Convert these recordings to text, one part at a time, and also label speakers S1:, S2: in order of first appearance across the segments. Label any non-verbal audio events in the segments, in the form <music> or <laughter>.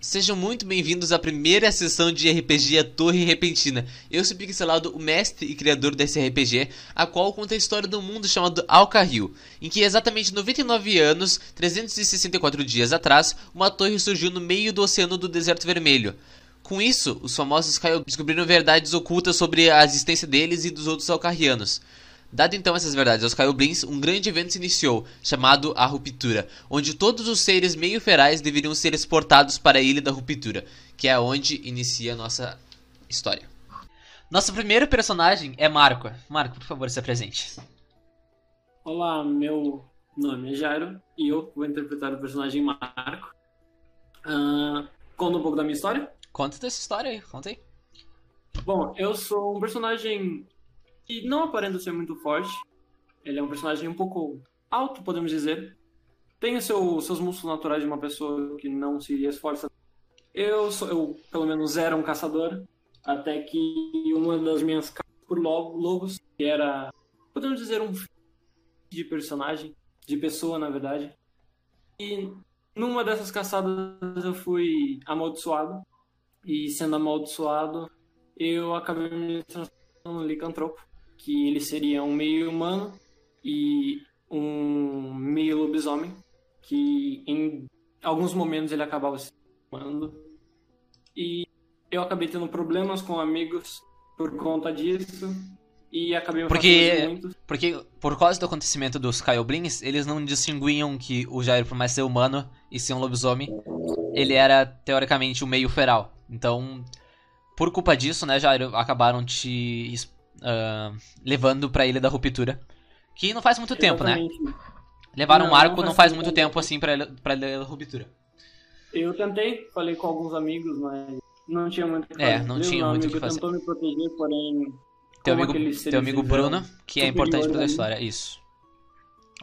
S1: Sejam muito bem-vindos à primeira sessão de RPG A Torre Repentina. Eu sou Pixelado, o mestre e criador desse RPG, a qual conta a história de um mundo chamado Alcarril, em que exatamente 99 anos, 364 dias atrás, uma torre surgiu no meio do oceano do Deserto Vermelho. Com isso, os famosos Kyle descobriram verdades ocultas sobre a existência deles e dos outros Alcarrianos. Dado então essas verdades aos Kaioblins, um grande evento se iniciou, chamado a Ruptura, onde todos os seres meio ferais deveriam ser exportados para a Ilha da Ruptura, que é onde inicia a nossa história. Nosso primeiro personagem é Marco. Marco, por favor, se apresente.
S2: Olá, meu nome é Jairo e eu vou interpretar o personagem Marco. Ah, conta um pouco da minha história.
S1: Conta dessa história aí, conta aí.
S2: Bom, eu sou um personagem que não aparenta ser muito forte. Ele é um personagem um pouco alto, podemos dizer. Tem os seu, seus músculos naturais de uma pessoa que não se esforça. Eu, sou, eu pelo menos, era um caçador. Até que uma das minhas caças por lo- lobos, que era, podemos dizer, um filho de personagem, de pessoa, na verdade. E numa dessas caçadas eu fui amaldiçoado. E sendo amaldiçoado, eu acabei me transformando em licantropo que ele seria um meio humano e um meio lobisomem, que em alguns momentos ele acabava se transformando. E eu acabei tendo problemas com amigos por conta disso e acabei me
S1: Porque-
S2: afastando de muitos.
S1: Porque, por causa do acontecimento dos Kaioblins, eles não distinguiam que o Jairo, por mais ser humano e ser um lobisomem, ele era, teoricamente, um meio feral. Então, por culpa disso, né, Jairo, acabaram te es- ah, levando pra Ilha da Ruptura. Que não faz muito tempo, né?
S2: Exatamente.
S1: Levaram
S2: Não,
S1: um arco
S2: não
S1: não faz
S2: faz muito
S1: muito
S2: tempo.
S1: tempo, assim, pra Ilha, pra Ilha da Ruptura.
S2: Eu tentei, falei com alguns amigos, mas não tinha muito o que fazer.
S1: É, não tinha
S2: Meu
S1: muito o que
S2: amigo
S1: fazer.
S2: tentou me proteger, porém...
S1: Teu
S2: como
S1: amigo,
S2: aqueles
S1: teu
S2: seres
S1: amigo
S2: fizeram,
S1: Bruno, que é
S2: superior
S1: importante pra
S2: a mim.
S1: história, isso.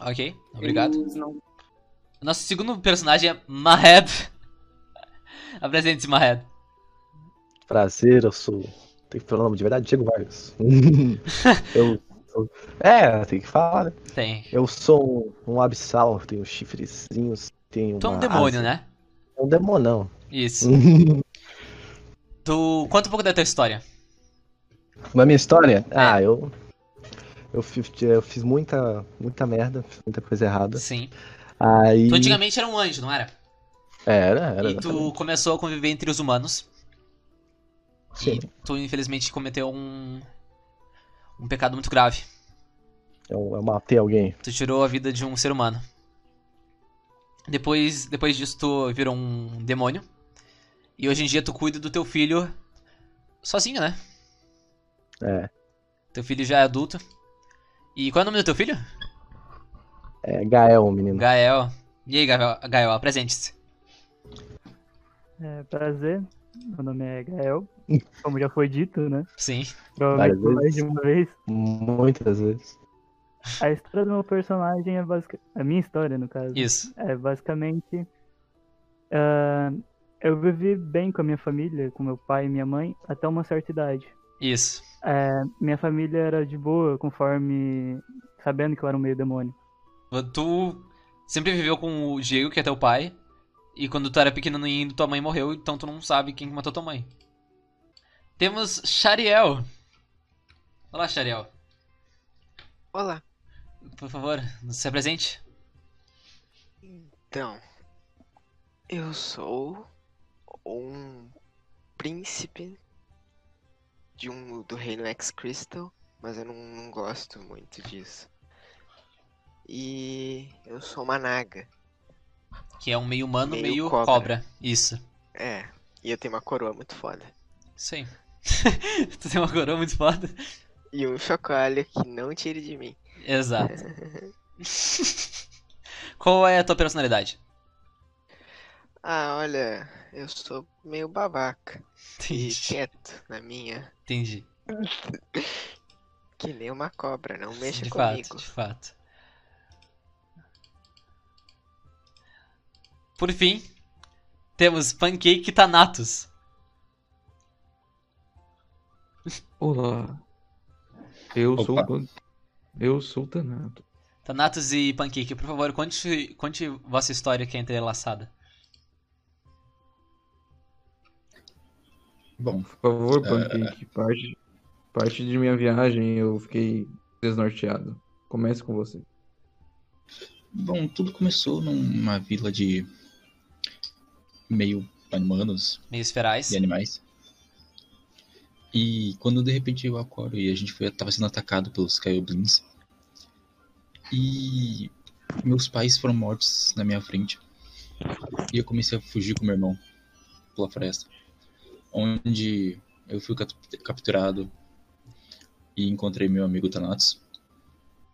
S1: Ok, obrigado.
S2: eles não-
S1: Nosso segundo personagem é Mahed. <laughs> Apresente-se, Mahed.
S3: Prazer, eu sou. Tem que falar o nome de verdade? Diego
S1: <laughs>
S3: Vargas. eu, eu- É, tem que falar, né?
S1: Tem.
S3: Eu sou um, um abissal, tenho chifrezinhos, tenho.
S1: Tu é um
S3: uma
S1: demônio,
S3: asa.
S1: né?
S3: É um demonão. <laughs>
S1: Isso. Tu conta um pouco da tua história.
S3: Na minha
S1: É.
S3: história? Ah, eu. Eu fiz, eu fiz muita, muita merda, fiz muita coisa errada.
S1: Sim.
S3: Aí. é,
S1: Tu antigamente era um anjo, não era?
S3: Era, era.
S1: E tu começou a conviver entre os humanos.
S3: Sim,
S1: E tu infelizmente cometeu um um pecado muito grave.
S3: eu, eu matei alguém.
S1: Tu tirou a vida de um ser humano. Depois, depois disso tu virou um demônio. E hoje em dia tu cuida do teu filho sozinho, né?
S3: É.
S1: Teu filho já é adulto. E qual é o nome do teu filho?
S3: É Gael, menino.
S1: Gael. E aí, Gael, Gael apresente-se.
S4: É, prazer, meu nome é Gael, como já foi dito, né?
S1: Sim.
S4: Provavelmente
S3: Várias
S4: mais
S3: vezes.
S4: de uma vez.
S3: Muitas vezes.
S4: A história do meu personagem é basicamente. A minha história, no caso.
S1: Isso.
S4: É basicamente. ah, eu vivi bem com a minha família, com meu pai e minha mãe, até uma certa idade.
S1: Isso.
S4: É, minha família era de boa, conforme. sabendo que eu era um meio demônio.
S1: Tu sempre viveu com o Diego, que é teu pai. E quando tu era pequenininho, tua mãe morreu, então tu não sabe quem matou tua mãe. Temos Shariel. Olá, Shariel.
S5: Olá.
S1: Por favor, se apresente.
S5: Então, eu sou um príncipe de um do reino X Crystal, mas eu não, não gosto muito disso. E eu sou uma naga.
S1: Que é um meio humano, meio,
S5: Meio
S1: cobra.
S5: cobra.
S1: Isso.
S5: É, e eu tenho uma coroa muito foda.
S1: Isso aí. <laughs> tu tem uma coroa muito foda.
S5: E um chocalho que não tire de mim.
S1: Exato. Qual é a tua personalidade?
S5: Ah, olha, eu sou meio babaca e
S1: Entendi.
S5: quieto na minha,
S1: Entendi.
S5: que nem uma cobra, não mexa
S1: de
S5: comigo.
S1: fato, de fato. Por fim, temos Pancake Thanatos.
S6: Olá. Eu
S7: Opa.
S6: sou o Ban- Eu sou o Tanato.
S1: Thanatos e Pancake, por favor, conte, conte vossa história que é entrelaçada.
S7: Bom,
S8: Por favor, Pancake, parte, parte de minha viagem eu fiquei desnorteado. Comece com você.
S7: bom, tudo começou numa vila de meio humanos
S1: Meios ferais.
S7: e animais. E quando de repente eu acordo e a gente foi, tava sendo atacado pelos Kaioblins. E meus pais foram mortos na minha frente. E eu comecei a fugir com meu irmão pela floresta. Onde eu fui cap- capturado e encontrei meu amigo Thanatos.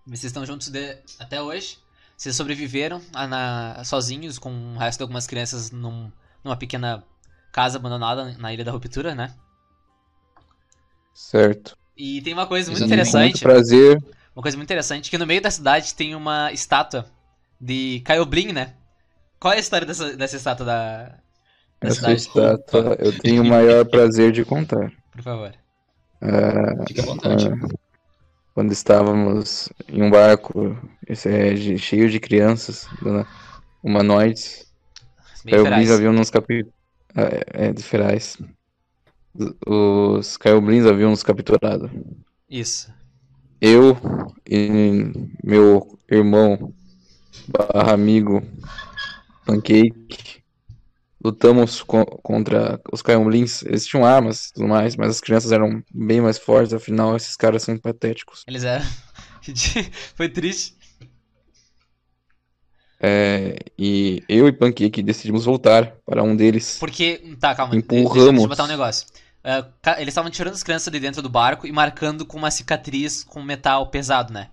S1: Vocês estão juntos de- até hoje. Vocês sobreviveram a- na- sozinhos com o resto de algumas crianças num- numa pequena casa abandonada na Ilha da Ruptura, né?
S8: Certo.
S1: E tem uma coisa muito
S7: Exatamente.
S1: interessante.
S8: prazer.
S1: Uma coisa muito interessante, que no meio da cidade tem uma estátua de Caioblim, né? Qual é a história dessa, dessa estátua da, da
S8: Essa
S1: cidade?
S8: estátua eu tenho o maior prazer de contar.
S1: Por favor.
S8: Ah,
S7: Fique à vontade.
S8: quando estávamos em um barco esse é, de- cheio de crianças dona- humanoides,
S1: Meio
S8: Caioblins
S1: ferais.
S8: haviam nos capi... ah, é, é, de ferais. Os Caioblins haviam nos capturado.
S1: Isso.
S8: Eu e meu irmão barra amigo Pancake lutamos co- contra os Caioblins. Eles tinham armas e tudo mais, mas as crianças eram bem mais fortes, afinal esses caras são patéticos.
S1: Eles eram. <laughs> Foi triste.
S8: É, e eu e Pancake decidimos voltar para um deles.
S1: Porque. Tá, calma. de- Deixa, deixa
S8: Empurramos.
S1: eu botar um negócio. Ah, ca- eles estavam tirando as crianças de dentro do barco e marcando com uma cicatriz com metal pesado, né?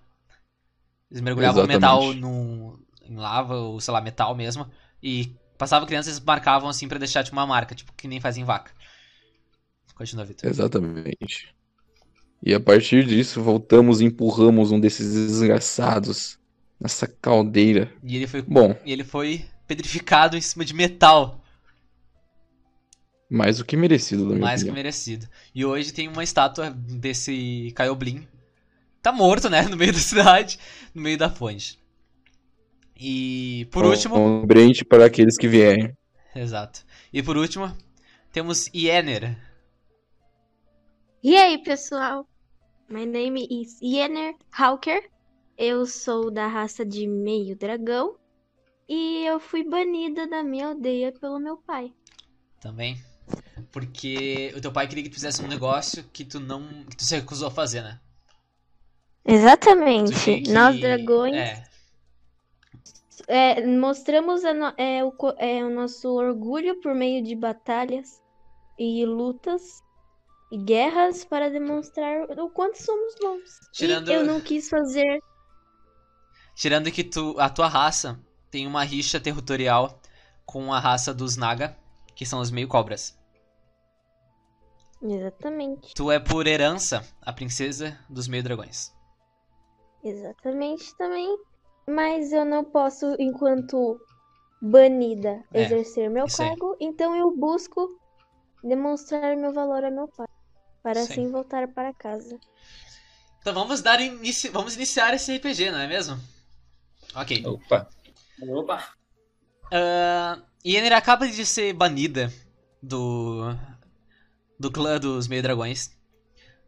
S1: Eles mergulhavam metal
S8: Exatamente.
S1: no, em lava, ou sei lá, metal mesmo. E passavam crianças e marcavam assim pra deixar tipo, uma marca, tipo, que nem fazem vaca. Continua, Vitor.
S8: Exatamente. E a partir disso, voltamos e empurramos um desses desgraçados nessa caldeira.
S1: E ele foi.
S8: Bom,
S1: E ele foi pedrificado em cima de metal.
S8: mais do que merecido, na minha
S1: Mais que
S8: opinião.
S1: merecido. E hoje tem uma estátua desse Caioblin. Tá morto, né? No meio da <laughs> cidade, no meio da fonte. E por
S8: Um-
S1: último.
S8: Um brinde para aqueles que vierem.
S1: Exato. E por último, temos Iener.
S9: E aí, pessoal? My name is Yener Hawker. Eu sou da raça de meio dragão. E eu fui banida da minha aldeia pelo meu pai.
S1: Também. Porque o teu pai queria que tu fizesse um negócio que tu não. que tu se recusou a fazer, né? Tu tinha
S9: Exatamente.
S1: que-
S9: Nós, dragões,
S1: É,
S9: é, mostramos a no- é, o, co- é, o nosso orgulho por meio de batalhas e lutas e guerras para demonstrar o quanto somos bons.
S1: Tirando-
S9: E eu não quis fazer.
S1: Tirando que tu, a tua raça tem uma rixa territorial com a raça dos Naga, que são os meio cobras.
S9: Exatamente.
S1: Tu é por herança a princesa dos meio dragões.
S9: Exatamente também. Mas eu não posso, enquanto banida,
S1: É,
S9: exercer meu
S1: isso aí.
S9: cargo, então eu busco demonstrar meu valor a meu pai. Para
S1: Isso aí.
S9: assim voltar para casa.
S1: Então vamos dar início, vamos iniciar esse RPG, não é mesmo? Ok.
S7: Opa,
S2: Opa!
S1: Ah, e Yenner acaba de ser banida do do clã dos Meio Dragões.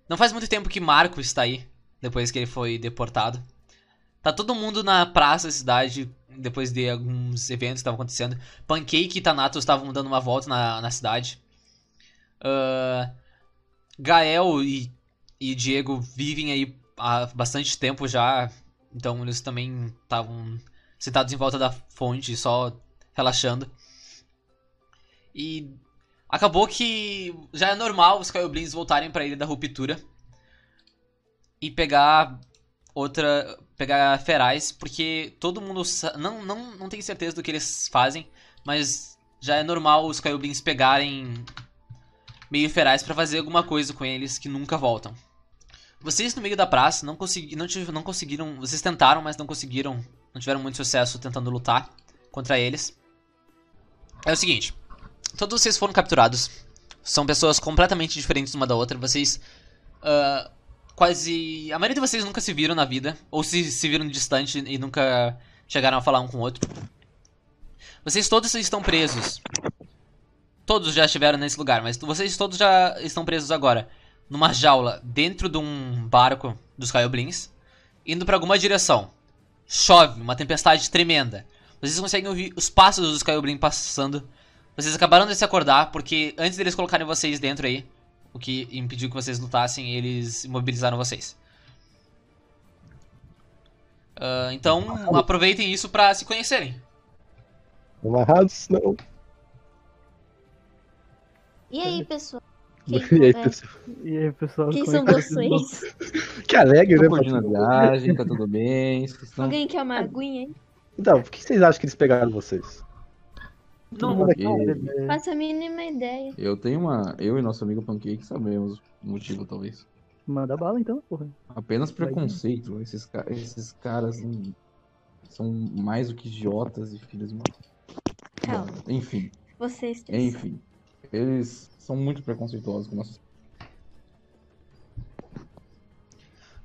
S1: Não faz muito tempo que Marco está aí, depois que ele foi deportado. Tá todo mundo na praça da cidade, depois de alguns eventos que estavam acontecendo. Pancake e Thanatos estavam dando uma volta na, na cidade. Ah, Gael e, e Diego vivem aí há bastante tempo já, então eles também estavam sentados em volta da fonte, só relaxando. E acabou que já é normal os Caioblins voltarem pra Ilha da Ruptura e pegar outra, pegar ferais, porque todo mundo sa- não não não tem certeza do que eles fazem, mas já é normal os Caioblins pegarem meio ferais pra fazer alguma coisa com eles que nunca voltam. Vocês no meio da praça não consegui, não, tive- não conseguiram, vocês tentaram, mas não conseguiram não tiveram muito sucesso tentando lutar contra eles. É o seguinte: todos vocês foram capturados. São pessoas completamente diferentes uma da outra. Vocês. ah, quase. A maioria de vocês nunca se viram na vida. Ou se, se viram distante e nunca chegaram a falar um com o outro. Vocês todos estão presos Todos já estiveram nesse lugar, mas vocês todos já estão presos agora. Numa jaula, dentro de um barco dos Caioblins, indo para alguma direção. Chove, uma tempestade tremenda. Vocês conseguem ouvir os passos dos Caioblin passando. Vocês acabaram de se acordar, porque antes deles colocarem vocês dentro aí, o que impediu que vocês lutassem, eles imobilizaram vocês. Ah, então, aproveitem isso para se conhecerem.
S3: Amarrados, não.
S9: E aí,
S4: <laughs>
S9: pessoal?
S3: <laughs> E aí, pessoal?
S4: E aí, pessoal?
S9: Quem
S4: como é
S9: são
S4: que vocês vão?
S9: vocês?
S3: Que alegre, né?
S6: Tô Tá curtindo a viagem, tá tudo bem. vocês estão-
S9: Alguém quer uma aguinha, hein?
S3: Então, por que vocês acham que eles pegaram vocês?
S2: Não,
S3: Manda aqui.
S4: Bebê.
S9: Faço a mínima ideia.
S6: Eu tenho uma. Eu e nosso amigo Pancake sabemos o motivo, talvez.
S4: Manda bala então, porra.
S6: Apenas preconceito. Esses, ca- esses caras hum, são mais do que idiotas e filhos de uma. Bom,
S9: Calma,
S6: enfim,
S9: vocês três.
S6: enfim. Eles são muito preconceituosos com nossos.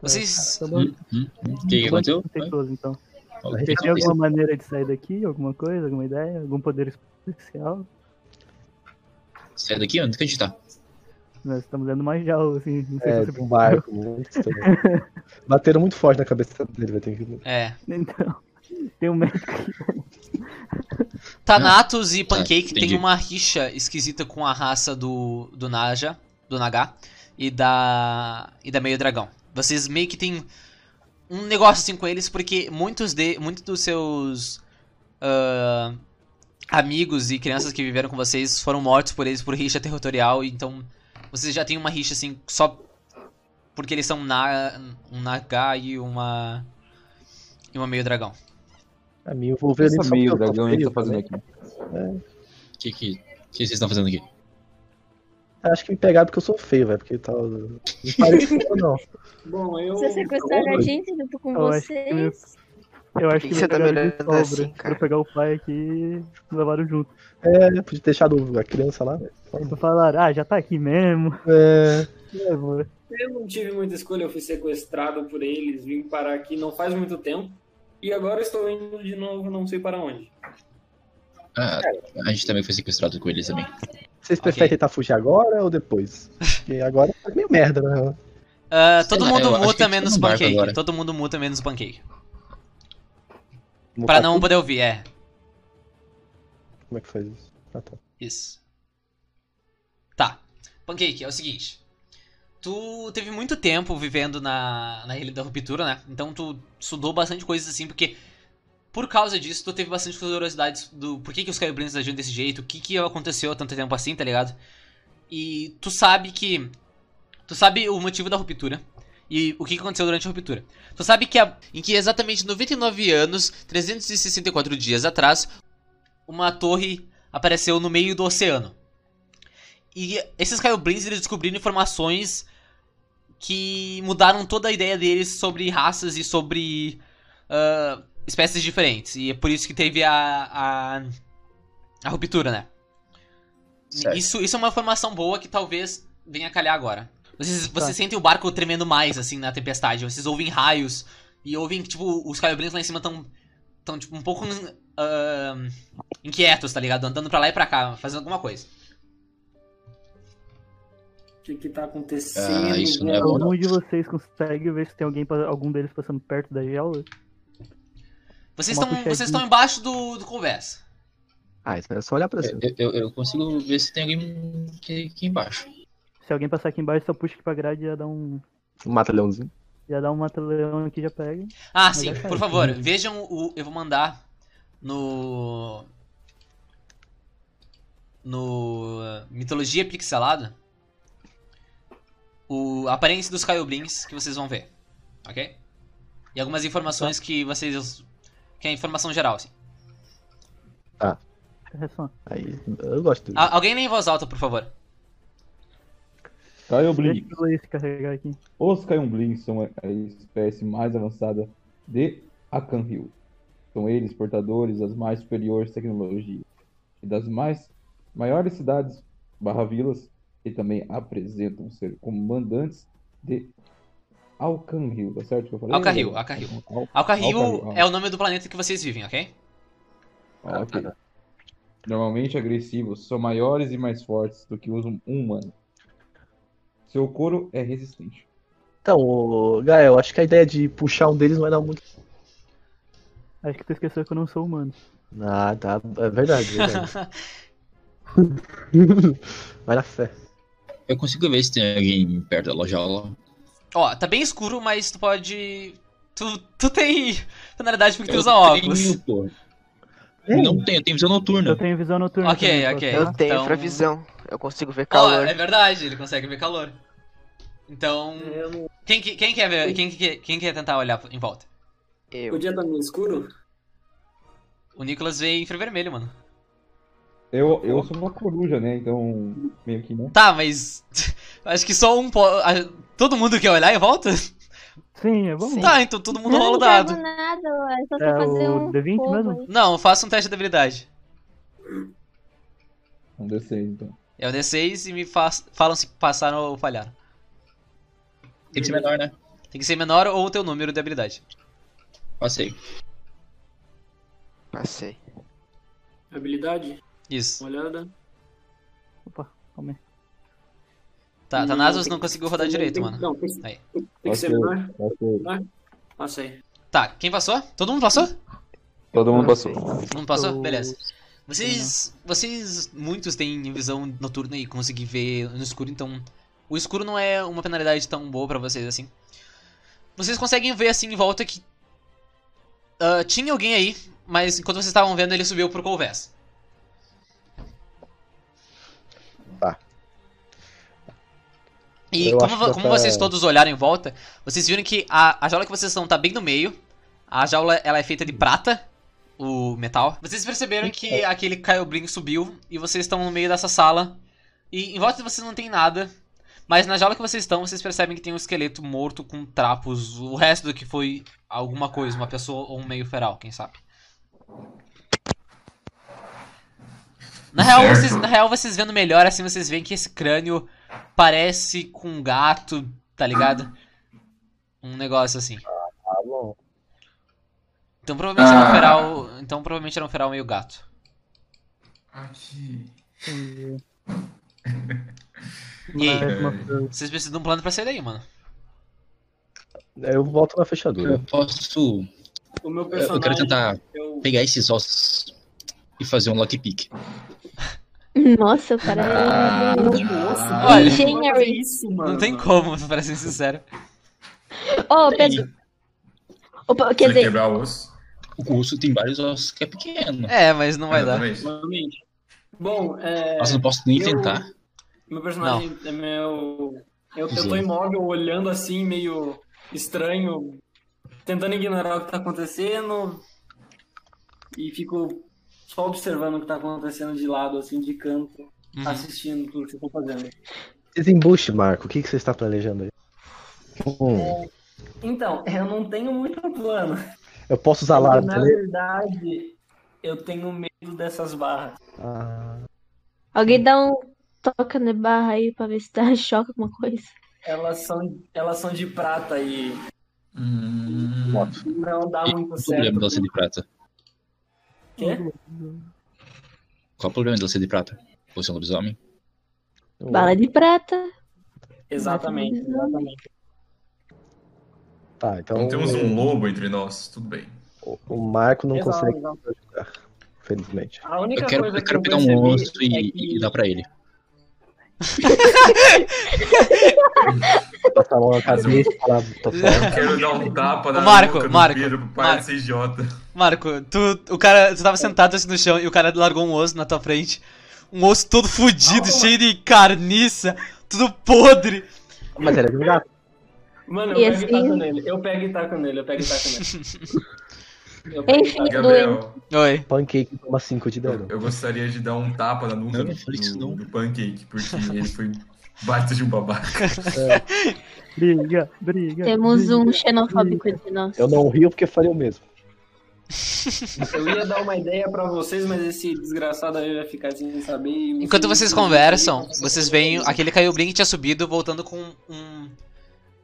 S1: Vocês
S7: Hum? O que, que aconteceu?
S4: tá Conceituoso, então.
S7: O
S4: Você
S7: que
S4: tem alguma maneira de sair daqui? Alguma coisa? Alguma ideia? Algum poder especial?
S7: Sai daqui? Onde que a gente tá?
S4: Nós estamos dando mais jaula, assim. Não sei
S3: É,
S4: se
S3: de
S4: você...
S3: um <laughs> barco muito estranho. Bateram muito forte na cabeça dele, vai ter que.
S1: É.
S4: Então, <laughs> tem um médico.
S1: Tanatos e Pancake
S7: entendi.
S1: têm uma rixa esquisita com a raça do, do Naja, do Naga, e da. e da Meio Dragão. Vocês meio que têm um negócio assim com eles, porque muitos de. muitos dos seus. ah, amigos e crianças que viveram com vocês foram mortos por eles por rixa territorial, então vocês já têm uma rixa assim só porque eles são na, um Naga e uma. e uma Meio Dragão.
S3: A mim, eu vou ver
S6: Essa meio dragão ele tá fazendo aqui.
S7: O que, que, o que vocês estão fazendo aqui?
S3: Acho que me pegaram porque eu sou feio, velho. Porque tal. Não parece feio, <laughs> não.
S2: bom, eu.
S9: Vocês sequestraram a
S3: Oi.
S9: gente junto com
S4: Eu acho que eu-
S9: vocês?
S4: Eu acho
S5: que
S4: que
S5: você
S4: eles
S5: tá me
S4: pegaram de
S5: olhando
S4: sobra
S5: assim,
S4: pra
S5: cara?
S4: pegar o pai aqui e levaram junto.
S3: É, podia ter deixado a criança lá, velho.
S4: Então falaram, ah, já tá aqui mesmo. <laughs>
S3: É,
S4: Levou.
S2: Eu não tive muita escolha, eu fui sequestrado por eles, vim parar aqui não faz muito tempo. E agora estou indo de novo, não sei para onde.
S7: Ah, a gente também foi sequestrado com eles também.
S3: vocês
S1: Ok.
S3: preferem tentar fugir agora ou depois? Porque agora tá meio merda, né?
S1: Ah,
S7: Sei
S1: todo
S7: lá, eu
S1: mundo
S7: acho que
S1: muta
S7: a gente
S1: menos
S7: tá no barco
S1: pancake.
S7: agora.
S1: Todo mundo muta menos pancake.
S3: Vou
S1: Pra
S3: botar
S1: não
S3: aqui.
S1: poder ouvir, é.
S3: tá Como é que faz isso? Ah, tá.
S1: Isso. Tá. Pancake, é o seguinte. Tu teve muito tempo vivendo na, na Ilha da Ruptura, né? Então tu estudou bastante coisas assim, porque por causa disso tu teve bastante curiosidades do por que, que os Caioblins agiam desse jeito, o que, que aconteceu há tanto tempo assim, tá ligado? E tu sabe que. Tu sabe o motivo da ruptura e o que que aconteceu durante a ruptura. Tu sabe que a- em que exatamente 99 anos, 364 dias atrás, uma torre apareceu no meio do oceano. E esses Caioblins eles descobriram informações que mudaram toda a ideia deles sobre raças e sobre ah, espécies diferentes. E é por isso que teve a, a, a ruptura, né?
S7: Certo.
S1: Isso, isso é uma informação boa que talvez venha a calhar agora. Vocês, vocês sentem o barco tremendo mais, assim, na tempestade. Vocês ouvem raios e ouvem que, tipo, os Caioblins lá em cima estão tão, tipo, um pouco ah, inquietos, tá ligado? Andando pra lá e pra cá, fazendo alguma coisa.
S2: O que que tá acontecendo?
S7: Ah, isso não é bom.
S4: Algum de vocês consegue ver se tem alguém, pa- algum deles passando perto da jaula?
S1: Vocês
S4: Uma
S1: estão vocês
S4: puxadinha.
S1: estão embaixo do, do conversa.
S3: Ah, então é só olhar pra cima.
S7: Eu, eu, eu consigo ver se tem alguém aqui, aqui embaixo.
S4: Se alguém passar aqui embaixo, só puxa aqui pra grade e já dá um.
S3: Mata leãozinho.
S4: Já dá um mata-leão aqui, já pega.
S1: Ah, sim,
S4: Melhor
S1: por
S4: sair.
S1: favor, vejam o. Eu vou mandar no. No. uh, Mitologia Pixelada. O a aparência dos Caioblins que vocês vão ver. Ok? E algumas
S4: Tá.
S1: informações que vocês. Que é informação geral, assim.
S4: É só.
S3: Aí, eu gosto.
S1: A- alguém lê em voz alta, por favor.
S6: Tá,
S4: Deixa o Luiz carregar aqui.
S6: Os Caiumblins são a a espécie mais avançada de Akanhill. São eles portadores das mais superiores tecnologias e das mais maiores cidades barra vilas e também apresentam ser comandantes de Alcanhill, tá certo que eu falei?
S1: Alcanhill, Alcanhill.
S6: Al-
S1: Alcarril
S6: Alcarril, ah.
S1: é o nome do planeta que vocês vivem, ok?
S6: ah, ok. normalmente agressivos, são maiores e mais fortes do que um humano. Seu couro é resistente.
S3: Então, ô, Gael, acho que a ideia de puxar um deles não vai dar muito.
S4: Acho que tu esqueceu que eu não sou humano.
S3: Ah, tá. É verdade, é verdade. vai na fé.
S7: Eu consigo ver se tem alguém perto da loja lá.
S1: Ó, tá bem escuro, mas tu pode. Tu, tu tem <laughs> penalidade porque tu
S7: Eu
S1: usa óculos.
S7: tenho, pô. Não tenho, eu tenho visão noturna.
S4: Eu tenho visão noturna.
S1: Ok,
S4: também, posso
S1: ok.
S4: falar?
S1: Então-
S5: Eu tenho infravisão. Eu consigo ver
S1: Ó,
S5: calor.
S1: é verdade, ele consegue ver calor. Então.
S2: Eu não-
S1: Quem, que- quem quer ver? Quem, que- quem quer tentar olhar em volta?
S5: Eu.
S2: Podia estar no escuro?
S1: O Nicolas vê infravermelho, mano.
S6: Eu,
S7: Tá
S6: eu sou uma coruja, né? Então, meio que não.
S1: Tá, mas. <laughs> Acho que só um pode. a- Todo mundo quer olhar em volta?
S4: Sim, é bom.
S1: Tá, então todo mundo
S9: Eu
S1: rola o
S9: não
S1: dado.
S9: enxergo nada, ó, é só você
S4: É
S9: fazer
S4: o
S9: um
S4: D20
S9: fogo
S4: mesmo?
S9: aí.
S1: Não, faça um teste de habilidade.
S6: Um D6, então.
S1: É o D6 e me fa- falam se passaram ou falharam.
S7: Tem que ser menor, né?
S1: Tem que ser menor ou o teu número de habilidade.
S7: Passei.
S5: Passei.
S2: Habilidade?
S1: Isso.
S2: Uma olhada.
S4: Opa, calma aí.
S1: Tá,
S2: Não,
S1: Thanatos
S2: tem
S1: não
S2: que-
S1: conseguiu rodar
S2: tem-
S1: direito,
S2: tem-
S1: mano.
S2: Não, tem que,
S1: Aí.
S2: tem que ser
S6: Ok.
S2: menor.
S6: Passou.
S2: Passei.
S1: Tá, quem passou? Todo mundo passou?
S6: Todo mundo passou.
S5: Passei.
S1: Todo mundo passou?
S4: Eu-
S1: Beleza. Vocês. Vocês. Muitos têm visão noturna e conseguem ver no escuro, então. O escuro não é uma penalidade tão boa pra vocês assim. Vocês conseguem ver assim em volta que. ah, tinha alguém aí, mas enquanto vocês estavam vendo, ele subiu pro Colvés. E
S3: Tá. Eu
S1: como,
S3: acho que
S1: vo-
S3: dá
S1: como
S3: pra-
S1: vocês todos olharam em volta, vocês viram que a, a jaula que vocês estão tá bem no meio. A jaula ela é feita de prata, o metal. Vocês perceberam que
S3: É.
S1: aquele Kyobrin subiu e vocês estão no meio dessa sala. E em volta de vocês não tem nada. Mas na jaula que vocês estão, vocês percebem que tem um esqueleto morto com trapos. O resto do que foi alguma coisa, uma pessoa ou um meio feral, quem sabe. Na real, vocês, na real, vocês vendo melhor, assim, vocês veem que esse crânio parece com um gato, tá ligado? Um negócio assim.
S2: Ah,
S3: Tá bom.
S1: Então provavelmente era um
S8: Ah.
S1: feral. Então provavelmente era um feral meio gato.
S8: Aqui.
S4: Entendi.
S1: E aí,
S4: Parece uma flor.
S1: vocês precisam de um plano pra sair daí, mano.
S3: Eu volto na fechadura.
S7: Eu posso.
S2: O meu
S7: Eu, eu
S2: personagem. é
S7: quero tentar
S2: eu-
S7: pegar esses ossos e fazer um lockpick.
S9: Nossa, o cara é.
S8: Ah,
S1: Olha,
S9: Engenharia.
S2: Isso, mano.
S1: Não tem como, <laughs> pra ser sincero.
S9: Ô, Pedro. Opa,
S8: se
S9: quer
S8: ele
S9: dizer,
S8: quebrar o osso.
S7: O osso tem vários ossos que é pequeno.
S1: É, mas não vai dar.
S8: Exatamente.
S2: Provavelmente. Bom, é.
S7: Nossa, não posso nem
S2: eu-
S7: tentar.
S2: Meu personagem é meu. Eu, eu tô
S7: Sim.
S2: imóvel, olhando assim, meio estranho, tentando ignorar o que tá acontecendo. E fico só observando o que tá acontecendo de lado, assim, de canto,
S1: Uhum.
S2: assistindo tudo que vocês estão fazendo.
S3: Desembuche, Marco. O que, que você está planejando aí? Hum,
S2: Então, eu não tenho muito plano.
S3: eu posso usar alarme,
S2: Na
S3: tá ligado?
S2: verdade, eu tenho medo dessas barras.
S3: Ah,
S9: alguém dá um toca na barra aí pra ver se tá <laughs> choca alguma coisa.
S2: Elas são, elas são de prata e
S8: Hum,
S2: não dá
S7: E
S2: muito
S7: Qual o problema
S2: certo.
S7: dela ser de prata?
S2: Quê?
S7: Qual o problema dela ser de prata? Você é um lobisomem?
S3: eu-
S9: Bala de prata.
S2: Exatamente, exatamente.
S3: Tá, então
S8: Não temos um lobo entre nós, tudo
S6: <laughs>
S8: bem.
S3: o, o Marco não
S2: Exato,
S3: consegue
S2: exato.
S3: ajudar, felizmente.
S2: A única
S7: Eu quero,
S2: coisa
S7: eu quero
S2: que
S7: pegar
S2: eu
S7: um
S2: percebi
S7: osso e,
S2: é que
S7: e dar pra ele.
S3: Passar a mão na cabeça e falar, tô falando.
S8: <laughs> Eu quero dar um tapa na
S1: Ô, Marco,
S8: nuca do
S1: Marco,
S8: Pedro pro pai
S1: Marco. <laughs>
S8: desse idiota.
S1: Marco, tu, o cara, tu tava sentado assim no chão e o cara largou um osso na tua frente. Um osso todo fudido, cheio de carniça, tudo podre.
S3: Mas era de um gato.
S2: Mano, eu pego
S9: E
S2: e taco
S9: assim-
S2: nele. Eu pego e taco nele, eu pego e taco nele.
S7: <laughs>
S2: Eu pego e
S9: Enfim,
S2: taco.
S8: Gabriel,
S1: Oi.
S3: Pancake toma 5 de dano.
S8: eu, eu gostaria de dar um tapa na nuca
S7: Não,
S8: do,
S7: não fale isso, não.
S8: do, do pancake, porque ele foi baita de um babaca.
S4: Briga, briga.
S9: Temos
S4: briga.
S9: um xenofóbico entre nós.
S3: Eu não rio porque faria o mesmo.
S2: Eu ia dar uma ideia pra vocês, mas esse desgraçado aí vai ficar sem saber. e-
S1: Enquanto vocês conversam, vocês veem aquele Kyobrin que tinha subido voltando com um.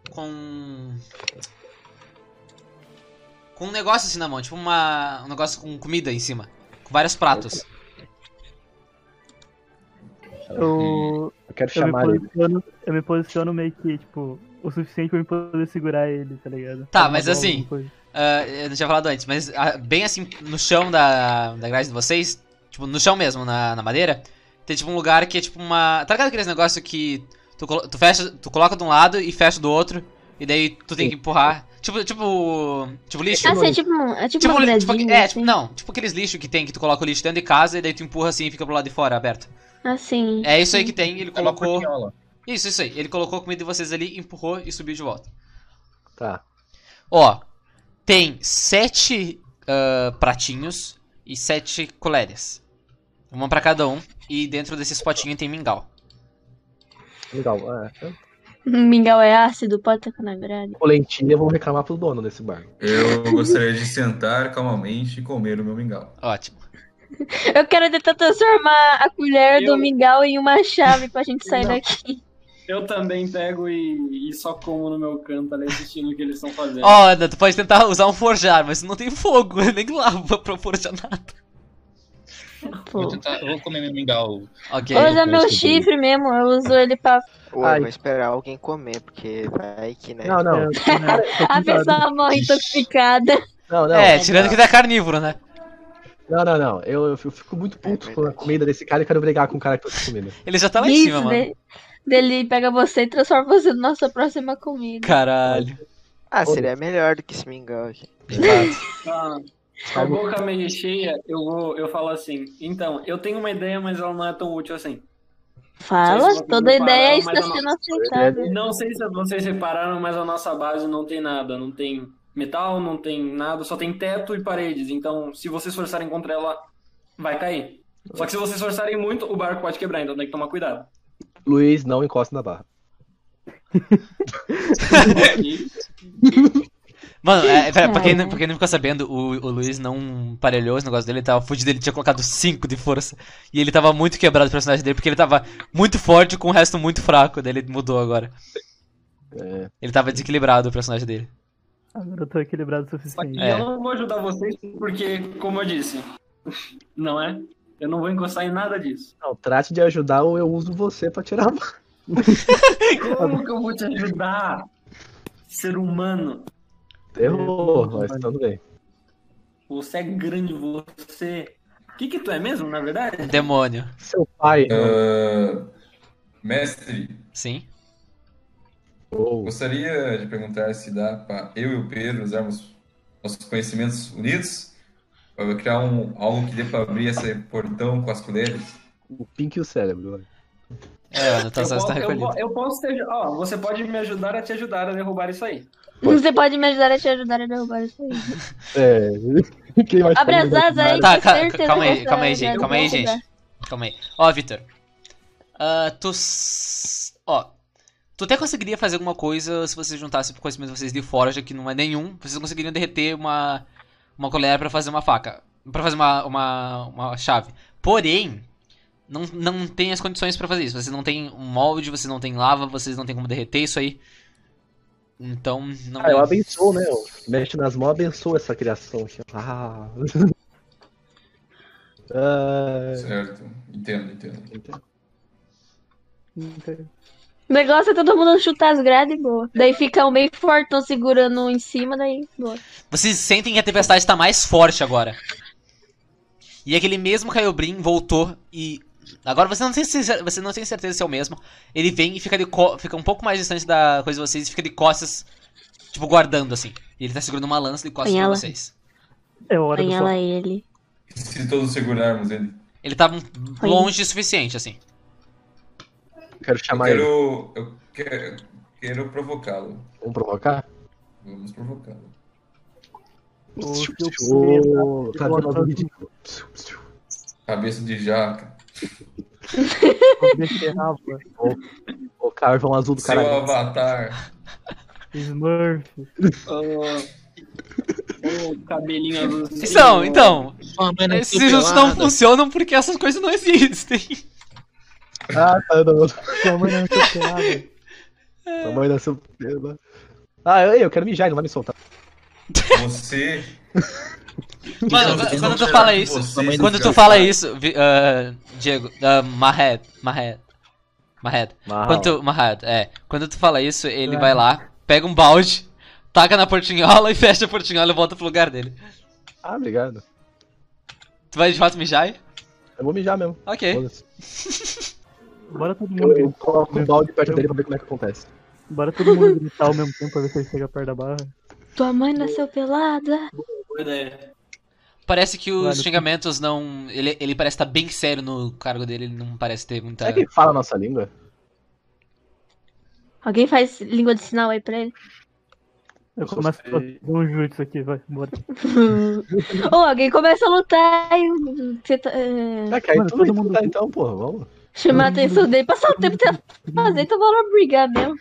S1: Com. um Com um negócio assim na mão, tipo uma, um negócio com comida em cima. Com vários pratos.
S7: Hum.
S4: Eu,
S3: Eu quero
S4: eu, me
S3: chamar ele.
S4: posiciono, eu me posiciono meio que, tipo, o suficiente pra eu poder segurar ele, tá ligado?
S1: Tá,
S4: Pra
S1: mas
S4: mandar
S1: assim,
S4: alguma coisa.
S1: Ah, eu não tinha falado antes, mas ah, bem assim, no chão da, da grade de vocês, tipo, no chão mesmo, na, na madeira, tem tipo um lugar que é tipo uma. Tá ligado aqueles negócios que tu, colo- tu fecha, tu coloca de um lado e fecha do outro, e daí tu tem que empurrar. Tipo, tipo. Tipo lixo.
S9: Ah, sim, é tipo, um- é tipo,
S1: Tipo,
S9: uma
S1: li- tipo,
S9: gradinha,
S1: é,
S9: assim.
S1: tipo, não, tipo aqueles lixos que tem que tu coloca o lixo dentro de casa e daí tu empurra assim e fica pro lado de fora aberto.
S9: Assim.
S1: É isso aí que tem, ele
S7: É uma
S1: colocou.
S7: portinhola.
S1: Isso, isso aí. Ele colocou a comida de vocês ali, empurrou e subiu de volta.
S3: Tá.
S1: Ó, tem sete ah, pratinhos e sete colheres. Uma pra cada um. E dentro desses potinhos tem mingau.
S3: Legal. É.
S9: <laughs> Mingau é ácido, pode tacar na grade.
S3: Com lentilha, vou reclamar pro dono desse bar.
S8: Eu gostaria de sentar calmamente e comer o meu mingau.
S1: Ótimo.
S9: Eu quero tentar transformar a colher
S2: Eu-
S9: do mingau em uma chave pra gente sair
S2: Não.
S9: daqui.
S2: Eu também pego e, e só como no meu canto ali assistindo o que eles estão fazendo.
S1: Ó, Ana, tu pode tentar usar um forjar, mas não tem fogo, <laughs> nem lava pra forjar nada.
S9: Pô.
S7: Vou tentar, eu vou comer meu mingau.
S1: Ok.
S9: Ou usa
S7: eu
S9: meu
S7: gosto de-
S9: chifre mesmo, eu uso ele pra.
S5: Ou
S3: Ai.
S5: eu vou esperar alguém comer, porque vai que, né?
S3: Não, não.
S4: É, eu tô- né, tô
S9: A
S4: com dó.
S9: pessoa morre
S7: Ixi.
S9: intoxicada.
S3: Não, não.
S1: é, tirando que tu é carnívoro, né?
S3: Não, não, não. Eu, eu fico muito puto com a comida desse cara e quero brigar com o cara que trouxe comida.
S1: Ele já tá lá em
S9: Isso, né?
S1: cima, mano.
S9: de- Dele pega você e transforma você na nossa próxima comida.
S1: Caralho.
S5: Ah, seria melhor do que esse mingau aqui.
S2: Tá. Com a boca meio cheia, eu vou, eu falo assim. Então, eu tenho uma ideia, mas ela não é tão útil assim. Vocês
S9: Fala,
S2: vão
S9: toda
S2: preparar
S9: ideia
S2: uma
S9: está
S2: nova-
S9: sendo aceitável.
S2: Não sei se vocês repararam, mas a nossa base não tem nada. Não tem metal, não tem nada, só tem teto e paredes. Então, se vocês forçarem contra ela, vai cair. Só que se vocês forçarem muito, o barco pode quebrar, então tem que tomar cuidado.
S3: Luiz, não encosta na barra.
S2: E-
S1: Mano, é, pra, pra quem,
S9: Caralho.
S1: pra quem não ficou sabendo, o, o Luiz não parelhou esse negócio dele, ele tava fudido, ele tinha colocado 5 de força. E ele tava muito quebrado o personagem dele, porque ele tava muito forte com o resto muito fraco, daí ele mudou agora.
S3: É.
S1: Ele tava desequilibrado o personagem dele.
S4: Agora eu tô equilibrado o
S2: Só que
S4: suficiente.
S1: É.
S2: eu não vou ajudar vocês porque, como eu disse, <laughs> não é? Eu não vou encostar em nada disso.
S3: Não, trate de ajudar ou eu uso você pra tirar a barra.
S2: Como que eu vou te ajudar, ser humano?
S3: Errou, mas tudo bem.
S2: Você é grande, você. O que que tu é mesmo, na verdade?
S1: Um Demônio.
S3: Seu
S8: É.
S3: pai.
S8: Ah, mestre,
S1: Sim.
S3: ou-
S8: gostaria de perguntar se dá para eu e o Pedro usarmos nossos conhecimentos unidos? Para criar um, algo que dê para abrir esse portão com as colheres?
S3: o Pink e o cérebro. né?
S1: É, a anotação
S2: eu,
S1: está
S2: posso, eu,
S1: recolhida.
S2: po- eu posso ter. Ó, você pode me ajudar a te ajudar a derrubar isso aí.
S9: Você pode me ajudar a te ajudar a derrubar isso aí.
S3: É. <laughs> Quem mais pode
S9: Abre as
S3: ajudar
S9: asas
S3: nada?
S9: aí,
S1: Tá,
S9: com
S1: ca-
S9: certeza
S1: calma aí,
S9: você
S1: calma aí,
S9: vai
S1: gente, calma aí,
S9: derrubar.
S1: gente. Calma aí. Ó, Vitor. ah, tu. s- Ó. Tu até conseguiria fazer alguma coisa se vocês juntassem com o conhecimento de vocês de forja, que não é nenhum. Vocês conseguiriam derreter uma. Uma colher pra fazer uma faca. Pra fazer uma. Uma, uma chave. Porém. Não, não tem as condições pra fazer isso. Vocês não tem um molde, vocês não tem lava, vocês não tem como derreter isso aí. Então, não
S3: Ah,
S1: é.
S3: eu abençoo, né? Eu mexe nas mãos, abençoo essa criação aqui. ó. Ah. <laughs> Ah,
S8: Certo, entendo, entendo.
S4: Então,
S9: O negócio é todo mundo chutar as grades e boa. Daí fica um meio fortão segurando um em cima, daí boa.
S1: Vocês sentem que a tempestade tá mais forte agora. E aquele mesmo Caiobrim voltou e. Agora você não tem, certeza, você não tem certeza se é o mesmo. Ele vem e fica, de co- fica um pouco mais distante da coisa de vocês e fica de costas, tipo, guardando assim. E ele tá segurando uma lança de costas pra
S9: Apanha ela.
S1: vocês.
S4: É hora do sol.
S9: Apanhala ele.
S8: E se todos segurarmos ele?
S1: Ele tá um- longe o suficiente, assim.
S3: quero
S8: Eu
S3: chamar ele.
S8: quero, eu quero, quero provocá-lo.
S3: Vamos provocar?
S8: Vamos provocá-lo.
S4: O
S9: é
S4: seu
S9: tipo
S3: Ô,
S4: primo
S3: tá
S4: tá
S3: vendo
S4: botando-
S3: o vídeo?
S8: Cabeça de jaca.
S4: poder ferrar, pô.
S3: O carvão azul do
S8: Seu
S3: caralho.
S8: avatar.
S4: Smurf.
S2: Ô, ô, cabelinho azulzinho.
S1: Então, então. Esses juntos não
S7: funcionam.
S1: funcionam porque essas coisas não existem.
S3: Ah, tá, não.
S4: Sua mãe não tá ferrada.
S3: Tamanho da seu Ah, eu, eu quero mijar, ele não vai me soltar.
S8: Você
S1: <laughs> Mano,
S7: Não,
S1: qu-
S7: não,
S1: quando tu
S8: será
S1: fala
S8: que
S1: isso,
S8: vocês
S1: quando tu
S8: ficaram-
S1: fala isso, vi- ah, Diego, ah, Mahed, Mahed, Mahed,
S3: Marra,
S1: quando tu, Mahed, é, quando tu fala isso, ele
S4: É.
S1: vai lá, pega um balde, taca na portinhola <laughs> e fecha a portinhola e volta pro lugar dele.
S3: Ah, obrigado.
S1: Tu vai de fato mijar? aí?
S3: Eu vou mijar mesmo.
S1: Ok.
S3: foda-se.
S4: Bora todo mundo,
S3: Eu, eu
S4: gritar-
S3: coloco o balde perto dele pra ver como é que acontece.
S4: bora todo mundo gritar ao mesmo tempo pra ver se ele chega perto da barra.
S9: Tua mãe nasceu pelada.
S2: Boa ideia.
S1: Parece que os
S4: Claro.
S1: xingamentos não, ele, ele parece estar bem sério no cargo dele, ele não parece ter muita...
S3: Será É que ele fala a nossa língua?
S9: Alguém faz língua de sinal aí pra ele? <laughs>
S4: Eu começo a fazer um jutsu aqui, vai, bora.
S9: Ou alguém começa a lutar e tenta, eh,
S3: Será que aí
S4: Mano,
S3: tudo
S4: todo
S3: mundo
S4: mundo-
S3: tá então, porra, vamos.
S9: chamar a atenção dele. Passar o tempo tentando fazer, então bora brigar mesmo.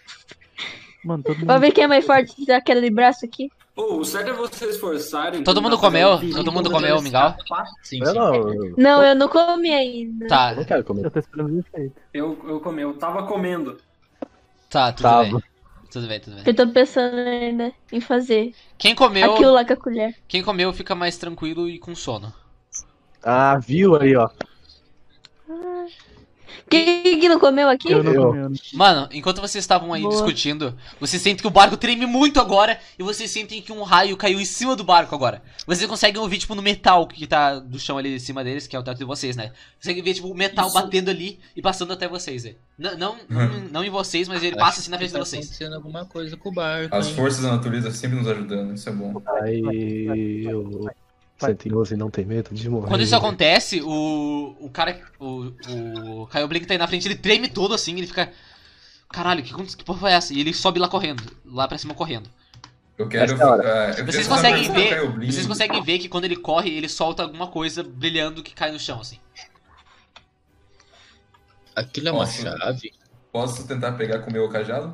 S4: Mano, todo mundo.
S9: Vamos ver quem é mais forte daquela de braço aqui.
S2: Pô, o certo é vocês forçarem.
S1: Todo
S2: tentar
S1: mundo
S2: fazer
S1: comeu?
S2: um-
S1: Todo mundo comeu o mingau?
S7: Sim,
S3: Eu
S7: sim.
S3: não, eu
S9: Não, eu não comi ainda.
S1: Tá,
S3: não quero comer.
S4: Eu tô esperando isso aí.
S2: Eu, eu comi, eu tava comendo.
S1: tá, tudo
S3: Tava.
S1: bem, tudo bem, tudo bem.
S9: Eu tô pensando ainda em fazer
S1: Quem comeu,
S9: aquilo lá com a colher.
S1: quem comeu fica mais tranquilo e com sono.
S3: Ah, viu aí, ó.
S9: Quem que não comeu aqui?
S4: Eu não
S3: Eu.
S4: tô vendo.
S1: Mano, enquanto vocês estavam aí
S9: Boa.
S1: discutindo, vocês sentem que o barco treme muito agora e vocês sentem que um raio caiu em cima do barco agora. Vocês conseguem ouvir, tipo, no metal que tá do chão ali em cima deles, que é o teto de vocês, né? Conseguem ver, tipo, o metal
S2: Isso.
S1: batendo ali e passando até vocês, né? Não, não, não, não em vocês, mas ele passa assim na frente de vocês.
S7: tá acontecendo alguma coisa com o barco.
S8: As forças da natureza sempre nos ajudando, isso é bom.
S3: Aí eu.
S4: vai.
S3: 111 não tem medo de morrer.
S1: Quando isso acontece, o, o cara, o, o Caio Blink tá aí na frente, ele treme todo assim, ele fica... Caralho, que, que porra foi essa? E ele sobe lá correndo, lá pra cima correndo.
S8: Eu quero.
S3: Essa hora.
S8: ah, eu queria
S1: Vocês
S8: só dar
S1: conseguem
S8: uma
S1: ver-
S8: pergunta pra Eublinho.
S1: Vocês conseguem ver que quando ele corre, ele solta alguma coisa brilhando que cai no chão, assim.
S7: Aquilo é uma
S8: Nossa.
S7: chave.
S8: Posso tentar pegar com o meu cajado?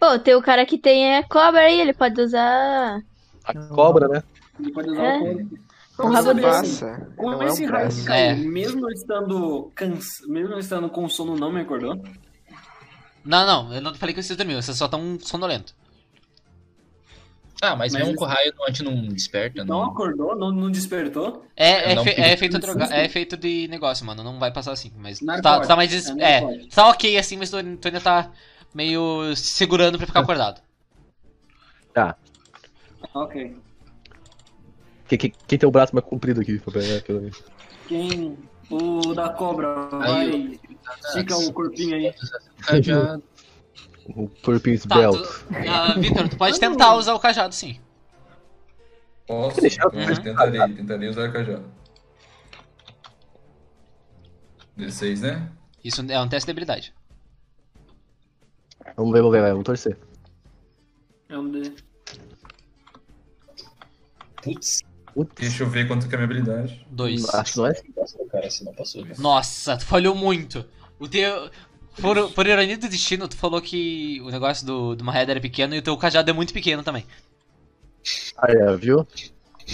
S9: Pô, tem o cara que tem é cobra aí, ele pode usar.
S3: A cobra, né?
S2: Ele pode usar
S9: É.
S2: o corpo.
S5: Então,
S9: Um
S2: Vamos
S9: rabo
S2: saber,
S9: desse.
S2: assim,
S5: Passa. Não
S2: Como
S5: é
S2: esse
S5: um
S2: raio
S5: braço.
S1: É.
S2: caiu, mesmo eu estando cans... mesmo eu estando com sono não me acordou.
S1: Não, não, eu não falei que vocês dormiam, vocês só estão sonolento.
S7: Ah,
S2: Mas
S7: mas, mesmo
S2: isso-
S7: com o raio não- a gente não desperta,
S2: Não
S7: não.
S2: acordou, não, não despertou.
S1: É, é,
S7: Não,
S1: fe-
S7: filho.
S1: é efeito <laughs> droga, é efeito de negócio, mano. Não vai passar assim, mas. tu Tá,
S2: Narcótico,
S1: tu tá mais. des-
S2: é
S1: É,
S2: narcótico.
S1: tá ok assim, mas tu, tu ainda tá meio segurando pra ficar acordado.
S2: Ok.
S3: Quem, quem- quem tem o braço mais comprido aqui, pra pegar, pelo menos.
S2: Quem. O da cobra vai. Fica o corpinho aí.
S7: Cajado.
S3: O corpinho
S1: Tá, tu,
S3: esbelto.
S1: <laughs> ah, Victor, tu pode tentar usar o cajado sim.
S8: Posso?
S3: Deixa eu-
S8: Então, tentarei, tentarei usar o cajado. 16, né?
S1: Isso é um teste de habilidade.
S3: Vamos ver, vamos ver, vai, vamos um torcer.
S2: É um de...
S7: <laughs> Putz,
S3: Putz,
S8: Deixa eu ver quanto que é a minha habilidade.
S1: Dois.
S3: acho que não é assim.
S7: não passou, cara, você não passou. né?
S1: Nossa, tu falhou muito. O teu. Por, por ironia do destino, tu falou que o negócio do, do Mahed era pequeno e o teu cajado é muito pequeno também.
S3: Ah, é, viu?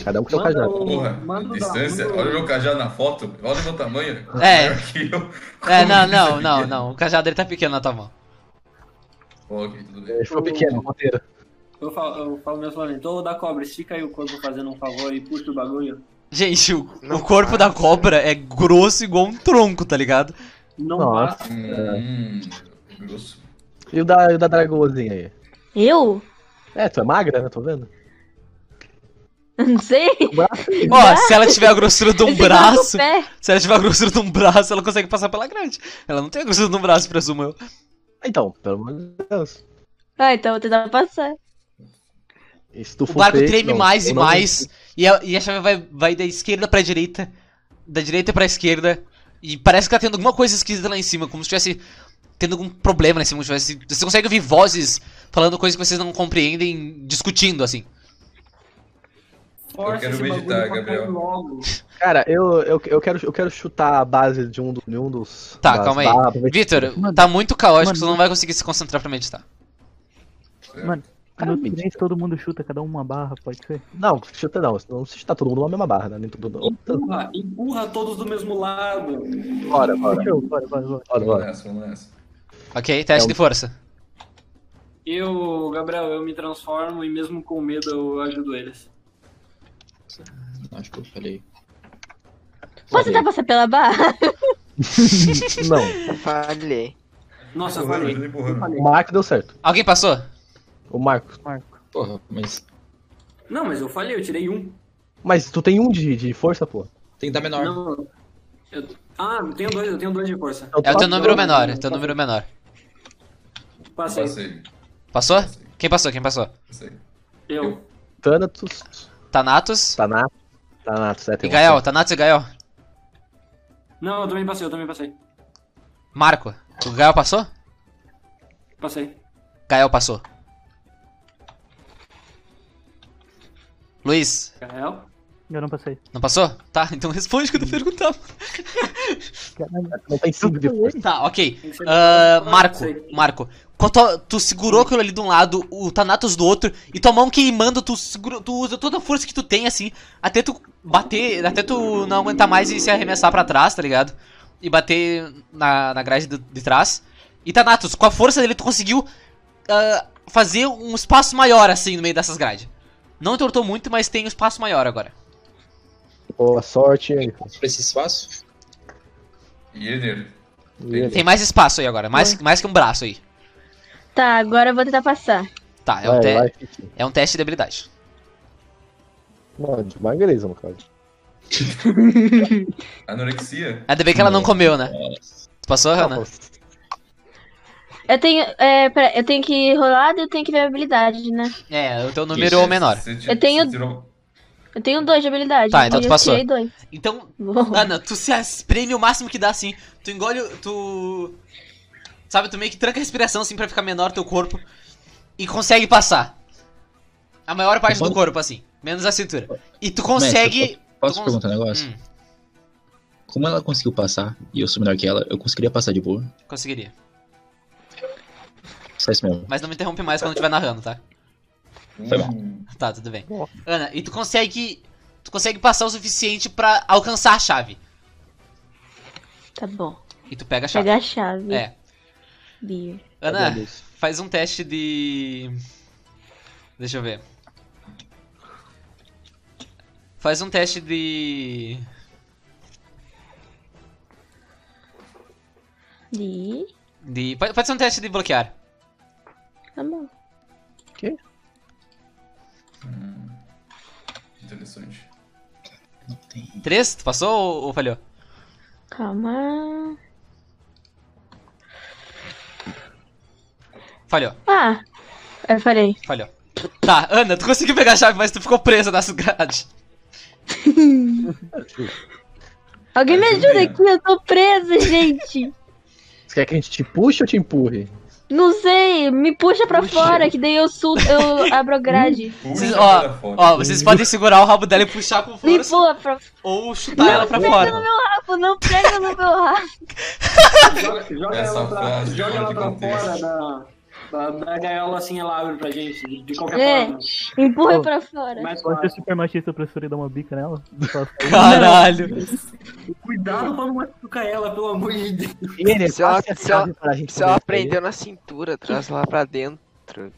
S3: Cada um com seu
S2: Manda
S3: cajado.
S2: o-
S8: Porra,
S2: manda um o da-
S8: distância.
S2: manda o-
S8: Olha o meu cajado na foto. Olha o meu tamanho.
S1: É.
S8: Maior que eu.
S1: É, não, não, não, não. O cajado ele tá pequeno na tua mão.
S8: Ok, tudo bem.
S3: É, Ficou pequeno, roteiro.
S2: Eu falo, eu falo meu planeta. Ô, da cobra, estica aí o corpo fazendo um favor e puxa o bagulho.
S1: Gente, o,
S5: Não
S1: o corpo da
S5: passa.
S1: cobra é grosso igual um tronco, tá ligado?
S2: Não
S3: Nossa.
S2: passa.
S1: É.
S8: Hum, grosso.
S3: E o da, e o da dragoazinha aí?
S9: Eu? <laughs>
S3: É, tu é magra, né? Tô vendo.
S9: Eu Não sei.
S3: O braço é aí.
S1: Ó, se ela tiver a grossura <laughs>
S9: <laughs>
S1: de um
S9: Esse braço
S1: braço,
S9: pé.
S1: se ela tiver a grossura de um braço, ela consegue passar pela grade. Ela não tem a grossura de um braço, presumo eu.
S3: Então, pelo amor de Deus.
S9: Ah, então eu vou tentar passar.
S3: E se tu
S1: O
S3: for
S1: barco
S3: feio,
S1: treme
S3: não,
S1: mais e
S3: eu não-
S1: mais, e a, e a chave vai, vai da esquerda pra direita, da direita pra esquerda, e parece que tá tendo alguma coisa esquisita lá em cima, como se tivesse tendo algum problema lá em cima, como se tivesse, você consegue ouvir vozes falando coisas que vocês não compreendem, discutindo, assim.
S2: Força
S8: quero
S2: esse bagulho
S8: meditar,
S2: pra
S8: Gabriel.
S2: cair logo.
S3: Cara, eu, eu, eu, quero, eu quero chutar a base de um, do, de um dos.
S1: Tá,
S3: das
S1: calma aí.
S3: barras pra ver-
S1: Vitor, tá muito caótico,
S4: Mano.
S1: você não vai conseguir se concentrar pra meditar.
S3: Cara,
S4: No silêncio
S3: mentira.
S4: todo mundo chuta, cada um uma barra, pode ser?
S3: Não, chuta não. Não precisa chutar todo mundo na mesma barra, né? Nem todo mundo.
S2: Empurra, empurra todos do mesmo lado.
S3: Bora, bora.
S4: Show, bora, bora, bora.
S3: Bora,
S8: Vamos
S3: bora.
S8: nessa, vamos nessa.
S1: Ok? Teste
S3: É um-
S1: de força.
S2: Eu, Gabriel, eu me transformo e mesmo com medo eu ajudo eles.
S7: Acho que eu falei.
S9: Você tá passando pela barra? <laughs>
S3: Não,
S5: Falhei.
S2: Nossa, eu
S8: Empurrando,
S2: falei.
S8: ajuda empurrando.
S3: o Marco deu certo.
S1: Alguém passou?
S3: O Marco.
S4: Marco.
S7: Porra, mas
S2: Não, mas eu falei, eu tirei um.
S3: Mas tu tem um de, de força, pô.
S7: tem que dar
S8: Ah.
S7: menor.
S2: Não. eu- Ah, eu tenho dois, eu tenho dois de força.
S1: É o teu
S3: top
S1: número
S3: dois.
S1: menor, é o teu número menor.
S2: Passei.
S8: Passei,
S1: Passou? Quem passou? Quem passou?
S8: passei.
S2: Eu.
S3: Thanatos.
S1: Thanatos
S3: Thanatos. Thanatos, é.
S1: e
S3: Tá, tem um
S1: Gael.
S3: certo.
S1: Thanatos e Gael.
S2: Não, eu também passei, eu também passei.
S1: Marco. O Gael passou?
S2: Passei.
S1: Gael passou. Luiz,
S2: Gael?
S4: Eu não passei.
S1: não passou? Tá, então responde
S4: Hum.
S1: quando eu perguntar.
S3: Não tem cinco de força.
S1: Tá, ok.
S2: Tem que ser-
S1: Ah,
S2: Ah,
S1: Marco,
S2: sei.
S1: Marco. quanto- tu segurou aquilo ali de um lado, o Thanatos do outro, e tua mão queimando, tu, segurou, tu usa toda a força que tu tem, assim, até tu bater, até tu não aguentar mais e se arremessar pra trás, tá ligado? E bater na, na grade do- de trás. E Thanatos, com a força dele, tu conseguiu ah, fazer um espaço maior, assim, no meio dessas grades. Não entortou muito, mas tem um espaço maior agora.
S3: Boa sorte. aí.
S7: Pra esse espaço?
S8: E Eder,
S1: Tem mais espaço aí agora, mais, mais que um braço aí.
S9: Tá, agora eu vou tentar passar.
S1: Tá, é um,
S3: Vai,
S1: te-
S3: vai, Fifi.
S1: É um teste de habilidade.
S3: Mano, de magreza, meu cara.
S8: anorexia.
S1: Ainda bem que ela não comeu, né? Tu passou,
S7: Tá
S1: Hannah?
S3: Nossa.
S9: Eu tenho. É, pera, eu tenho que rolar e eu tenho que ver a habilidade, né?
S1: É, o teu número
S7: Isso.
S1: é o menor.
S8: Você ti-
S9: Eu tenho-
S8: você tirou-
S9: Eu tenho dois de habilidade.
S1: Tá, então
S9: e
S1: tu
S9: eu
S1: passou.
S9: tirei dois.
S1: Então,
S9: <laughs> Bom,
S1: Ana, tu se espreme o máximo que dá assim. Tu engole. o- Tu. Sabe, tu meio que tranca a respiração assim pra ficar menor teu corpo. E consegue passar. A maior parte do
S7: posso-
S1: corpo, assim. Menos a cintura. E tu consegue.
S7: Tá Mestre, eu posso
S1: tu cons-
S7: perguntar um negócio?
S1: Hum,
S7: Como ela conseguiu passar e eu sou menor que ela, eu conseguiria passar de boa.
S1: conseguiria.
S7: Só isso mesmo.
S1: Mas não me interrompe mais quando estiver narrando, tá?
S7: Foi
S8: Hum,
S1: Tá, tudo bem.
S3: Bom.
S1: Ana, e tu consegue. Tu consegue passar o suficiente pra alcançar a chave.
S9: tá bom.
S1: E tu pega a chave.
S9: Pegar a chave.
S1: É.
S9: Beer.
S1: Ana,
S3: Cadê a luz?
S1: Ah, Faz um teste de. Deixa eu ver. Faz um teste de.
S9: De.
S1: de... Pode, pode ser um teste de bloquear.
S9: Tá bom.
S8: interessante.
S7: Não tem.
S1: Três? Tu passou ou, ou falhou?
S9: Calma.
S1: Falhou,
S9: Ah! Eu falei.
S1: falhou. Tá, Ana, tu conseguiu pegar a chave, mas tu ficou presa nessa grade.
S9: Alguém me
S8: Ajuda
S9: ajuda
S8: aí.
S9: aqui, eu tô presa, <laughs> gente!
S3: Você quer que a gente te puxe ou te empurre?
S9: Não sei, me puxa pra fora, que daí eu sul,
S5: <laughs>
S9: eu abro a grade.
S5: Hum,
S1: Vocês-
S8: Puxa
S1: ó,
S8: pra fora.
S1: Ó, vocês podem segurar o rabo dela e puxar com
S9: Me
S1: força
S9: pula pra
S1: ou chutar ela pra fora.
S9: fora, não pega no
S5: <laughs>
S9: meu rabo.
S2: Joga, joga
S8: Essa
S2: ela pra,
S8: frase
S2: joga
S8: fora
S2: ela
S8: de
S2: pra
S8: contexto.
S2: fora da, da, da gaiola assim, ela abre pra gente, de- de qualquer
S9: É.
S2: forma.
S9: Empurra
S4: Oh.
S9: pra fora.
S2: Mais
S4: Pode ser
S2: fácil.
S4: super machista pra Suri dar uma bica nela?
S1: <laughs> Caralho.
S2: Cuidado pra não machucar ela, pelo amor de Deus.
S3: Ele
S5: Se ela-
S3: passe a
S5: se ela-
S3: né, chave pra gente
S5: Se ela
S3: poder sair.
S5: prendeu na cintura, traz lá pra dentro.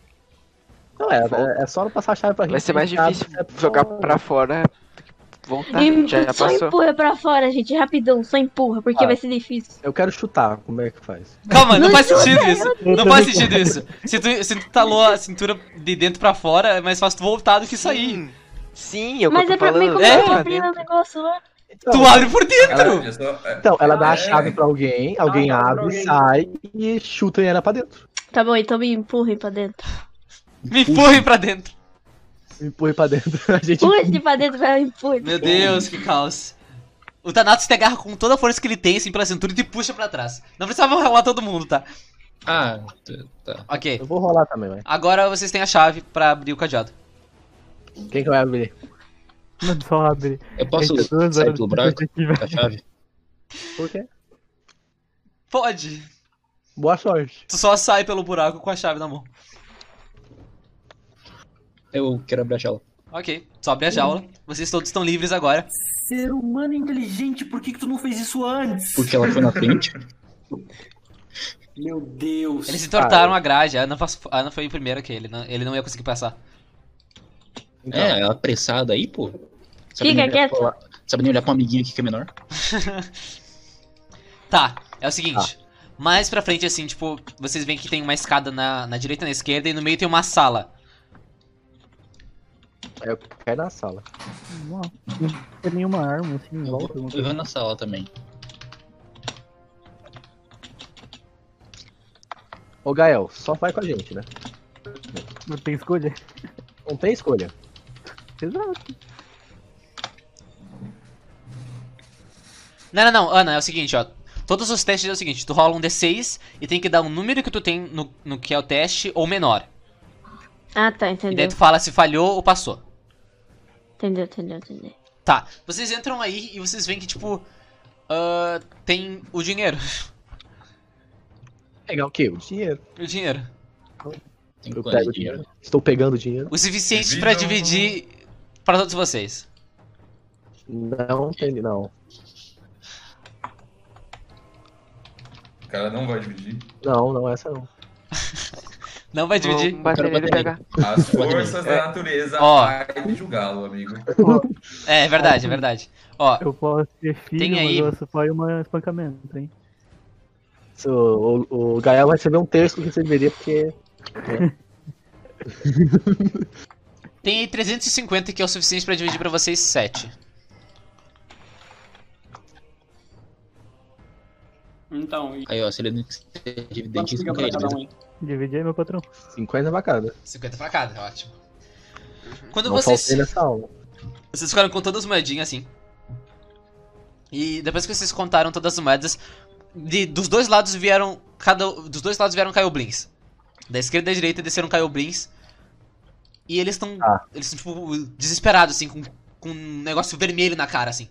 S3: Não, é, é- é só não passar a chave pra gente.
S5: Vai ser mais
S3: entrar,
S5: difícil
S3: é só-
S5: jogar pra fora do que voltar.
S9: Em-
S5: tá, Já
S9: só
S5: passou.
S9: empurra pra fora, gente, rapidão, só empurra, porque
S3: Ah.
S9: vai ser difícil.
S3: Eu quero chutar, como é que faz?
S1: Calma, não
S9: Não
S1: faz
S9: chuta
S1: sentido isso.
S4: Eu
S1: Não faz
S4: também-
S1: sentido isso. Se tu, se tu talou a cintura de dentro pra fora, é mais fácil tu voltar do que sair.
S5: Sim, Sim, eu
S9: Mas
S5: tô
S9: é pra mim
S5: falando.
S9: como
S1: é,
S9: eu
S5: pra
S9: abri o
S5: dentro.
S9: negócio lá.
S3: Então,
S1: Tu abre por dentro!
S8: Ela, é só- é-
S3: Então, ela dá
S8: Ah,
S3: a chave
S8: é.
S3: pra alguém, alguém
S2: Ela dá pra
S3: abre,
S2: alguém.
S3: sai e chuta ela pra dentro.
S9: Tá bom, então me empurrem
S5: <laughs>
S9: pra dentro.
S1: Me empurre pra dentro.
S3: E põe pra dentro. <laughs> A gente.
S9: Puxe pra dentro, vai, empurra.
S1: Meu Deus, que caos. O Thanatos te agarra com toda a força que ele tem, assim, pela cintura e te puxa pra trás. Não precisava rolar todo mundo, tá?
S7: Ah, t- tá.
S1: Ok.
S3: Eu vou rolar também, vai.
S1: Agora vocês têm a chave pra abrir o cadeado.
S3: Quem que vai abrir?
S4: Não, só abre.
S7: Eu posso
S4: Eita, duas
S7: sair
S4: horas
S7: pelo
S4: é de
S7: buraco
S4: tentativa.
S7: com a chave?
S3: Por quê?
S1: Pode.
S3: Boa sorte.
S1: Tu só sai pelo buraco com a chave na mão.
S7: Eu quero abrir a jaula.
S1: Ok. Só abre a jaula. Vocês todos estão livres agora.
S2: Ser humano inteligente, por que, que tu não fez isso antes?
S7: Porque ela foi na frente.
S2: Meu Deus.
S1: Eles entortaram a grade. A Ana, passou- a Ana foi em primeiro que ele. Não, ele não ia conseguir passar.
S3: Então,
S7: É, ela apressada aí, pô. Sabe nem
S9: Fica
S7: olhar pra
S9: quieto.
S7: lá- Sabe nem olhar pra uma amiguinha aqui que é menor?
S1: Tá, é o seguinte. Mais pra frente, assim, tipo, vocês veem que tem uma escada na, na direita e na esquerda e no meio tem uma sala.
S3: Aí eu caio na sala.
S4: Não, não tem nenhuma arma assim em
S7: Eu
S4: volta.
S7: vou,
S4: alguma
S7: eu
S4: coisa.
S7: vou na sala também.
S3: Ô, Gael, só vai com a gente, né?
S4: Não tem escolha?
S3: Não tem escolha.
S4: Exato.
S1: Não, não, não, Ana, é o seguinte, ó. Todos os testes é o seguinte, tu rola um D6 e tem que dar um número que tu tem no, no que é o teste ou menor.
S9: Ah, tá,
S1: E daí
S9: entendeu.
S1: tu fala se falhou ou passou.
S9: Entendeu, entendeu, entendeu.
S1: Tá, vocês entram aí e vocês veem que, tipo, ah, tem o dinheiro. <laughs>
S3: Pegar o quê? O dinheiro.
S1: O dinheiro.
S7: Tem
S3: Eu
S7: quanto
S3: pego o
S7: dinheiro?
S3: dinheiro. Estou pegando o dinheiro.
S1: O suficiente pra dividir pra todos vocês.
S3: Não tem, não.
S8: O cara não vai dividir.
S3: Não, não, essa não.
S1: Não vai É, dividir?
S5: Vamos bater
S7: Quero
S5: nele e
S7: bater
S5: pegar.
S8: As forças
S3: É.
S8: da natureza
S1: Ó.
S8: vai julgá-lo, amigo.
S1: É, é verdade, é verdade. Ó,
S4: Eu posso ser filho,
S1: Tem aí-
S4: mas eu apoio um espancamento, hein?
S3: Isso, O, o Gael vai receber um terço do que receberia, porque
S1: tem aí 350 que é o suficiente pra dividir pra vocês 7.
S2: Então, e
S7: Aí, ó, se ele não quiser dividir,
S2: Posso
S7: quem
S2: ligar
S7: fica
S2: pra
S7: ele,
S2: cada
S7: beleza?
S2: um aí.
S4: Dividir aí, meu patrão.
S3: 50 é bacana.
S1: 50 pra cada, ótimo. Quando
S3: Não
S1: vocês.
S3: faltei nessa aula.
S1: Vocês ficaram com todas as moedinhas assim. E depois que vocês contaram todas as moedas, de- dos dois lados vieram. Cada, dos dois lados vieram Caioblins. Da esquerda e da direita desceram Caioblins. E eles estão.
S3: Ah.
S1: Eles estão, tipo, desesperados, assim, com, com um negócio vermelho na cara, assim.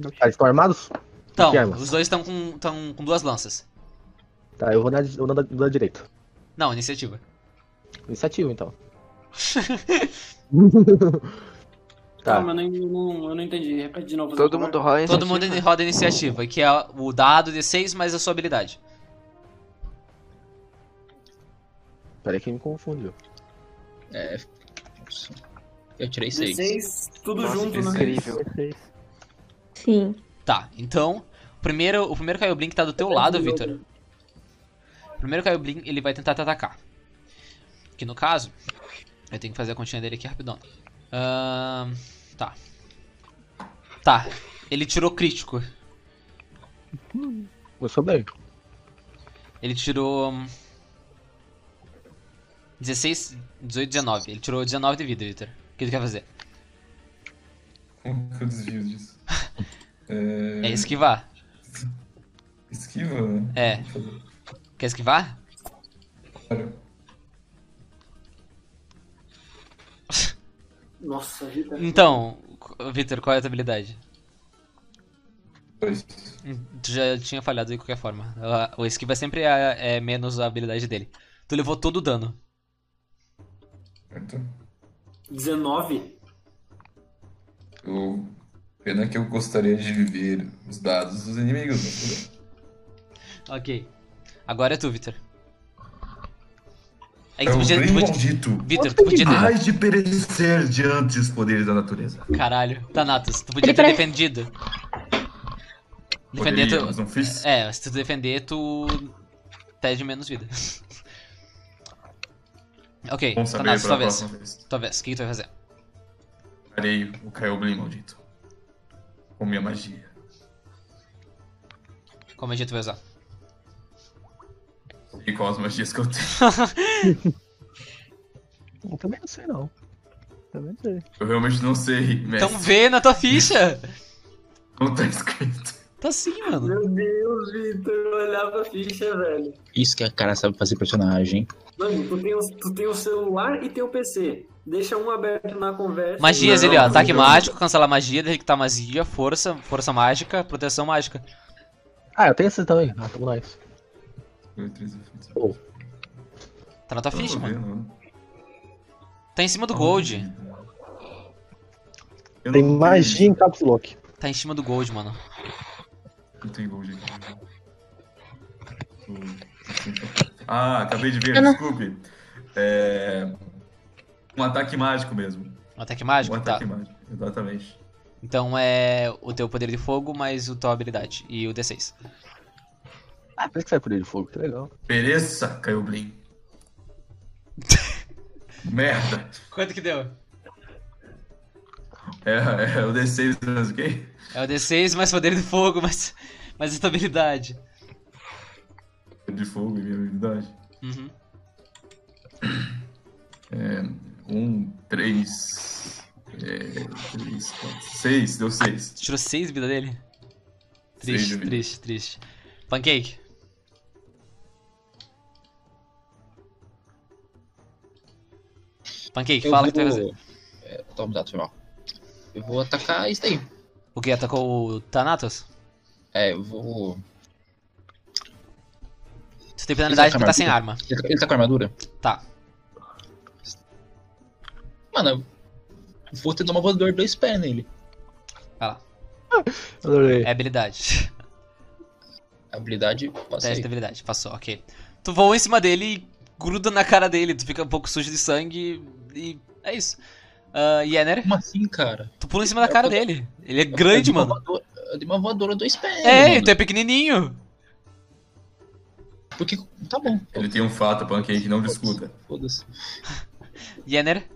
S3: Tá, eles estão armados?
S1: Então,
S3: Que é, arma?
S1: os dois estão com, tão com duas lanças.
S3: Tá, eu vou na, eu vou na, da direita.
S1: Não, iniciativa.
S3: Iniciativa, então. tá,
S2: Calma, eu, nem- eu não, eu não entendi. Repete de novo.
S5: Todo mundo rola
S1: Todo mundo roda a iniciativa, que é o dado de 6 mais a sua habilidade.
S3: peraí que me confundiu.
S7: É. Nossa. Eu tirei seis.
S2: 16, tudo
S5: Nossa,
S2: junto,
S5: que
S2: né?
S5: incrível.
S4: Vocês.
S9: Sim.
S1: Tá, então. O primeiro, o primeiro Caioblin que tá do teu lado, Vitor. O primeiro Caioblin, ele vai tentar te atacar. Que no caso. Eu tenho que fazer a continha dele aqui rapidão. Ahn, tá. Tá. Ele tirou crítico.
S3: Começou bem.
S1: Ele tirou. hum, 16, 18, 19. Ele tirou 19 de vida, Vitor. O que tu quer fazer?
S8: Como que eu desvio disso?
S1: É esquivar.
S8: Esquiva, né?
S1: É. Quer esquivar?
S8: Claro.
S2: Nossa, Rita.
S1: Então, qu- Vitor, qual é a tua habilidade?
S8: Pois.
S1: Hum, Tu já tinha falhado de qualquer forma. Ela- O esquiva sempre é, é menos a habilidade dele. Tu levou todo o dano.
S8: Certo?
S2: 19?
S8: Eu... Pena que eu gostaria de viver os dados dos inimigos. Né?
S1: Ok. Agora é tu, Vitor. É que
S8: É
S1: tu
S8: o
S1: podia.
S8: bem
S1: Tu podia
S8: maldito.
S1: Vitor, tu podia ter.
S8: Mais de perecer diante dos poderes da natureza.
S1: Caralho, Thanatos, tu podia
S9: Ele
S1: ter
S9: pare-
S1: defendido. Defender
S8: Poderia,
S1: tu.
S8: mas não fiz.
S1: É, se tu defender, tu. Pede menos vida. <laughs> ok,
S8: Vamos saber
S1: Thanatos,
S8: pra
S1: tua tá vez.
S8: próxima vez.
S1: Tua vez, o que que tu vai fazer?
S8: Parei o Caioblin maldito. Com minha magia.
S1: Qual magia é tu vai usar?
S8: E com as magias que eu tenho.
S3: Eu também não sei, não.
S4: Também não sei.
S8: Eu realmente não sei, mestre.
S1: Então vê na tua ficha!
S8: Não tá escrito.
S1: Tá sim, mano.
S2: Meu Deus, Vitor, olhar pra ficha, velho.
S7: Isso que a cara sabe fazer personagem.
S2: Mano, tu tem, o, tu tem o celular e tem o PC. Deixa um aberto na conversa.
S1: Magias
S8: Não,
S1: ele, ó.
S8: não,
S1: Ataque
S8: não.
S1: mágico, cancelar magia, detectar magia, força, força mágica, proteção mágica.
S3: Ah, eu tenho esse também. Ah, tamo nós.
S1: Tá na tua ficha,
S8: Não tô
S1: mano.
S8: vendo.
S1: Tá em cima do gold.
S8: Eu
S3: Tem
S8: não tenho
S3: magia em Caps Lock.
S1: Tá em cima do gold, mano.
S8: Não tem gold aqui. Ah, acabei de ver,
S9: Eu não-
S8: Ah, desculpe. É... Um ataque mágico mesmo.
S1: Um ataque mágico?
S8: Um
S1: tá.
S8: ataque mágico. Exatamente.
S1: Então é o teu poder de fogo mais o tua habilidade. E o D6.
S3: Ah, por isso que sai poder de fogo, que legal.
S8: Beleza, caiu o
S1: <laughs>
S8: Blin. Merda.
S1: Quanto que deu?
S8: É, é o D6 mesmo, ok?
S1: É o D6 mais poder de fogo, mais, mais estabilidade.
S8: De fogo e minha habilidade.
S1: Uhum.
S8: Um, três. É, três, quatro, seis, deu seis.
S1: Tu tirou 6 vida dele?
S8: Seis
S1: Triste,
S8: de vida.
S1: triste, triste. Pancake. Pancake,
S7: Eu
S1: fala o que tu vai fazer.
S7: vou... É, toma, dado, foi mal. Eu vou atacar isso daí.
S1: O que atacou o Thanatos?
S7: É, eu vou.
S1: Tu tem penalidade porque tá sem
S7: Exatamente.
S1: arma.
S7: Ele tá- Ele tá com armadura?
S1: Tá.
S7: Mano, eu vou tentar uma voadora de dois pés nele.
S1: Vai lá.
S3: Adorei.
S1: É habilidade.
S7: Habilidade,
S1: Teste de
S7: <laughs> passei.
S1: habilidade. Passou, ok. Tu voa em cima dele e gruda na cara dele. Tu fica um pouco sujo de sangue e é isso. Ah, Yenner,
S7: Como assim, cara?
S1: tu pula em cima da cara dele. Ele é grande,
S7: Eu dei uma
S1: mano.
S7: voadora- Eu dei uma voadora dois pés.
S1: É,
S7: mano.
S1: tu é pequenininho.
S7: Porque. Tá bom.
S8: Ele tem um fato, Pancake, não discuta.
S7: Foda-se.
S1: Yenner,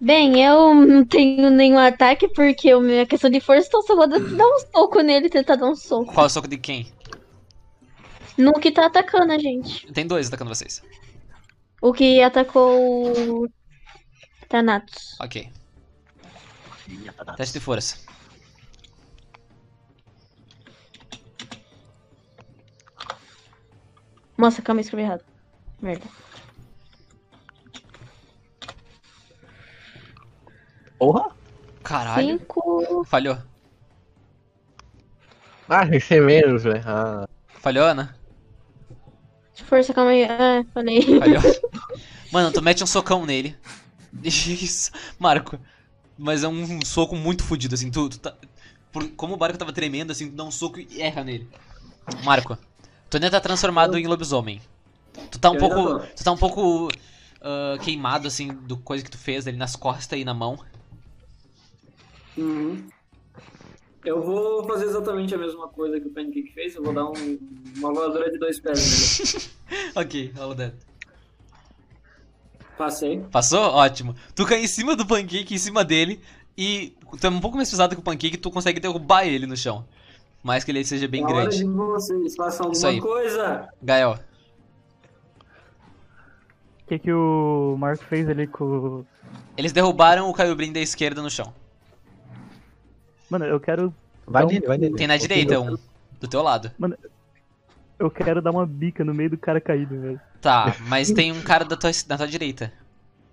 S9: Bem, eu não tenho nenhum ataque porque a minha questão de força, então só vou dar dar um soco nele, tentar dar um soco.
S1: qual é o soco de quem?
S9: No que tá atacando a gente.
S1: Tem dois atacando vocês.
S9: O que atacou o Thanatos.
S1: Ok. Teste de força.
S9: Nossa, calma, eu escrevi errado. Merda.
S3: Porra!
S1: Caralho.
S9: Cinco.
S1: Falhou.
S3: Ah, <laughs> tem que ser menos, velho. Ah,
S1: Falhou, Ana?
S9: Força, calma aí. Ah, falei.
S1: <laughs> Falhou. <laughs> Mano, tu mete um socão nele. <laughs> Isso, Marco. Mas é um soco muito fodido, assim. Tu, tu tá- por- como o barco tava tremendo, assim, tu dá um soco e erra nele. Marco, tu ainda tá transformado em lobisomem. Tu tá um
S2: Eu ainda
S1: pouco.
S2: tô.
S1: Tu tá um pouco. ah, queimado, assim, do coisa que tu fez ali nas costas e na mão. <laughs>
S2: Uhum. Eu vou fazer exatamente a mesma coisa que o Pancake fez, eu vou dar um- uma voadora de dois pés nele.
S1: Ok, rola o dano.
S2: né? Passei.
S1: Passou? Ótimo. Tu cai em cima do pancake, em cima dele, e tu é um pouco mais pesado que o pancake, tu consegue derrubar ele no chão. Mais que ele seja bem
S2: Na É hora
S1: grande.
S2: de vocês, façam
S1: Isso aí.
S2: alguma coisa.
S1: Gael,
S4: O que, que o Marco fez ali com. o-
S1: eles derrubaram o Caio Brin da esquerda no chão.
S4: Mano, eu quero.
S3: vai
S4: Então,
S3: nele, vai nele.
S1: Tem na
S3: Ok,
S1: direita
S3: eu-
S1: um, do teu lado.
S4: Eu quero dar uma bica no meio do cara caído, velho.
S1: Tá, mas tem um cara da tua, da tua direita.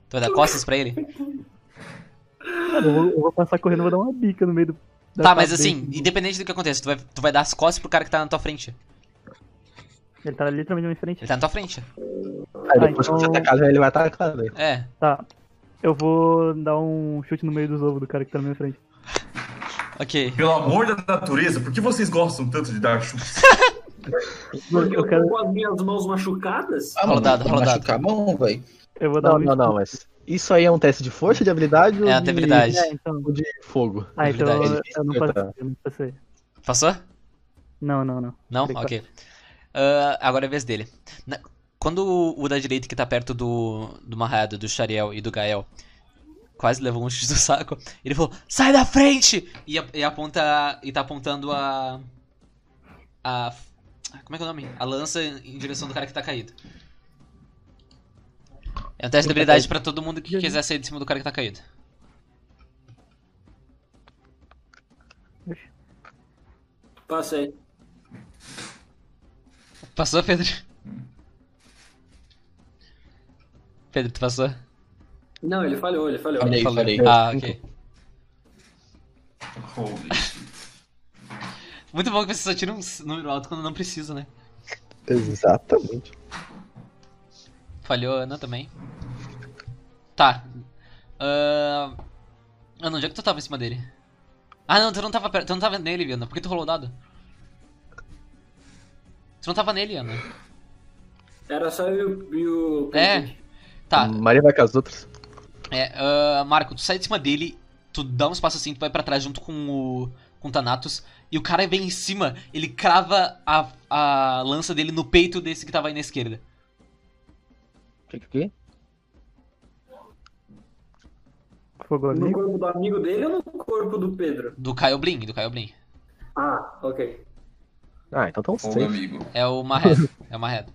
S1: Tu vai dar costas pra ele?
S4: Mano, eu vou, eu vou passar correndo, vou dar uma bica no meio do.
S1: Tá,
S4: da cara
S1: mas
S4: dele.
S1: assim, independente do que aconteça, tu vai, tu vai dar as costas pro cara que tá na tua frente.
S4: Ele tá literalmente na minha frente.
S1: Ele tá na tua frente.
S3: Aí depois que
S4: Ah,
S3: você
S4: então-
S3: atacar, ele vai atacar, velho.
S1: É.
S4: Tá. Eu vou dar um chute no meio dos ovos do cara que tá na minha frente.
S1: Ok.
S8: Pelo amor da natureza, por que vocês gostam tanto de dar chutes?
S4: Mano,
S2: Porque
S4: eu
S2: eu
S4: quero.
S2: tô com as minhas mãos machucadas.
S7: Ah,
S1: Rola
S7: mano,
S1: o dado,
S7: vai
S1: rola o dado.
S7: machucar a mão, velho.
S4: Eu vou dar
S3: Não,
S4: um.
S3: não, não, mas. Isso aí é um teste de força, de habilidade ou
S1: É,
S3: de...
S1: de habilidade.
S4: É, então.
S3: ou de fogo?
S4: Ah, então eu,
S1: Habilidade.
S4: eu não passei, eu não passei.
S1: Passou?
S4: Não, não, não.
S1: Não?
S4: Ele
S1: Ok. Ah, agora é a vez dele. Na- Quando o, o da direita que tá perto do, do Marrado, do Xariel e do Gael quase levou um <laughs> chute do saco, ele falou, sai da frente! E, a- e aponta. E tá apontando a. A. Como é que é o nome? A lança em direção do cara que tá caído. É um teste de habilidade pra todo mundo que quiser sair de cima do cara que tá caído.
S2: Passei.
S1: Passou, Pedro? Pedro, tu passou?
S2: Não, ele falhou, ele falhou.
S7: Falei,
S1: Falou.
S7: falei.
S1: Ah, ok.
S8: Holy
S1: Muito bom que você só tira um s- número alto quando não precisa, né?
S3: Exatamente.
S1: Falhou a Ana também. Tá. Ahn, Ana, onde é que tu tava em cima dele? Ah não, tu não tava perto, tu não tava nele, Ana. Por que tu rolou o dado? Tu não tava nele, Ana.
S2: Era só eu e o.
S1: É. Tá, Ah.
S3: Hum. Maria vai com as outras.
S1: É, ah, Marco, tu sai de cima dele, tu dá uns passos assim, tu vai pra trás junto com o, com o Thanatos, e o cara vem em cima, ele crava a, a lança dele no peito desse que tava aí na esquerda.
S3: Que que- que?
S4: Fogo
S2: No
S4: amigo.
S2: corpo do amigo dele ou no corpo do Pedro?
S1: Do Kyle Blin, do Kyle Blin.
S2: Ah, ok.
S3: Ah, então tão
S8: Fogo,
S3: safe.
S8: amigo.
S1: É o Marredo, é o Marredo.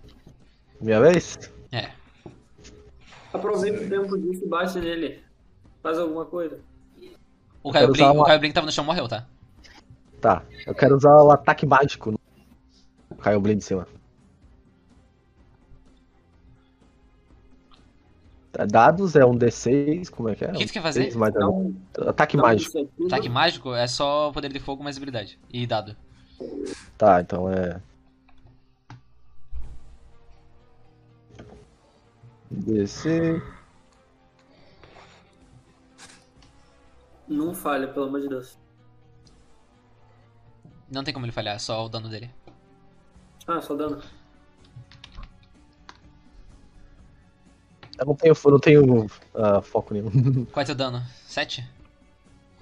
S3: Minha vez?
S1: É.
S2: Aproveita o tempo disso e bate nele. Faz alguma coisa.
S1: O Kyle
S3: Eu quero
S1: Blin,
S3: usar
S1: o
S3: uma-
S1: Kyle Blin que tava no chão morreu, tá?
S3: Tá, eu quero usar o ataque mágico. Caiu o Blade de cima. Tá, Dados é um D6, como é que é?
S1: O que tu quer
S3: Um
S1: fazer?
S3: D6 mais dano.
S2: Então,
S3: Ataque
S2: então
S3: mágico.
S2: isso é tudo.
S1: Ataque mágico é só poder de fogo mais habilidade. E dado.
S3: Tá, então é. DC.
S2: Não falha, pelo amor de Deus.
S1: Não tem como ele falhar, é só o dano dele.
S2: Ah, só dano.
S3: Eu não tenho, eu não tenho ah, foco nenhum. <laughs>
S1: Qual é teu dano? 7?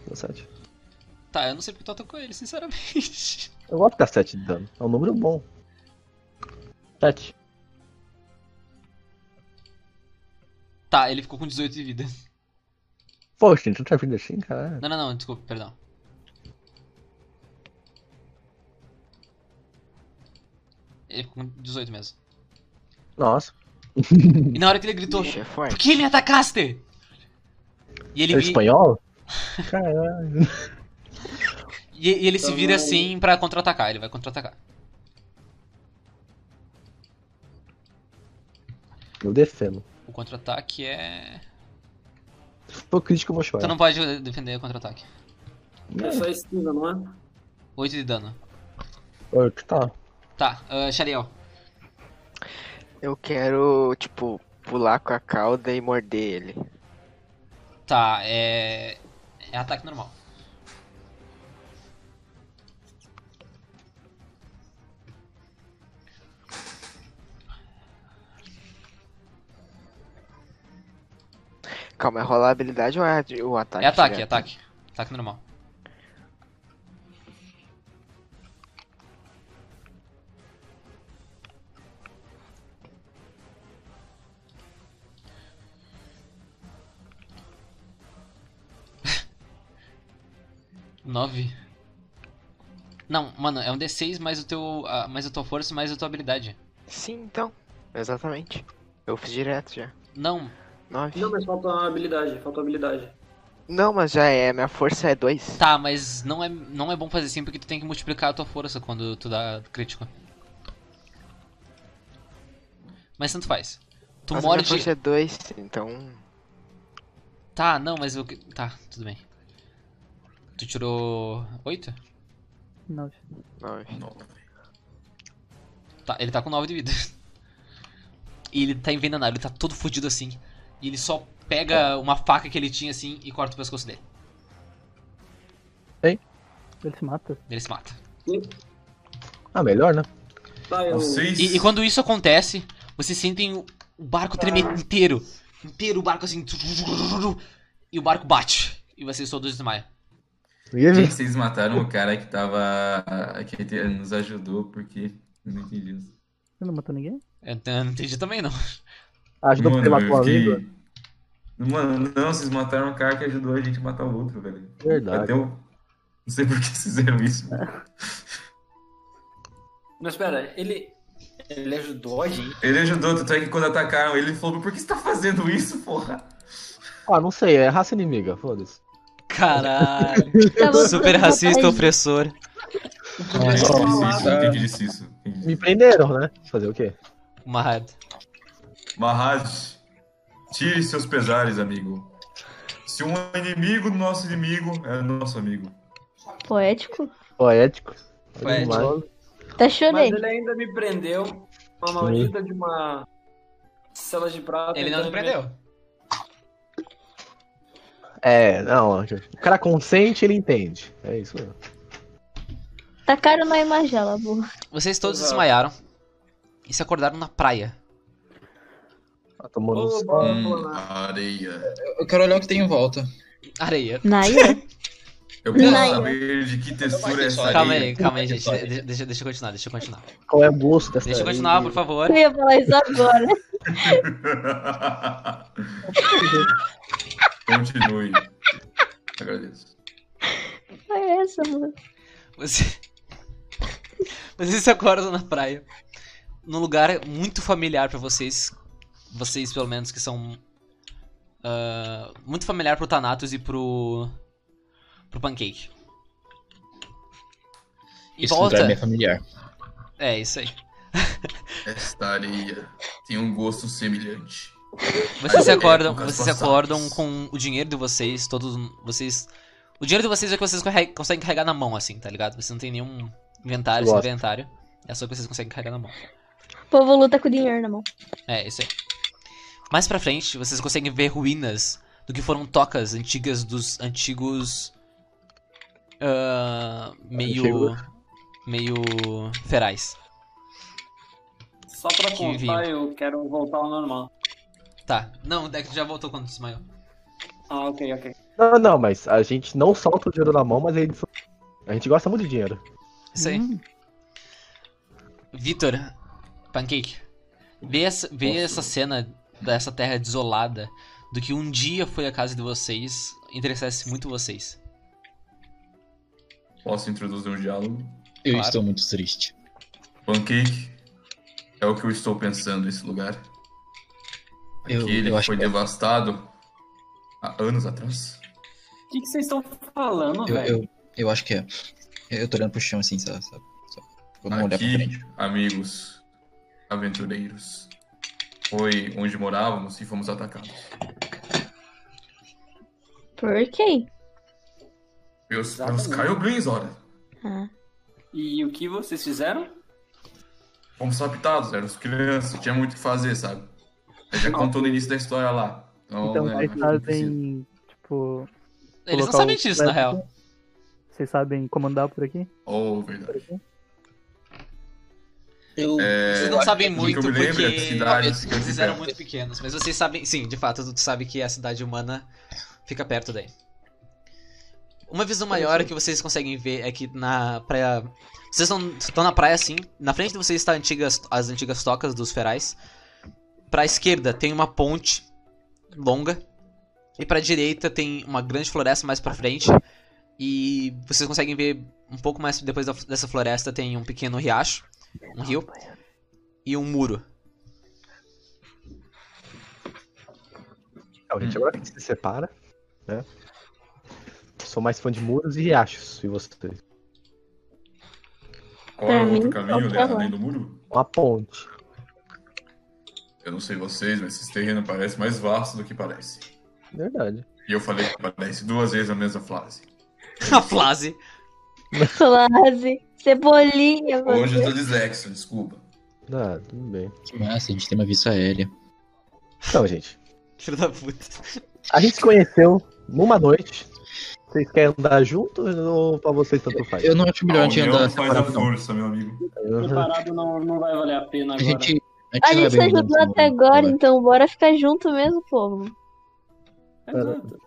S3: Dá sete.
S1: Tá, eu não sei porque tu atacou ele, sinceramente. <laughs>
S3: Eu gosto de dar 7 de dano. É um número bom. 7.
S1: Tá, ele ficou com 18 de vida.
S3: Poxa, tu tá vindo assim, cara?
S1: Não, não, não, desculpa, perdão. Ele ficou com 18 mesmo.
S3: Nossa.
S1: E na hora que ele gritou,
S5: Bicho, é
S1: por
S5: forte.
S1: que me atacaste? E ele,
S3: É
S1: vi-
S3: espanhol? Caralho.
S1: e, e ele se
S2: Então
S1: vira
S2: não-
S1: assim pra contra-atacar, ele vai contra-atacar.
S3: Eu defendo.
S1: O contra-ataque é...
S3: Se for crítico, eu vou chorar.
S1: Tu não pode defender o contra-ataque.
S2: É só esquiva, não é?
S1: 8 de dano.
S3: Ô, tu tá.
S1: Tá, uh, Shariel.
S5: Eu quero, tipo, pular com a cauda e morder ele.
S1: Tá, é... É ataque normal.
S5: Calma, é rolar a habilidade ou é a- o ataque?
S1: É ataque, é
S5: direto?
S1: ataque. Ataque normal. <laughs> Nove. Não, mano, é um D6 mais o teu. ah, mais a tua força, mais a tua habilidade.
S5: Sim, então. Exatamente. Eu fiz direto já.
S1: Não,
S5: Nove.
S2: Não, mas falta uma habilidade, falta uma habilidade.
S5: Não, mas já é. Minha força é dois.
S1: tá, mas não é, não é bom fazer assim porque tu tem que multiplicar a tua força quando tu dá crítico. Mas tanto faz. Tu
S5: mas
S1: morde.
S5: minha força é dois, então...
S1: Tá, não, mas eu. Tá, tudo bem. Tu tirou. oito?
S4: Nove.
S5: Nove.
S1: Tá, ele tá com 9 de vida. E ele tá envenenado, ele tá todo fudido assim. E ele só pega uma faca que ele tinha assim e corta o pescoço dele.
S4: Ele se mata.
S1: Ele se mata.
S3: Ah, melhor, né?
S2: Tá, eu.
S8: Vocês.
S1: E, e quando isso acontece, vocês sentem o o barco tremer inteiro. Inteiro o barco assim. E o barco bate. E vocês todos desmaiam.
S8: Gente, vocês mataram o cara que tava. que te- nos ajudou, porque. Eu não entendi isso.
S4: Você não matou ninguém?
S1: Eu t- eu não entendi também, não.
S3: Ajuda porque matou
S8: eu
S3: uma
S8: fiquei-
S3: língua.
S8: Mano, não, vocês mataram o cara que ajudou a gente a matar o outro, velho.
S3: Verdade.
S8: Até eu. Não sei por que vocês fizeram isso.
S2: Mas pera, ele. Ele ajudou a gente.
S8: Ele ajudou, tanto é que quando atacaram ele, ele falou: Por que você tá fazendo isso, porra?
S3: Ah, não sei, é raça inimiga, foda-se.
S1: Caralho.
S9: Tava usando uma magia.
S1: opressor.
S8: Quem que
S7: Nossa,
S8: disse isso?
S7: tá.
S8: Quem que disse isso? Quem que disse
S3: Me prenderam, né? Fazer o quê?
S1: Marrado.
S8: Maharaj, tire seus pesares, amigo. Se um inimigo do nosso inimigo é nosso amigo.
S9: Poético.
S3: Poético.
S1: Poético.
S3: Animal.
S9: Tá
S2: Mas
S9: chorei.
S2: ele ainda me prendeu. Uma maldita de uma. Cela de prata.
S1: Ele não
S2: Então,
S1: te prendeu.
S3: É, não. O cara consente, ele entende. É isso mesmo.
S9: Tacaram Tá na imagela, boa.
S1: Vocês todos
S2: Exato.
S1: desmaiaram e se acordaram na praia.
S3: Tá tomando um
S2: Ô,
S3: sol.
S2: bola.
S7: Hum,
S2: lá.
S8: areia.
S7: eu quero olhar o que tem um- em volta.
S1: Areia.
S9: Naira?
S8: Eu quero
S9: Não.
S8: saber de que textura é essa areia.
S1: Calma aí, calma aí,
S7: Areia.
S1: gente. De- Deixa, deixa eu continuar, deixa eu continuar.
S3: Qual é o gosto dessa
S1: Deixa eu
S3: areia?
S1: continuar, por favor.
S9: Eu ia falar isso agora.
S8: <laughs>
S9: <laughs>
S8: Continue. Agradeço.
S9: Foi essa, mano.
S1: Você... <laughs> vocês se acordam na praia, num lugar muito familiar pra vocês, vocês pelo menos que são ah, muito familiar pro Thanatos e pro pro Pancake. Em
S7: Esse
S1: volta,
S7: lugar me é familiar.
S1: é isso aí.
S8: Esta areia tem um gosto semelhante.
S1: Vocês se
S8: É,
S1: acordam,
S8: poucas
S1: vocês se
S8: passadas.
S1: acordam com o dinheiro de vocês, todos vocês. O dinheiro de vocês é o que vocês corre- conseguem carregar na mão, assim, tá ligado? Vocês não tem nenhum inventário, sem
S3: Gosto.
S1: inventário. É só o que vocês conseguem carregar na mão.
S9: O povo luta com dinheiro na mão.
S1: É, isso aí. Mais pra frente, vocês conseguem ver ruínas do que foram tocas antigas dos antigos. ah, meio.
S3: Antigo.
S1: meio. ferais.
S2: Só pra
S1: Que
S2: contar, eu quero voltar ao normal.
S1: Tá. Não, o Deck já voltou quando desmaiou.
S2: Ah, ok, ok.
S3: Não, não, mas a gente não solta o dinheiro na mão, mas a gente, a gente gosta muito de dinheiro.
S1: Isso aí.
S4: Hum,
S1: Vitor, Pancake, vê essa, vê
S8: Posso?
S1: essa cena dessa terra desolada do que um dia foi a casa de vocês, interessasse muito vocês.
S8: Posso introduzir um diálogo?
S7: Eu
S1: Claro.
S7: estou muito triste.
S8: Pancake, é o que eu estou pensando nesse lugar.
S7: Eu-
S8: Aquele
S7: eu
S8: que
S7: acho
S8: foi
S7: que- é.
S8: devastado há anos atrás.
S2: O que, que vocês estão falando,
S7: Eu,
S2: velho?
S7: eu, eu acho que é. Eu tô olhando pro chão assim, sabe? sabe? Só pra não olhar pra frente.
S8: Aqui, amigos aventureiros, foi onde morávamos e fomos atacados.
S9: Por quê?
S8: Pelos, pelos
S2: Exatamente.
S8: Kaioblins, olha.
S9: Ah.
S2: E o que vocês fizeram?
S8: Fomos raptados, éramos crianças, tinha muito o que fazer, sabe? Ele já contou no início da história lá. Então,
S4: Então
S8: né,
S4: vocês
S8: não precisa.
S4: fazem, tipo.
S1: é, Eles não
S4: colocar
S1: sabem
S4: o
S1: disso, na
S4: exército?
S1: real.
S4: Vocês sabem comandar por aqui?
S8: Oh, verdade.
S7: Eu,
S1: Vocês
S8: É,
S1: não sabem
S8: do que
S1: muito
S8: eu me
S1: porque
S8: lembro, as cidades
S1: talvez
S8: que eu
S1: vocês eram
S8: tiver.
S1: muito pequenos, mas vocês sabem, sim, de fato, tu sabe que a cidade humana fica perto daí. Uma visão
S8: assim?
S1: maior que vocês conseguem ver é que na praia. Vocês estão- estão na praia assim, na frente de vocês está antigas, as antigas tocas dos ferais. Pra esquerda tem uma ponte longa e pra direita tem uma grande floresta mais pra frente. E vocês conseguem ver um pouco mais depois da- dessa floresta tem um pequeno riacho, um rio e um muro.
S3: Não,
S1: Uhum.
S3: gente, agora que a gente se separa, né? Sou mais fã de muros e riachos, e você?
S8: Qual é
S9: Pra
S8: o outro
S9: mim,
S8: caminho,
S9: só
S8: né?
S9: pra lá.
S8: Além do muro?
S3: Uma ponte.
S8: Eu não sei vocês, mas esse terreno parece mais vasto do que parece.
S3: Verdade.
S8: E eu falei que parece duas vezes a mesma frase.
S1: A frase.
S9: Flase, cebolinha, mano.
S8: Hoje eu tô dislexo, desculpa.
S3: Ah, tudo bem.
S7: que massa, a gente tem uma vista aérea.
S3: Então, gente,
S1: Filho da puta.
S3: a gente se conheceu numa noite. Vocês querem andar juntos ou pra vocês tanto faz?
S7: Eu não acho melhor a gente
S8: união
S7: andar
S8: faz a
S7: separado, não.
S8: força, meu amigo.
S3: Uhum.
S2: Separado não, não vai valer a pena
S7: A
S2: agora.
S7: gente,
S9: A
S3: é
S9: gente se
S7: vai bem
S9: ajudou
S7: junto, né?
S9: até
S7: não,
S9: agora,
S7: não vai.
S9: então bora ficar junto mesmo, povo.
S2: Exato.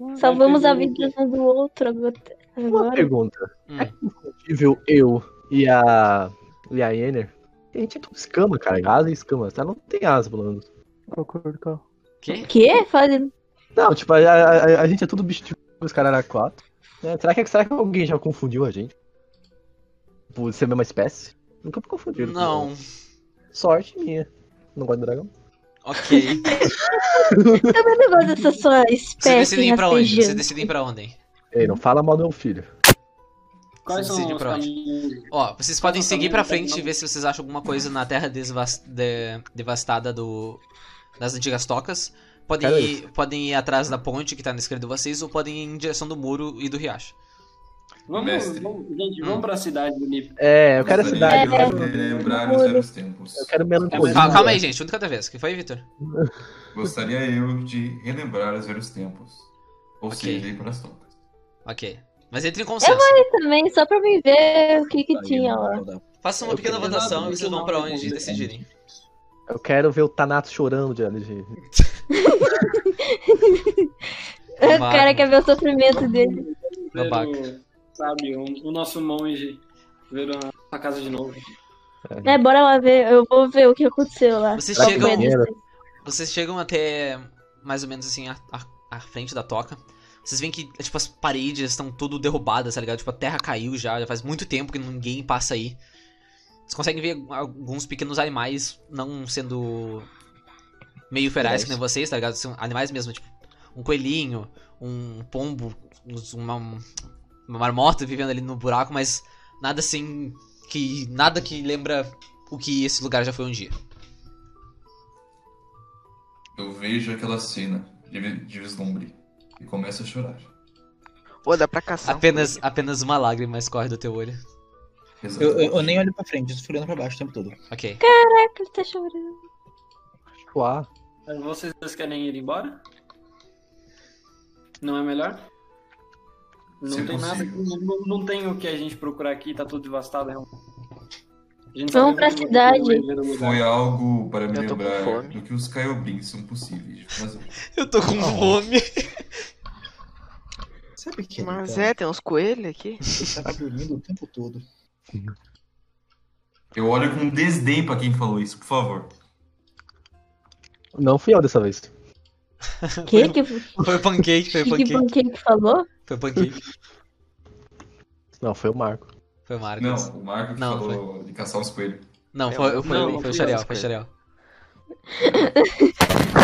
S1: Hum,
S9: Salvamos a
S2: Vai ter um-
S9: vida um do outro agot-
S3: Uma
S9: agora.
S3: pergunta.
S1: Hum.
S3: É compatível eu e a. e a Ener? A gente é tudo escama, cara. Asa e escama. Tá? Não tem asa, pelo menos.
S4: Qual cor do carro?
S1: Que?
S9: Quê? Fazendo.
S3: Não, tipo, a, a- a- a gente é tudo bicho de os caras era quatro. né? Será, que, será que alguém já confundiu a gente? Por ser a mesma espécie? Nunca me confundiram.
S1: Não.
S3: Sorte minha. Não gosto de dragão.
S1: Ok.
S9: Também não gosto dessa sua
S1: Vocês
S9: espécie
S1: decidem ir pra onde? Vocês
S9: rastejante.
S1: decidem ir pra onde?
S3: Ei, não fala mal do meu filho.
S2: Quais
S1: Você
S2: são
S1: decide
S2: os
S1: pra onde?
S2: caminhos?
S1: Ó, vocês podem
S2: Nossa,
S1: seguir
S2: também
S1: pra
S2: não tem
S1: frente e
S2: não.
S1: ver se vocês acham alguma coisa na terra desvas- de- devastada do das antigas tocas. Podem
S3: Cara,
S1: ir, podem ir atrás da ponte que tá na esquerda de vocês ou podem ir em direção do muro e do riacho.
S2: Vamos,
S8: Mestre.
S2: vamos, gente, vamos
S1: Hum.
S2: pra cidade do Nip.
S3: É, eu quero a
S8: Gostaria
S3: cidade.
S8: de
S3: Eu quero,
S8: relembrar os velhos tempos.
S3: eu quero
S1: Calma,
S2: É,
S3: melancolia.
S1: calma aí, gente, um de cada vez. O que foi, Vitor?
S8: Gostaria eu de relembrar os velhos tempos. Ou
S1: Ok.
S8: seja, ir para as tocas.
S1: Ok. Mas entre em consenso.
S9: também, só pra mim ver o que que tinha lá.
S1: Façam uma
S3: Eu
S1: pequena
S3: quero-
S1: votação
S2: Eu
S1: e vocês vão
S2: não
S1: pra
S2: vou
S1: onde
S2: ver.
S1: decidirem.
S3: Eu quero ver o Thanatos chorando de de-
S9: O
S1: Babaca.
S9: cara quer ver o sofrimento dele.
S2: Ver
S1: Babaca.
S2: o- Sabe, um, o- o nosso monge ver a, a casa de novo.
S9: É, bora lá ver. Eu vou ver o que aconteceu lá. Tá
S1: Vocês
S3: Será que
S1: chegam,
S3: tem dinheiro?
S1: vocês chegam até mais ou menos assim, à, à- à frente da toca. Vocês veem que, tipo, as paredes estão tudo derrubadas, tá ligado? Tipo, a terra caiu já, já faz muito tempo que ninguém passa aí. Vocês conseguem ver alguns pequenos animais não sendo meio ferais que nem vocês, tá ligado? São animais mesmo, tipo, um coelhinho, um pombo, uns- uma, uma marmota vivendo ali no buraco, mas nada assim que. nada que lembra o que esse lugar já foi um dia.
S8: Eu vejo aquela cena de, vi- de vislumbre e começo a chorar.
S5: Pô, dá pra caçar. um
S1: Apenas, apenas uma lágrima escorre do teu olho.
S7: Eu,
S8: Exatamente.
S7: eu- eu nem olho pra frente, eu tô olhando pra baixo o tempo todo.
S1: Ok.
S9: Caraca, ele
S1: <laughs>
S9: tá chorando.
S3: Chuá.
S2: Mas Vocês dois querem ir embora? Não é melhor? Não
S8: Se
S2: tem nada,
S8: possível.
S2: aqui, não, não tem o que a gente procurar aqui, tá tudo devastado. realmente. A gente sabe
S9: Vamos pra
S2: muito bem
S9: cidade.
S2: como é ver o lugar.
S8: Foi algo para me
S5: Eu tô com
S8: lembrar
S5: fome.
S8: do que os Caiobins são possíveis de fazer.
S1: Eu tô com fome.
S7: Sabe que
S5: pouquinho.
S7: ele
S5: Mas
S7: tá-
S5: é, tem uns coelhos aqui.
S7: ele tava dormindo o tempo todo.
S8: Eu olho com desdém pra quem falou isso, por favor.
S3: Não fui eu dessa vez.
S9: Que que, que,
S1: Foi o pancake, foi o
S9: <laughs> que
S1: pancake.
S9: banquete falou?
S1: Foi o pancake.
S3: Não, foi o Marco.
S1: Foi o Marcos.
S8: Não,
S1: Não,
S8: o Marco que
S1: Não,
S8: falou de caçar os coelhos.
S1: foi, foi, foi,
S5: Não,
S1: o
S5: não
S1: Xarel,
S5: fui eu,
S1: foi o Xarel.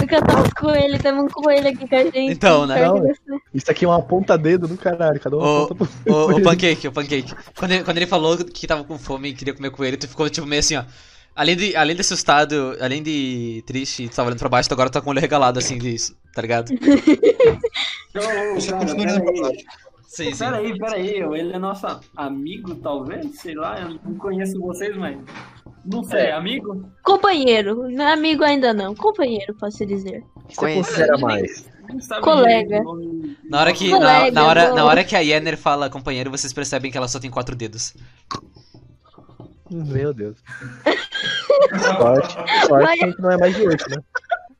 S9: Eu cantava os coelhos, temos um coelho aqui com a gente.
S1: Então, né?
S9: Pior que
S3: Não,
S9: você-
S3: Isso aqui é uma ponta-dedo do caralho. Cada um
S1: Ô,
S3: aponta pro-
S1: O, o pancake, o pancake. Quando ele, quando ele falou que tava com fome e queria comer coelho, tu ficou tipo meio assim, ó. Além de, além de assustado, além de triste, tu tava olhando pra baixo, tu agora tá com o olho regalado assim disso, tá ligado?
S2: Ô, ô, cara,
S7: continua
S2: peraí.
S7: olhando pra baixo.
S1: Sim, sim.
S2: Peraí, peraí, eu- ele é nosso amigo, talvez? Sei lá, eu não conheço vocês, mas. Não
S9: É.
S2: sei, amigo?
S9: Companheiro, não é amigo ainda não. Companheiro, posso dizer.
S3: Você
S5: Conhece.
S3: considera mais?
S2: Não sabe
S9: Colega.
S2: o nome.
S1: Na hora que, na,
S9: Colega,
S1: na hora, na
S9: amor.
S1: hora que a Yenner fala companheiro, vocês percebem que ela só tem quatro dedos.
S3: Meu
S9: <laughs>
S3: Deus. Sorte, sorte que a gente não é mais de oito, né?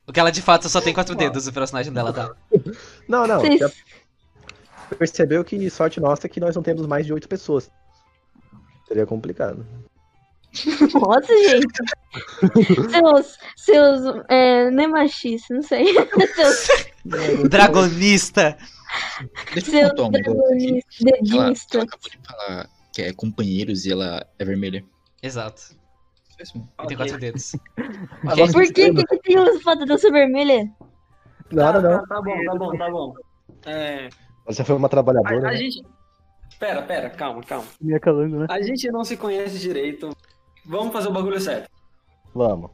S1: O que ela de fato só tem quatro dedos, o personagem dela, tá?
S3: Não, não.
S9: Vocês-
S3: Já percebeu que sorte nossa é que nós não temos mais de oito pessoas. Seria complicado.
S9: Nossa,
S1: <laughs>
S9: gente. Seus. Seus. É, nem machista, não sei. <laughs> Seus.
S1: Dragonista!
S7: Deixa eu
S9: Seus.
S7: contar um negócio aqui.
S9: Dragonistas.
S7: Ela, ela
S9: Dedista.
S7: acabou de falar que é companheiros e ela é vermelha.
S1: Exato.
S7: Só isso mesmo.
S1: E tem
S2: <laughs> Ok.
S1: quatro dedos.
S3: Nossa,
S9: Por que que, que tem os patas vermelha?
S3: Nada, não.
S2: Tá, tá bom, tá bom, tá bom. É,
S3: Você foi uma
S2: a,
S3: trabalhadora.
S2: a
S3: né?
S2: gente. Pera, pera, calma, calma.
S4: Me acalando, né?
S2: A gente não se conhece direito. Vamos fazer o bagulho certo.
S3: Vamos.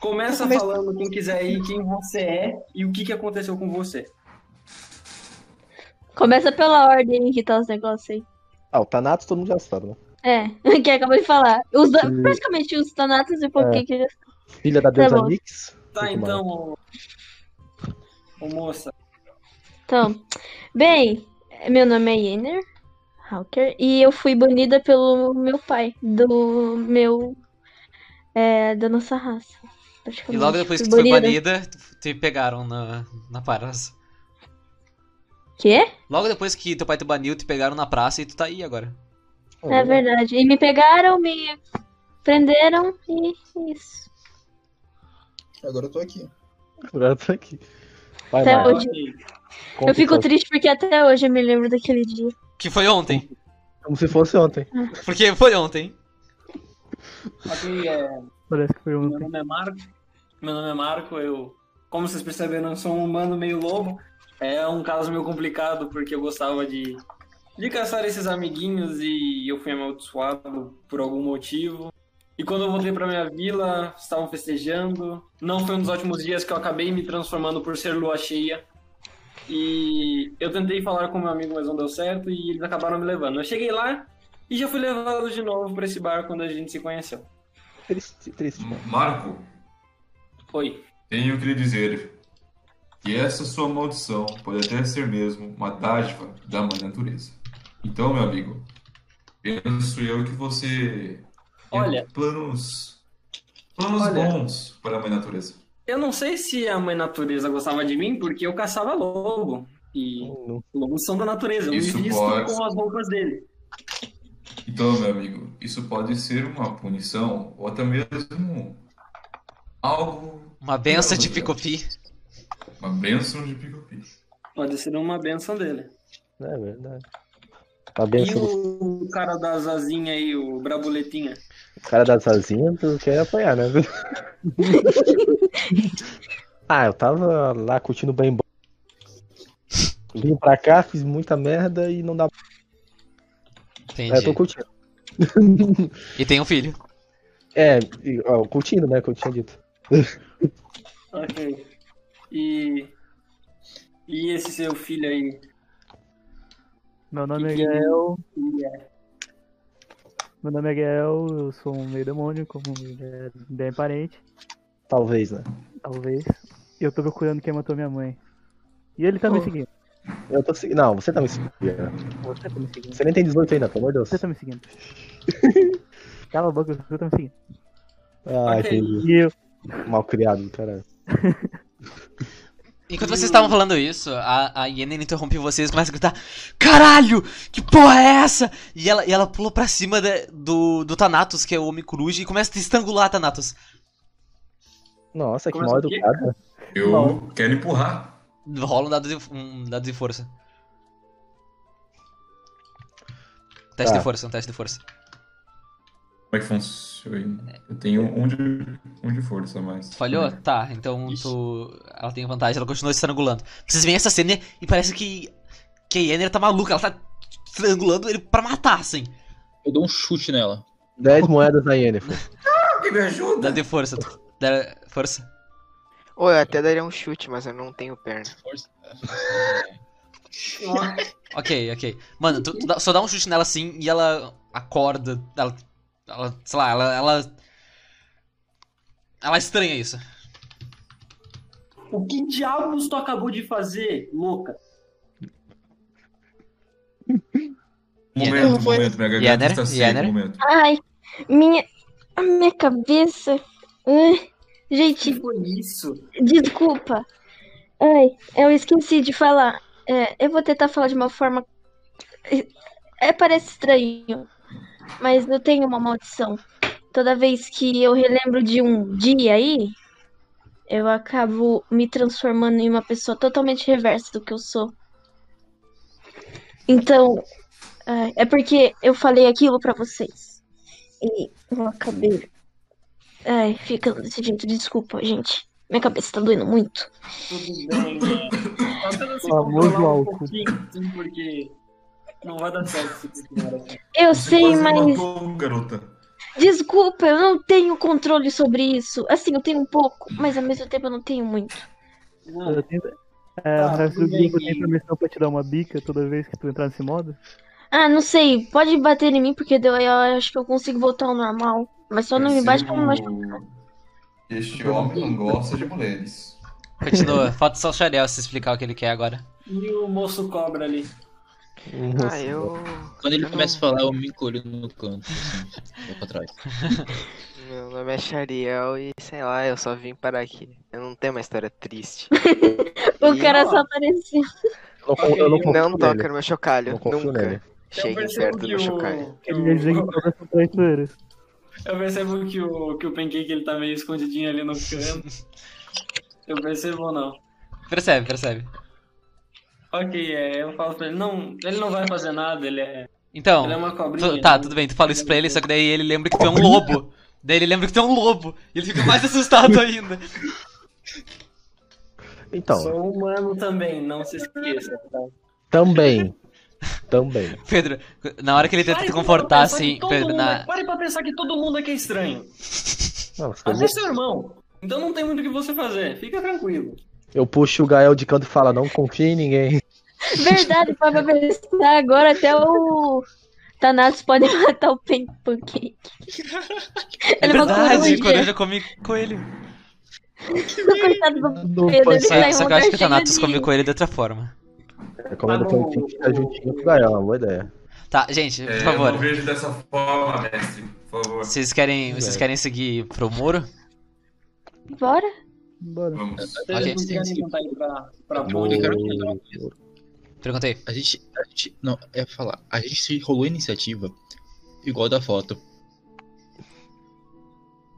S2: Começa falando quem quiser ir, quem você é e o que, que aconteceu com você.
S9: Começa pela ordem aí que tá os negócios aí.
S3: Ah, o Thanatos todo mundo já sabe, né?
S9: É, <laughs> que acabou de falar. Os da-
S3: Hum.
S9: praticamente os Thanatos e o
S1: É.
S9: Pancake já
S3: Filha da
S9: Tá
S3: deusa
S9: bom.
S3: Nix.
S2: Tá,
S3: Fica
S2: então. Ô, ô, moça.
S9: Então, bem, meu nome é Yenner Hawker e eu fui banida pelo meu pai, do meu. é, da nossa raça.
S1: E
S9: praticamente.
S1: logo depois que tu
S9: Fui
S1: foi banida, tu- te pegaram na, na praça.
S9: Quê?
S1: Logo depois que teu pai te baniu, te pegaram na praça e tu tá aí agora.
S3: Tá
S9: É verdade. E me pegaram, me prenderam e é isso.
S7: Agora eu tô aqui.
S3: Agora tá aqui. Vai,
S9: Até
S3: Marco,
S9: hoje.
S3: conta
S9: eu fico
S3: sua-
S9: triste porque até hoje eu me lembro daquele dia.
S1: Que foi ontem.
S3: Como se fosse ontem.
S1: Porque foi ontem.
S2: Aqui, é,
S4: Parece que foi um.
S2: meu nome é Marco. Meu nome é Marco. Eu, como vocês perceberam, eu sou um humano meio lobo. É um caso meio complicado porque eu gostava de, de caçar esses amiguinhos e eu fui amaldiçoado por algum motivo. E quando eu voltei pra minha vila, estavam festejando. Não foi um dos ótimos dias que eu acabei me transformando por ser lua cheia. E eu tentei falar com meu amigo, mas não deu certo e eles acabaram me levando. Eu cheguei lá e já fui levado de novo pra esse bar quando a gente se conheceu.
S3: Triste, triste. cara.
S8: Marco,
S2: Oi.
S8: tenho que lhe dizer que essa sua maldição pode até ser mesmo uma dádiva da mãe natureza. Então, meu amigo, penso eu que você tem
S2: Olha.
S8: planos Planos
S2: Olha.
S8: bons para a mãe natureza.
S2: Eu não sei se a mãe natureza gostava de mim, porque eu caçava lobo. E lobos são da natureza, eu me
S8: Isso
S2: visto
S8: pode.
S2: com as roupas dele.
S8: Então, meu amigo, isso pode ser uma punição ou até mesmo algo,
S1: Uma benção de Picopi.
S8: uma bênção de Picopi.
S2: Pode ser uma benção dele.
S3: É verdade. Tá bem
S2: E
S3: assim, o...
S2: o cara das asinhas aí, o Brabuletinha?
S3: cara das asinhas, tu quer apanhar, né? <laughs> ah, eu tava lá curtindo bem bom. Vim pra cá, fiz muita merda e não dá. É, eu
S1: Entendi.
S3: tô curtindo.
S1: E tem um filho.
S3: É, e, ó, curtindo, né? Que eu tinha dito.
S2: Ok. E. E esse seu filho <laughs> aí?
S4: Meu nome é
S2: Que que-
S4: Gael.
S2: Ele é-
S4: Meu nome é Gael, eu sou um meio demônio, como é bem parente,
S3: Talvez, né?
S4: talvez. E eu tô procurando quem matou minha mãe. E ele tá me
S2: Oh.
S4: seguindo.
S3: Eu tô seguindo. Não, você tá me seguindo.
S4: Você tá me seguindo.
S3: Você nem tem 18 ainda, pelo amor de Deus.
S4: Você tá me seguindo.
S2: <laughs>
S4: Cala a boca, você tá me seguindo.
S3: Ah,
S2: Ok.
S3: que
S4: E eu.
S3: mal criado, do caralho.
S1: Enquanto vocês estavam falando isso, a, a Yenene interrompeu vocês, mas gritar: Caralho, que porra é essa? E ela, e ela pula pra cima da- do, do Thanatos, que é o homem coruja, e começa a estrangular Thanatos.
S3: Nossa, que
S2: Começa
S3: mal
S2: o quê?
S3: educado.
S8: Eu quero empurrar.
S1: Rola um dado de, um dado de força. Teste
S3: Tá.
S1: de força, um teste de força.
S8: Como é que funciona? Eu tenho um de, um de força, mas.
S1: Falhou? Tá, então
S7: Ixi.
S1: tu. Ela tem vantagem, ela continua estrangulando. Vocês veem essa cena e parece que. Que a Yenner tá maluca, ela tá estrangulando ele pra matar, assim.
S7: Eu dou um chute nela.
S3: 10 moedas na Yennefer.
S2: Ah,
S8: Alguém me ajuda!
S1: Dado de força. tu- dá- Força.
S5: Ou eu até daria um chute, mas eu não tenho perna.
S7: Força.
S1: Ok, ok. Mano, tu, tu dá- só dá um chute nela assim e ela acorda. Ela. ela sei lá, ela, ela. Ela estranha isso.
S2: O que diabos tu acabou de fazer, louca?
S8: Momento,
S9: Não foi-
S8: momento, minha garganta
S1: Yenner?
S8: está seca,
S1: Yenner?
S8: momento.
S9: Ai, minha, a minha cabeça. Ai,
S2: Que
S9: gente,
S2: foi isso?
S9: desculpa. Ai, eu esqueci de falar. É, eu vou tentar falar de uma forma. É, parece estranho, mas eu tenho uma maldição. Toda vez que eu relembro de um dia aí, eu acabo me transformando em uma pessoa totalmente reversa do que eu sou. Então, ai, é porque eu falei aquilo pra vocês. E eu acabei. Ai, fica desse jeito, desculpa, gente. Minha cabeça tá doendo muito.
S2: Tudo <laughs> bem. Tá tentando se
S4: Pelo amor de
S2: controlar um
S4: álcool.
S2: pouquinho, assim, porque não vai dar certo se continuar assim.
S9: Eu
S8: Você
S9: sei,
S8: quase
S9: mas.
S8: matou, garota.
S9: Desculpa, eu não tenho controle sobre isso. Assim, eu tenho um pouco, mas ao mesmo tempo eu não tenho muito.
S2: Não,
S4: Eu tento... É,
S2: Ah,
S4: o resto do
S2: tudo bem,
S4: grupo tem permissão pra te dar uma bica toda vez que tu entrar nesse modo?
S9: Ah, não sei, pode bater em mim, porque daí eu acho que eu consigo voltar ao normal. Mas só não me bate
S8: é um
S9: pra não mais.
S8: Este homem não gosta de mulheres.
S1: Continua. Falta só o Xarel se explicar o que ele quer agora.
S2: E o moço cobra ali?
S5: ah, eu.
S7: Quando ele
S1: Ah.
S5: eu
S7: começa a
S5: não-
S7: falar, eu me encolho no canto, assim, <laughs> vou pra trás.
S5: Meu nome é Xariel e sei lá, eu só vim parar aqui. Eu não tenho uma história triste.
S9: O cara
S8: <laughs>
S9: só apareceu.
S3: Eu não, con- eu não confio
S5: Não
S3: nele.
S5: toca no meu chocalho.
S3: Não confio
S5: Nunca
S3: nele. Então,
S2: Eu
S5: cheguem
S2: percebo
S5: perto do
S2: que
S5: meu chocalho.
S2: o. que
S4: Ele ia dizer
S2: o-
S4: que todas são traiçoeiras.
S2: <laughs> Eu percebo que o, que o pancake ele tá meio escondidinho
S5: <laughs>
S2: ali no canto. Eu percebo ou não?
S1: Percebe, percebe.
S2: Ok, é, eu falo pra ele, não, ele não vai fazer nada, ele é,
S1: Então.
S2: ele é uma cobrinha.
S1: tu- tá, tudo bem, tu fala isso pra ele, só que daí ele lembra que tu é um lobo. Daí ele lembra que tu é um lobo. E ele fica mais assustado ainda.
S3: Então,
S2: Sou humano também, não se
S1: <laughs>
S2: esqueça. Tá?
S3: também. Também.
S1: Pedro, na hora que ele tenta te confortar, assim. Pedro, na.
S2: é- Pare pra pensar que todo mundo aqui é estranho.
S3: Não, você-
S2: Mas é seu irmão, então não tem muito o que você fazer, fica tranquilo.
S3: eu puxo o Gael de canto e falo, não confia em ninguém.
S9: Verdade, para pensar agora até o. Thanatos pode matar o Pan-
S8: <laughs>
S9: Pancake.
S1: É
S9: Ele matou
S1: verdade,
S9: um
S1: coruja come coelho.
S9: <laughs> Coitado do
S3: Não
S9: Pedro,
S3: faz
S9: ele
S1: Só,
S9: tá em um
S1: só que eu
S9: lugar
S1: acho que o
S9: cheio
S1: Thanatos
S9: de-
S1: come coelho de outra forma.
S3: Recomendo
S2: Tá
S3: que
S2: bom.
S3: o Pink fica juntinho com o Gael, é uma boa ideia.
S1: Tá, gente, por
S8: É, eu
S1: favor.
S8: não vejo dessa forma, mestre. Por favor.
S1: Vocês querem, vocês querem seguir pro muro?
S9: Bora?
S4: Bora.
S8: Vamos.
S2: Vocês
S1: Ok.
S2: não querem tentar ir pra, pra
S7: Bom,
S2: ponte?
S7: eu quero falar uma coisa.
S1: Perguntei.
S7: A gente, a gente. Não, é falar. A gente se rolou a iniciativa igual da foto.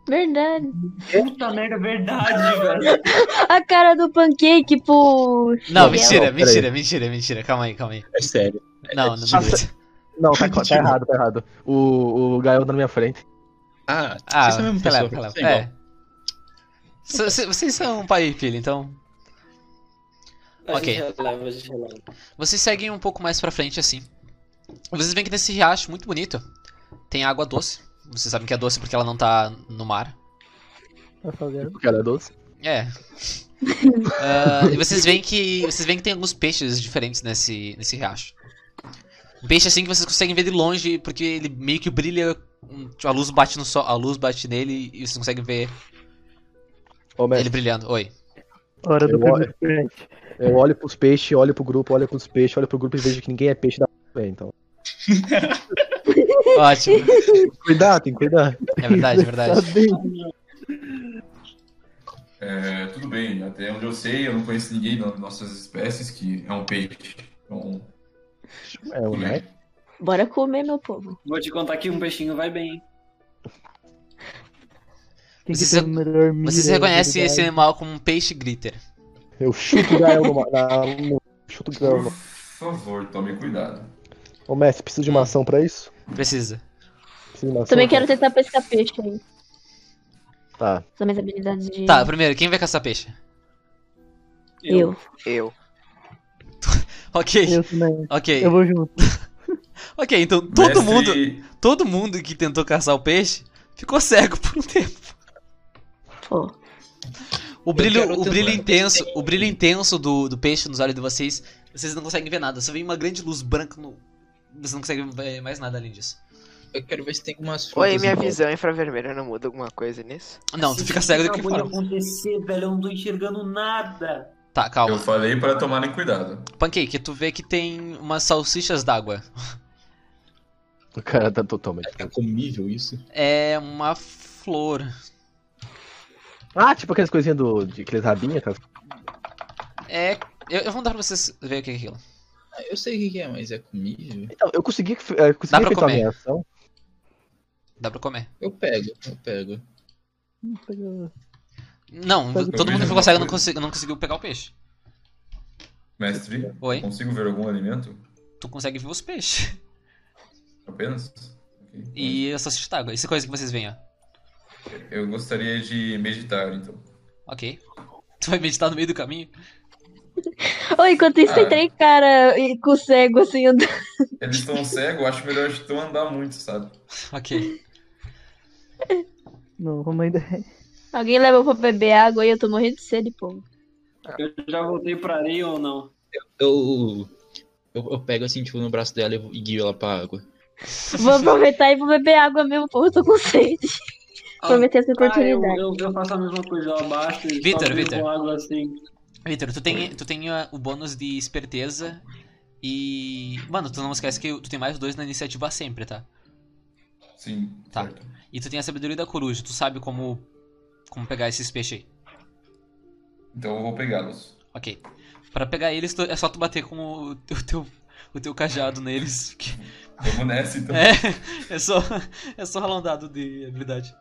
S9: Verdade.
S2: Puta merda, é
S5: <laughs>
S2: verdade, velho.
S9: A cara do pancake, pô.
S1: Não,
S9: Miguel.
S1: mentira,
S3: Não, peraí.
S1: mentira, mentira, mentira. Calma aí, calma aí.
S7: É sério.
S1: Não, não
S3: Ah,
S1: acredito.
S3: Não, <laughs> tá, co- tá errado, tá errado. O, o Gael tá na minha frente.
S7: Ah,
S1: Ah,
S7: vocês são a mesma
S1: cala, cala.
S7: pessoa. vocês são igual.
S1: É. So- so- Vocês são pai e filho, então.
S10: A
S1: Ok.
S10: gente releva, a gente releva.
S1: Vocês seguem um pouco mais pra frente assim. Vocês veem que nesse riacho muito bonito tem água doce. Vocês sabem que é doce porque ela não tá no mar.
S4: Tá salgado.
S3: O cara é doce.
S1: É. Ah, e vocês veem que vocês veem que tem alguns peixes diferentes nesse nesse riacho. Um peixe assim que vocês conseguem ver de longe porque ele meio que brilha, hum, a luz bate no sol, a luz bate nele e vocês conseguem ver
S3: Ô, mestre,
S1: ele brilhando. Oi.
S4: Hora do
S3: Eu olho.
S4: primeiro peixe.
S3: eu olho pros peixes, olho pro grupo, olho pros peixes, olho pro grupo e vejo que ninguém é peixe da é, então.
S1: Ótimo.
S3: Cuidado, tem que cuidar.
S1: É verdade, é verdade.
S8: É, tudo bem, até onde eu sei, eu não conheço ninguém das nossas espécies que é um peixe. Então,
S3: É o né?
S9: Bora comer, meu povo.
S2: Vou te contar que um peixinho vai bem, hein?
S4: Quem que
S1: Vocês
S4: tem o
S1: re-
S4: melhor milho tá
S1: Vocês
S4: da
S1: reconhecem esse
S4: cidade?
S1: animal como um peixe glitter.
S3: Eu chuto o Gael no mar. na- no- Chuto o Gael
S8: por
S3: no...
S8: favor, tome cuidado.
S3: Ô, mestre, preciso de uma ação pra isso?
S1: Precisa.
S3: Preciso de uma ação?
S9: Também quero tentar pescar peixe aí.
S3: Tá.
S9: São minhas habilidades de.
S1: Tá, primeiro, quem vai caçar peixe?
S9: eu.
S5: Eu.
S1: Ok,
S4: Eu também.
S1: ok.
S4: Eu vou junto.
S1: Ok, então todo
S8: Mestre-
S1: mundo. Todo mundo que tentou caçar o peixe ficou cego por um tempo.
S9: Pô.
S1: O brilho,
S7: quero
S1: o
S7: tentar.
S1: brilho intenso, o brilho intenso do, do peixe nos olhos de vocês, vocês não conseguem ver nada. Só vem uma grande luz branca no. Vocês não conseguem ver mais nada além disso.
S7: Eu quero ver se tem algumas frutas.
S5: Oi, minha
S7: em volta.
S5: visão infravermelha não muda alguma coisa nisso?
S1: Não,
S7: Assim,
S1: tu fica cego do que
S2: Acabou de
S1: fora.
S2: acontecer, velho. Eu não tô enxergando nada.
S1: Tá,
S8: Eu
S1: calma.
S8: falei para tomarem cuidado.
S1: Pancake, tu vê que tem umas salsichas d'água.
S3: O cara tá totalmente.
S7: É comível isso?
S1: É uma flor.
S3: Ah, tipo aquelas coisinhas do. De, aqueles rabinhos, aquelas.
S1: É. Eu, eu vou dar pra vocês ver o que é aquilo.
S7: Ah, eu sei o que que é, mas é comível?
S3: Então, eu consegui, eu consegui
S1: Dá pra
S3: efetuar
S1: comer.
S3: minha ação.
S1: Dá pra comer.
S7: Eu pego, eu pego.
S1: Não,
S4: Faz- né?
S1: todo
S8: Eu
S1: mundo
S8: vejo
S1: ficou cego, não,
S8: alguma
S1: consegui- não conseguiu pegar o peixe.
S8: Mestre,
S1: Oi?
S8: consigo ver algum alimento?
S1: Tu consegue ver os peixes.
S8: Apenas? Ok.
S1: E a salsicha d'água. Isso é coisa que vocês veem, ó.
S8: Eu gostaria de meditar, então.
S1: Ok. <laughs> Tu vai meditar no meio do caminho?
S9: Ô, enquanto isso, tem
S8: Ah.
S9: três caras com cego assim andando.
S8: Eles estão cegos, eu acho melhor não andar muito, sabe?
S1: Ok.
S4: Não, vamos ainda.
S9: Alguém leva eu pra beber água aí, eu tô morrendo de sede, pô.
S2: Eu já voltei pra areia ou não?
S7: Eu, eu, eu pego assim, tipo, no braço dela e vou- e guio ela pra água.
S9: Vou aproveitar e vou beber água mesmo, pô. Eu tô com sede. Aproveitar essa
S2: Ah,
S9: oportunidade.
S2: eu, eu, eu faço a mesma coisa, eu abaixo e
S1: Vitor,
S2: só
S1: Vitor.
S2: bebo água assim.
S1: Vitor, tu tem, tu tem ah, o bônus de esperteza e. Mano, tu não esquece que tu tem mais dois na iniciativa sempre, tá?
S8: Sim.
S1: Tá.
S8: certo.
S1: E tu tem a sabedoria da coruja, tu sabe como. como pegar esses peixes aí.
S8: Então eu vou pegá-los.
S1: Ok. Pra pegar eles, tu- é só tu bater com o, <laughs> o teu. o teu cajado neles. que-
S8: Vamos nessa,
S1: <laughs>
S8: então.
S1: É, é só. <laughs> É só rolar um dado de habilidade.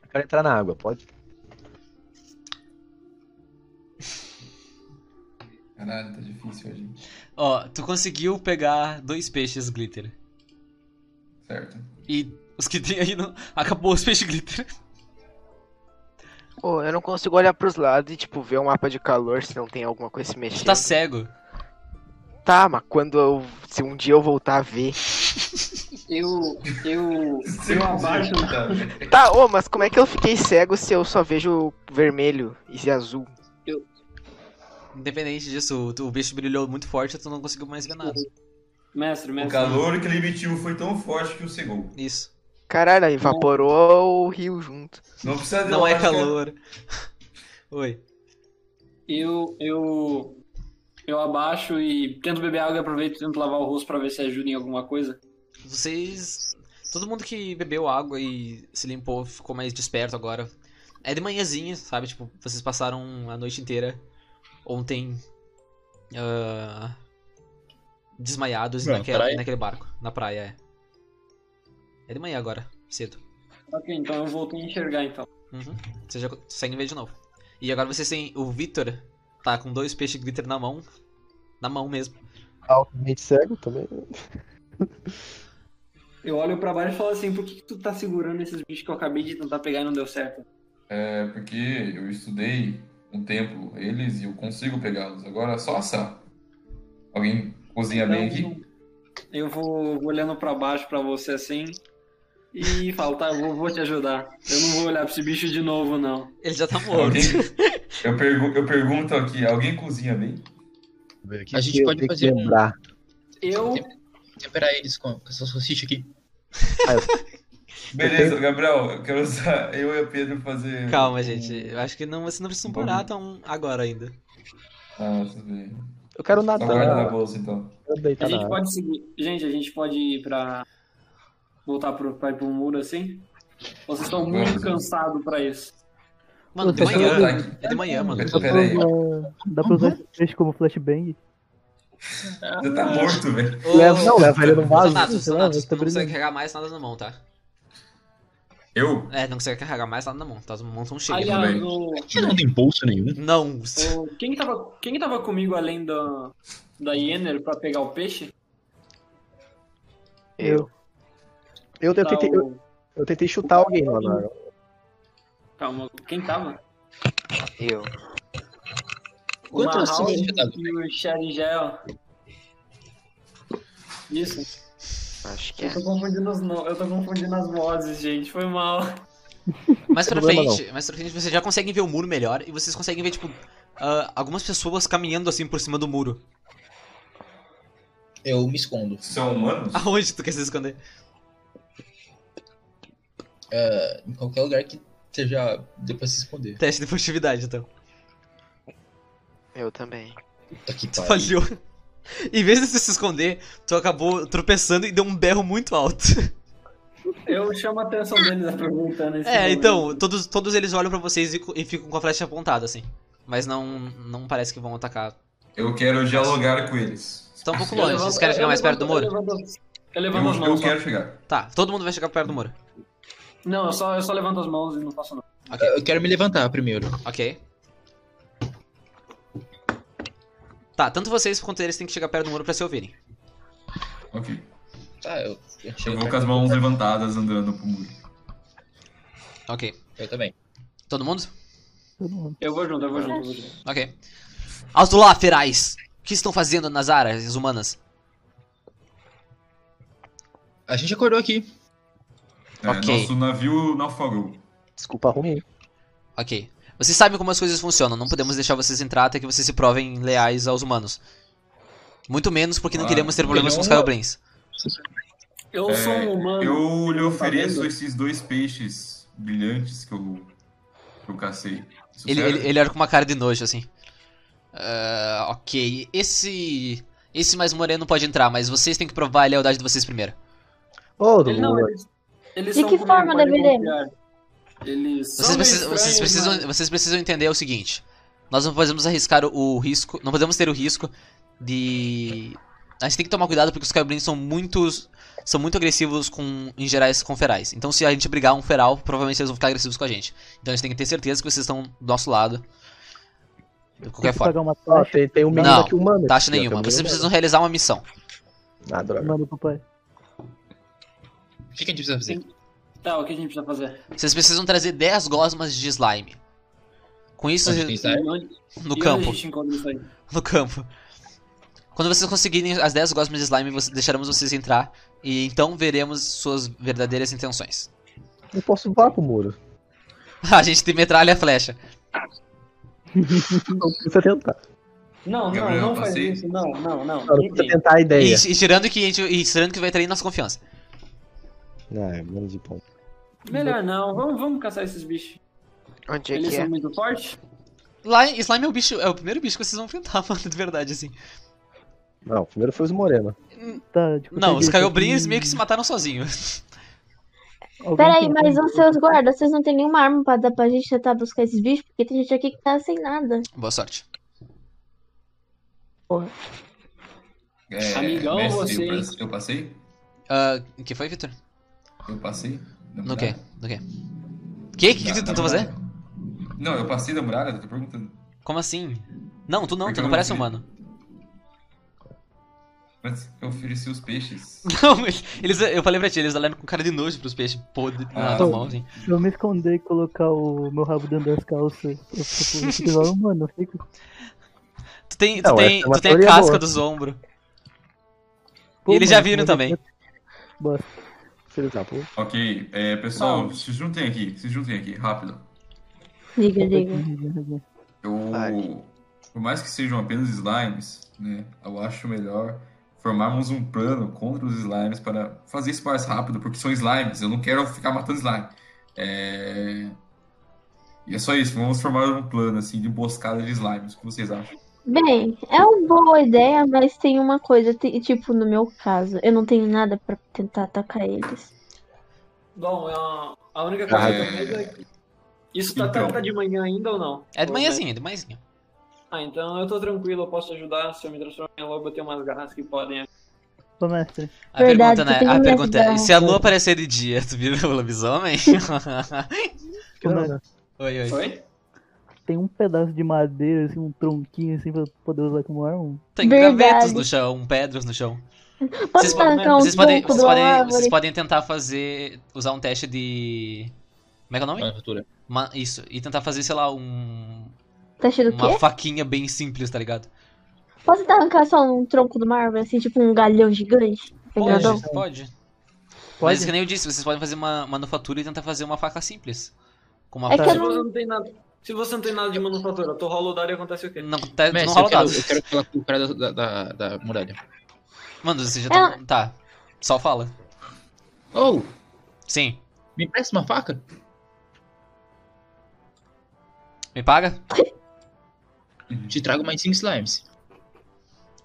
S3: Eu quero entrar na água, pode?
S8: Caralho, tá difícil hoje.
S1: Ó, tu conseguiu pegar dois peixes glitter.
S8: Certo.
S1: E os que tem aí não. Acabou os peixes glitter.
S5: Ô, eu não consigo olhar pros lados e, tipo, ver o mapa de calor se não tem alguma coisa se
S1: Tu
S5: mexendo.
S1: tá cego.
S5: Tá, mas quando eu. Se um dia eu voltar a ver.
S2: Eu, eu, eu abaixo.
S5: Tá, ô, mas como é que eu fiquei cego se eu só vejo vermelho e azul?
S1: Independente disso, o, o bicho brilhou muito forte tu não conseguiu mais ver nada.
S2: Mestre,
S8: O
S2: mestre.
S8: calor que ele emitiu foi tão forte que o cegou.
S1: Isso.
S5: Caralho, evaporou o rio junto.
S8: Não precisa de
S1: Não é
S8: lógica.
S1: calor. <laughs> Oi.
S2: Eu, eu, eu abaixo e tento beber água e aproveito e tento lavar o rosto pra ver se ajuda em alguma coisa.
S1: Vocês. Todo mundo que bebeu água e se limpou ficou mais desperto agora. É de manhãzinha, sabe? Tipo, vocês passaram a noite inteira ontem ah, desmaiados
S7: Na
S1: naquela-
S7: praia?
S1: naquele barco, na praia. É. é de manhã agora, cedo.
S2: Ok, então eu voltei a enxergar então.
S1: Uhum. Você já consegue ver de novo. E agora vocês têm o Victor, tá com dois peixes glitter na mão, na mão mesmo.
S3: Altamente cego também.
S2: Eu olho pra baixo e falo assim, por que, que tu tá segurando esses bichos que eu acabei de tentar pegar e não deu certo?
S8: É porque eu estudei um tempo eles e eu consigo pegá-los. Agora é só assar. Alguém cozinha bem
S2: Então,
S8: aqui?
S2: Eu vou, vou olhando pra baixo pra você assim e falo, tá, eu vou, vou te ajudar. Eu não vou olhar pra esse bicho de novo, não.
S1: Ele já <laughs> tá morto.
S8: Alguém? Eu, pergu- eu pergunto aqui, alguém cozinha bem?
S7: A gente pode fazer um-
S3: lembrar.
S2: Eu.
S7: Temperar É eles com, com essa salsicha aqui.
S8: Beleza, Gabriel, eu quero usar eu e o Pedro fazer.
S1: Calma, gente. Eu acho que não, vocês não precisam parar tão agora ainda.
S8: Ah, tudo bem.
S3: Eu quero
S1: Tá
S8: Só guarda na
S3: nadar.
S8: bolsa então.
S3: Eu quero deitar
S2: A gente
S3: na água.
S2: pode seguir. Gente, a gente pode ir pra. voltar pro, pra ir pro muro assim? Vocês estão muito
S8: Vamos.
S2: cansados pra isso.
S1: Mano, de
S4: Vocês
S8: Deixa eu
S1: manhã.
S8: anotar tá aqui.
S1: É de manhã, mano.
S4: Dá pra
S8: Pera aí.
S4: usar- Dá pra usar esse peixe como flashbang?
S8: Você tá morto, velho.
S1: Ô,
S3: Leva, não, leva ele no vaso.
S1: Sonato,
S3: sei
S1: Sonato,
S3: lá, vai
S1: tu não consegue
S3: sobrevivendo.
S1: carregar mais nada na mão, tá?
S8: Eu?
S1: É, não consegue carregar mais nada na mão, tá? As mãos são cheias.
S2: Aliás,
S8: bem.
S2: o,
S7: Você não tem bolso nenhum.
S1: Não,
S2: o- quem, que tava, quem que tava comigo além da, da Yenner pra pegar o peixe?
S5: Eu.
S3: Eu, eu
S2: Tá,
S3: tentei, eu,
S2: o-
S3: eu tentei chutar alguém lá na água.
S2: Calma, tá quem tava?
S5: Eu.
S2: O
S7: Quanto você
S2: Mahal
S7: vai chutar?
S2: e o Sharingel. Isso,
S5: Acho que é.
S2: eu tô confundindo os no- eu tô confundindo as vozes, gente, foi mal.
S1: Mais pra
S3: Problema
S1: frente, mais pra frente vocês já conseguem ver o muro melhor e vocês conseguem ver, tipo, ah, algumas pessoas caminhando assim por cima do muro. <laughs>
S7: Eu me escondo.
S8: São humanos?
S1: Aonde tu quer se esconder?
S7: É, em qualquer lugar que seja. Dê pra se esconder.
S1: Teste de furtividade, então.
S5: é. Eu também.
S7: Tá que
S1: Tu
S7: pariu.
S1: falhou. <laughs> Em vez de tu se esconder, tu acabou tropeçando e deu um berro muito alto.
S2: Eu chamo a atenção deles aproveitando
S1: <laughs>
S2: esse
S1: É,
S2: momento.
S1: então, todos, todos eles olham pra vocês e, co- e ficam com a flecha apontada, assim. Mas não, não parece que vão atacar.
S8: Eu quero dialogar com eles.
S1: Estão um pouco
S2: Eu
S1: longe,
S2: levanto-
S1: vocês querem chegar
S2: eu
S1: mais perto do
S2: levanto-
S1: muro?
S2: Eu levanto, eu
S8: Eu,
S2: levanto as
S8: eu
S2: mãos. tá?
S8: quero chegar.
S1: Tá, todo mundo vai chegar perto do muro.
S2: Não, eu só, eu só levanto as mãos e não faço nada.
S7: Eu quero me levantar primeiro.
S1: Ok. Tá, tanto vocês quanto eles têm que chegar perto do muro pra se ouvirem.
S8: Ok.
S7: Tá, eu. Eu,
S8: Eu
S7: chego
S8: vou
S7: perto.
S8: com as mãos levantadas andando pro muro.
S1: Ok.
S7: Eu também.
S1: Todo mundo?
S2: Eu vou junto, eu vou junto. Eu vou junto.
S1: Ok. Alto lá, ferais! O que estão fazendo nas áreas humanas?
S7: A gente acordou aqui.
S8: É,
S1: Ok.
S8: Nosso navio naufragou.
S3: Desculpa ruim. hein?
S1: Ok. Vocês sabem como as coisas funcionam, não podemos deixar vocês entrar até que vocês se provem leais aos humanos. Muito menos porque não
S8: Ah,
S1: queremos ter problemas com os
S7: não.
S1: Kylobrins.
S2: Eu
S8: É,
S2: sou um humano.
S8: Eu lhe
S2: tá
S8: ofereço
S2: vendo?
S8: esses dois peixes brilhantes que eu, que eu cacei. Isso
S1: Ele,
S8: serve?
S1: ele, ele olha com uma cara de nojo, assim. Ah, ok. Esse. Esse mais moreno pode entrar, mas vocês têm que provar a lealdade de vocês primeiro.
S3: Ô,
S2: Ele não,
S3: Lua,
S2: eles, eles
S9: De
S2: são
S9: que
S2: como eu,
S9: forma
S2: podem
S9: deveremos?
S2: confiar. Eles são
S1: Vocês,
S2: meio
S1: precisam, vocês,
S2: estranhos,
S1: precisam,
S2: mas-
S1: vocês precisam entender o seguinte: nós não podemos arriscar o, o risco, não podemos ter o risco de. A gente tem que tomar cuidado porque os cabrins são muitos, são muito agressivos com, em gerais, com ferais. Então, se a gente brigar um feral, provavelmente eles vão ficar agressivos com a gente. Então, a gente tem que ter certeza que vocês estão do nosso lado. De
S4: Tem
S1: qualquer
S4: que
S1: forma,
S4: pagar uma
S3: ó,
S4: taxa,
S3: tem, tem um menino
S1: Não,
S3: aqui humano.
S1: taxa
S3: aqui, ó,
S1: nenhuma.
S3: tem um
S1: Vocês
S3: menino
S1: precisam realizar uma missão.
S3: humano. Ah, droga.
S4: manda pro pai.
S7: O que que a gente precisa fazer?
S2: Tá, o que a gente precisa fazer?
S1: Vocês precisam trazer 10 gosmas de slime. Com isso,
S7: Onde tem slime?
S2: E onde-
S1: Tá, no
S2: e
S1: campo.
S2: Onde a gente encontra isso aí?
S1: <laughs> no campo. Quando vocês conseguirem as 10 gosmas de slime, você- deixaremos vocês entrar e então veremos suas verdadeiras intenções. <laughs>
S3: Não posso voar pro muro.
S1: A gente tem metralha e flecha.
S3: Não precisa tentar.
S2: Não, não,
S8: Gabriel,
S2: não faz
S8: passei.
S2: isso. Não, não, não.
S3: Não, não precisa tentar a
S1: E,
S3: ideia.
S1: e tirando que a gente, e tirando que vai trair nossa confiança.
S3: Ah, é menos de ponto.
S2: Melhor não, vamos, vamos caçar esses bichos.
S5: Onde é
S2: Eles
S5: que é?
S2: são muito fortes?
S1: Lá, slime é o bicho, é o primeiro bicho que vocês vão enfrentar, <laughs> mano, de verdade assim.
S3: Não, primeiro foi os morenos.
S4: Tá, de qualquer
S1: Não, os
S4: jeito,
S1: Caiobrinhos
S4: hum,
S1: meio que se mataram sozinhos.
S4: Alguém
S9: Peraí,
S4: tem
S9: mas
S4: arma?
S9: os seus guardas, vocês não têm nenhuma arma pra dar pra gente tentar buscar esses bichos? Porque tem gente aqui que tá sem nada.
S1: <laughs> Boa sorte.
S8: É,
S2: Amigão,
S8: mestre,
S2: você,
S8: eu
S2: hein?
S8: pas- Eu passei?
S1: Ah, O que foi, Victor?
S8: Eu passei? da
S1: No
S8: muralha?
S1: quê? No quê? Que? que, que
S8: Da-
S1: você
S8: da
S1: tentou fazer?
S8: muralha. Não, eu passei da muralha, eu tô perguntando.
S1: Como assim? Não, tu não, tu
S8: Porque
S1: não
S8: eu não
S1: parece
S8: vi.
S1: humano. <laughs>
S8: Mas eu ofereci os peixes.
S1: Não, mas eles, eu falei pra ti, eles olharam com cara de nojo pros peixes podre na
S8: Ah.
S1: tua mão, assim.
S4: Se eu me esconder e colocar o meu rabo dentro das calças, eu fico tipo, igual, mano, eu fico.
S1: Tu tem, tu
S3: Não,
S1: tem,
S3: essa é uma
S1: tu tem a
S3: teoria
S1: casca
S3: boa.
S1: dos ombros.
S4: Pô,
S1: E eles já
S4: mano,
S1: viram
S4: olha
S1: também.
S4: que- Bosta.
S3: Filho da puta.
S8: Ok, é, pessoal, se juntem aqui, se juntem aqui, rápido.
S9: Diga, diga.
S4: né?
S8: Eu.
S5: Vale.
S8: Por mais que sejam apenas slimes, né? Eu acho melhor formarmos um plano contra os slimes para fazer isso mais rápido, porque são slimes, eu não quero ficar matando slime. É... E é só isso, vamos formar um plano assim de emboscada de slimes. O que vocês acham?
S9: Bem, é uma boa ideia, mas tem uma coisa, ti- tipo, no meu caso, eu não tenho nada pra tentar atacar eles.
S2: Bom, a, a única coisa que eu vejo é que. Isso tá, tá,
S8: Ah, Então.
S2: tá de manhã ainda ou não?
S1: É de
S2: Ou
S7: né?
S1: manhãzinha, é de manhãzinha.
S2: Ah, então eu tô tranquilo, eu posso ajudar. Se eu me transformar em lobo, eu tenho umas garras que podem.
S8: É
S4: Ô, mestre,
S1: A
S9: Verdade,
S1: pergunta,
S9: tu tem
S1: né? A
S9: me
S1: pergunta é,
S9: ajudado.
S1: se a lua aparecer de dia, tu vira um
S9: <laughs>
S1: lobisomem? <laughs>
S4: ô, mestre,
S1: oi, oi.
S2: Oi?
S4: tem um pedaço de madeira, assim, um tronquinho, assim, pra eu poder usar como arma.
S1: Tem
S9: Verdade.
S1: gravetos no chão, um pedras no chão.
S9: Posso
S1: Vocês-
S9: arrancar um
S1: Vocês podem,
S9: tronco de
S1: vocês,
S9: uma
S1: podem,
S9: árvore?
S1: vocês podem tentar fazer. usar um teste de. Como é que é o nome?
S7: Manufatura.
S1: Ma- isso. E tentar fazer, sei lá, um.
S9: Teste do
S1: Uma
S9: Tá quê?
S1: faquinha bem simples, tá ligado?
S9: Posso tentar arrancar só um tronco de uma árvore, assim, tipo um galhão gigante? um-
S1: Pode,
S9: Pegadão?
S1: pode. Mas é
S4: Pode?
S1: que nem eu disse, vocês podem fazer uma manufatura e tentar fazer uma faca simples. Com uma
S9: É que
S1: faca.
S9: eu
S2: Se você não tem nada. Se você não tem nada de manufatura, tu rola o dado e acontece o quê?
S1: Não, tá, não
S7: Mestre, eu
S1: rola
S7: quero,
S1: dado.
S7: eu quero falar com o cara da, da, da muralha.
S1: Mano, vocês já estão. Tá. Só fala.
S7: Oh,
S1: Sim.
S7: me empresta uma faca?
S1: Me paga?
S8: Uhum.
S7: Te trago mais cinco slimes.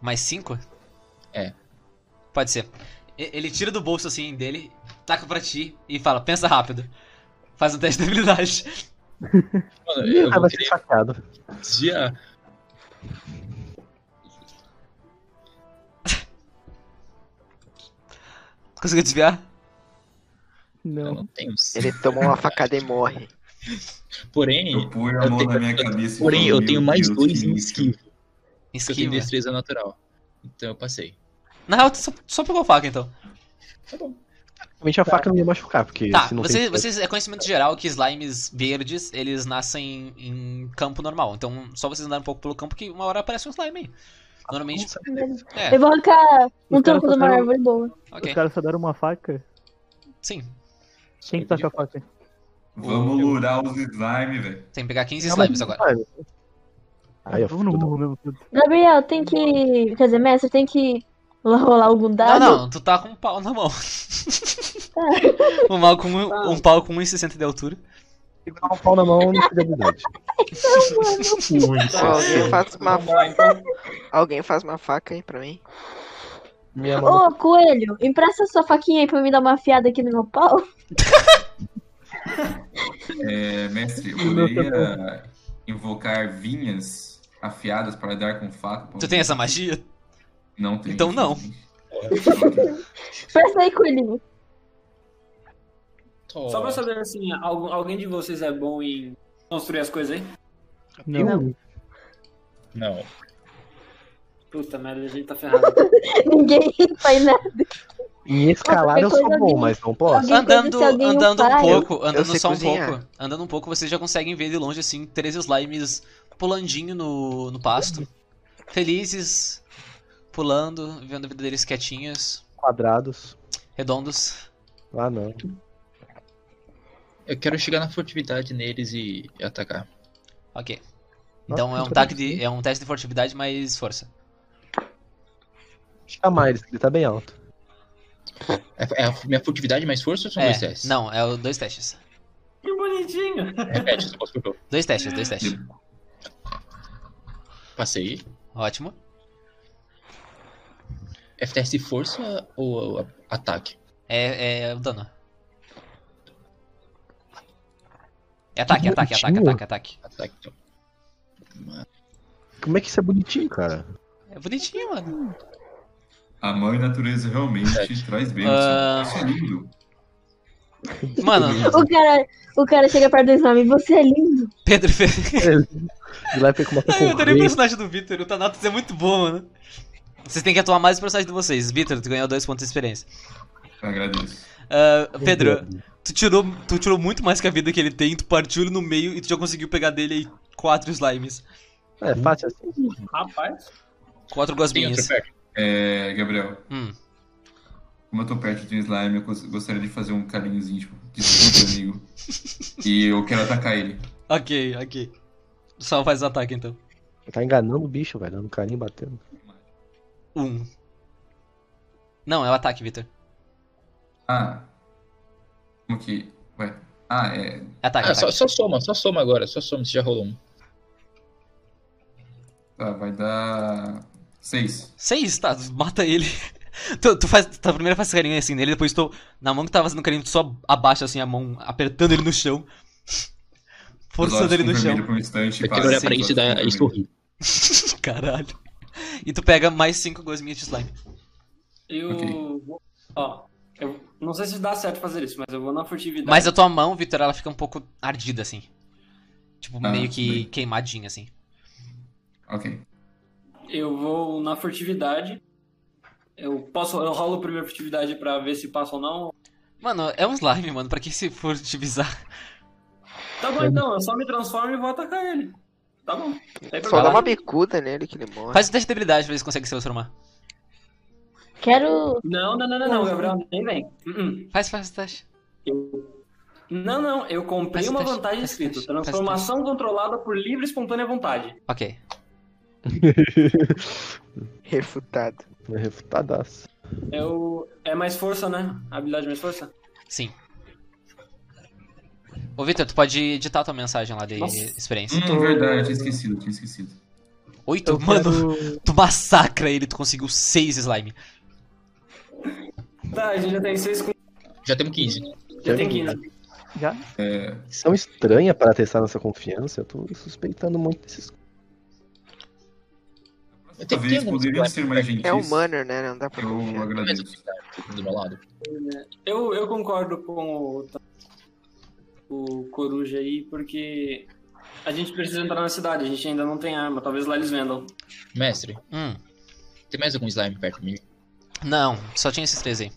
S1: Mais cinco?
S7: É.
S1: Pode ser. E- Ele tira do bolso assim dele, taca pra ti e fala, pensa rápido. Faz um teste de habilidade. <laughs>
S7: Mano,
S3: Ih,
S7: eu
S3: ah,
S7: vou
S3: vai ser
S7: querer
S3: sacado.
S7: desviar.
S1: Conseguiu desviar?
S7: Eu
S4: Não.
S7: não tenho.
S5: Ele toma uma facada e
S2: <laughs>
S5: morre.
S7: Porém,
S8: É. Eu pus a
S7: Eu
S8: mão
S7: tenho-
S8: na minha cabeça e
S7: porém,
S8: falei,
S7: eu
S8: "Meu
S7: tenho mais
S8: Deus,
S7: dois
S8: que
S7: em
S8: inútil."
S7: esquivo. Porque eu tenho
S1: Esquiva.
S7: é destreza natural. Então eu passei.
S1: Na real, tu só, só pegou a faca então.
S3: Realmente a faca não ia machucar, porque
S1: Tá,
S3: se não
S1: você,
S3: tem...
S1: vocês, é conhecimento geral que slimes verdes, eles nascem em campo normal. Então, só vocês andarem um pouco pelo campo que uma hora aparece um slime aí. Normalmente,
S3: né?
S1: é,
S9: Eu vou arrancar um
S4: Os caras
S9: tronco de uma
S4: fizeram-
S9: árvore boa.
S1: ok.
S4: Os caras só deram uma faca?
S1: Sim,
S4: Quem que tá com a faca?
S8: Vamos lurar os slime, velho.
S1: tem que pegar 15
S3: Não, mas-
S1: slimes agora.
S3: Mano. Aí eu
S4: Vamos no
S3: foda.
S4: burro mesmo. foda-se.
S9: Gabriel, tem que. Quer dizer, mestre, tem que rolar algum
S1: Não,
S9: dado?
S1: não, tu tá com um pau na
S9: <laughs>
S1: mão. um, mal com
S9: Ah.
S1: um, um pau com 1,60 de altura.
S3: Pegar um pau na mão não tem habilidade.
S2: é
S5: Então,
S2: assim.
S5: alguém faz uma
S2: Vamos lá, então.
S5: Alguém faz uma faca aí pra mim.
S3: Minha mão.
S9: Ô, coelho, empresta sua faquinha aí pra me dar uma afiada aqui no meu pau. <laughs>
S8: É, mestre, eu poderia invocar vinhas afiadas para dar com faca?
S1: Tu tem essa magia?
S8: Não tem.
S1: Então não.
S9: Presta aí, coelhinho.
S2: Só pra saber assim, algu- alguém de vocês é bom em construir as coisas aí?
S4: Não. então
S7: Não.
S2: Puta merda, a gente tá ferrado. <laughs>
S9: Ninguém <laughs> faz nada.
S3: Em escalar eu sou
S9: Qualquer
S3: bom,
S9: coisa
S3: mas não posso.
S9: Alguém coisa
S1: andando
S9: se alguém
S1: andando um
S9: faz.
S1: pouco, andando
S5: sei
S1: só um
S5: cozinhar.
S1: pouco, andando um pouco, vocês já conseguem ver de longe assim três slimes pulandinho no, no pasto. Felizes, pulando, vivendo a vida deles quietinhos,
S3: Quadrados.
S1: redondos.
S3: Ah, não.
S7: Eu quero chegar na furtividade neles e atacar.
S1: OK. Então
S3: Ah,
S1: é um
S3: que
S1: ataque de é um teste de furtividade mais força.
S3: Chamar eles, ele tá bem alto.
S7: É, é a minha furtividade mais força ou são dois
S1: É,
S7: testes?
S1: não, é o- dois testes.
S2: que bonitinho!
S7: Repete, só posso por favor.
S1: Dois testes, dois testes.
S7: Passei.
S1: Ótimo.
S7: É teste de força ou ataque?
S1: É, é o dano. É ataque,
S3: Que
S1: ataque, ataque,
S3: bonitinho.
S1: ataque, ataque.
S7: Ataque, então.
S3: Como é que isso é bonitinho, cara?
S1: É bonitinho, mano.
S8: A mãe natureza realmente
S7: Sete.
S8: traz bênção.
S1: Ah.
S8: Isso é lindo.
S1: Mano,
S9: O cara, o cara chega perto do Slime e você é lindo.
S1: Pedro Ferreira.
S3: E lá ele começa
S1: <laughs>
S3: a
S1: Ai, eu adorei o
S3: correr.
S1: personagem do Vitor. O Thanatos é muito bom, mano. Vocês têm que atuar mais o personagem de vocês. Vitor, tu ganhou dois pontos de experiência.
S8: Eu agradeço.
S1: Ah, Pedro, tu tirou, tu tirou muito mais que a vida que ele tem, tu partiu ele no meio e tu já conseguiu pegar dele aí quatro slimes.
S3: É fácil assim.
S2: Rapaz,
S1: Quatro
S7: Tem outro
S1: gosminhas.
S7: perto.
S8: É, Gabriel,
S1: Hum.
S8: como eu tô perto de um slime, eu gos- gostaria de fazer um carinhozinho íntimo. Desculpa, amigo. E eu quero atacar ele.
S1: Ok, ok. Só faz ataque então.
S3: Tá enganando o bicho, velho. Dando carinho batendo.
S1: Um. Não, é o ataque, Vitor.
S8: Ah. Como que. Ué. Ah, é.
S1: É Ataque,
S7: Ah,
S1: ataque.
S7: só, só soma, só soma agora, só soma, você já rolou um.
S8: Tá, vai dar. Seis.
S1: Seis, tá, mata ele. <laughs> Tu, tu faz, tu primeiro faz carinho assim nele, depois tu, na mão que tava fazendo carinho, tu só abaixa assim a mão, apertando ele no chão. <laughs>
S8: Os olhos
S1: Forçando ele no
S8: ficam
S1: chão.
S8: vermelhos por um instante e
S7: Tem que
S8: passa.
S7: olhar
S1: sim,
S7: pra isso e dar e sorrir.
S1: <laughs> Caralho. E tu pega mais cinco gosminhas de slime.
S2: eu.
S8: Ok.
S2: vou- Ó, eu não sei se dá certo fazer isso, mas eu vou na furtividade.
S1: Mas a tua mão, Vitor, ela fica um pouco ardida assim. Tipo,
S8: Ah,
S1: meio que
S8: bem.
S1: queimadinha assim.
S8: Ok.
S2: Eu vou na furtividade. Eu posso. Eu rolo a primeira furtividade pra ver se passa ou não.
S1: Mano, é um slime, mano, pra quem se for utilizar.
S2: Tá bom então, eu só me transformo e vou atacar ele. Tá bom. Aí pra
S5: Só
S2: lá.
S5: dá uma bicuda nele que ele morre.
S1: Faz o teste de habilidade pra ver se consegue se transformar.
S9: Quero.
S2: Não, não, não, não, não, Gabriel, nem vem. Uh-uh.
S1: Faz, faz o teste.
S2: Não, não, eu comprei
S1: Faz
S2: uma
S1: teste,
S2: vantagem
S1: faz
S2: escrita.
S1: teste, faz
S2: Transformação controlada por livre e espontânea vontade.
S1: Ok.
S5: Refutado.
S3: É refutadaço.
S2: Eu... É mais força, né? Habilidade mais força?
S1: Sim. Ô, Vitor, tu pode editar tua mensagem lá de
S2: Nossa.
S1: experiência.
S8: Hum, verdade, eu tinha esquecido, eu tinha esquecido.
S1: Oito?
S4: Eu
S1: então, Mano,
S4: quero-
S1: <laughs> tu massacra ele, tu conseguiu seis slime.
S2: Tá, a gente já tem 6 com.
S7: Já temos 15.
S2: Já tem 15.
S4: Já?
S8: É,
S3: São é estranha para testar nossa confiança. Eu tô suspeitando muito desses.
S7: Eu tenho- tem
S8: Talvez
S7: algum
S8: poderiam
S7: slime
S8: ser mais
S7: perto?
S8: gentis.
S5: É humano, né? Não dá pra
S8: Eu
S5: confiar.
S8: agradeço.
S7: Do meu lado.
S2: Eu, eu concordo com o, o Coruja aí, porque a gente precisa entrar na cidade, a gente ainda não tem arma, talvez lá eles vendam.
S7: Mestre,
S1: Hum.
S7: tem mais algum slime perto de mim?
S1: Não, só tinha esses três aí.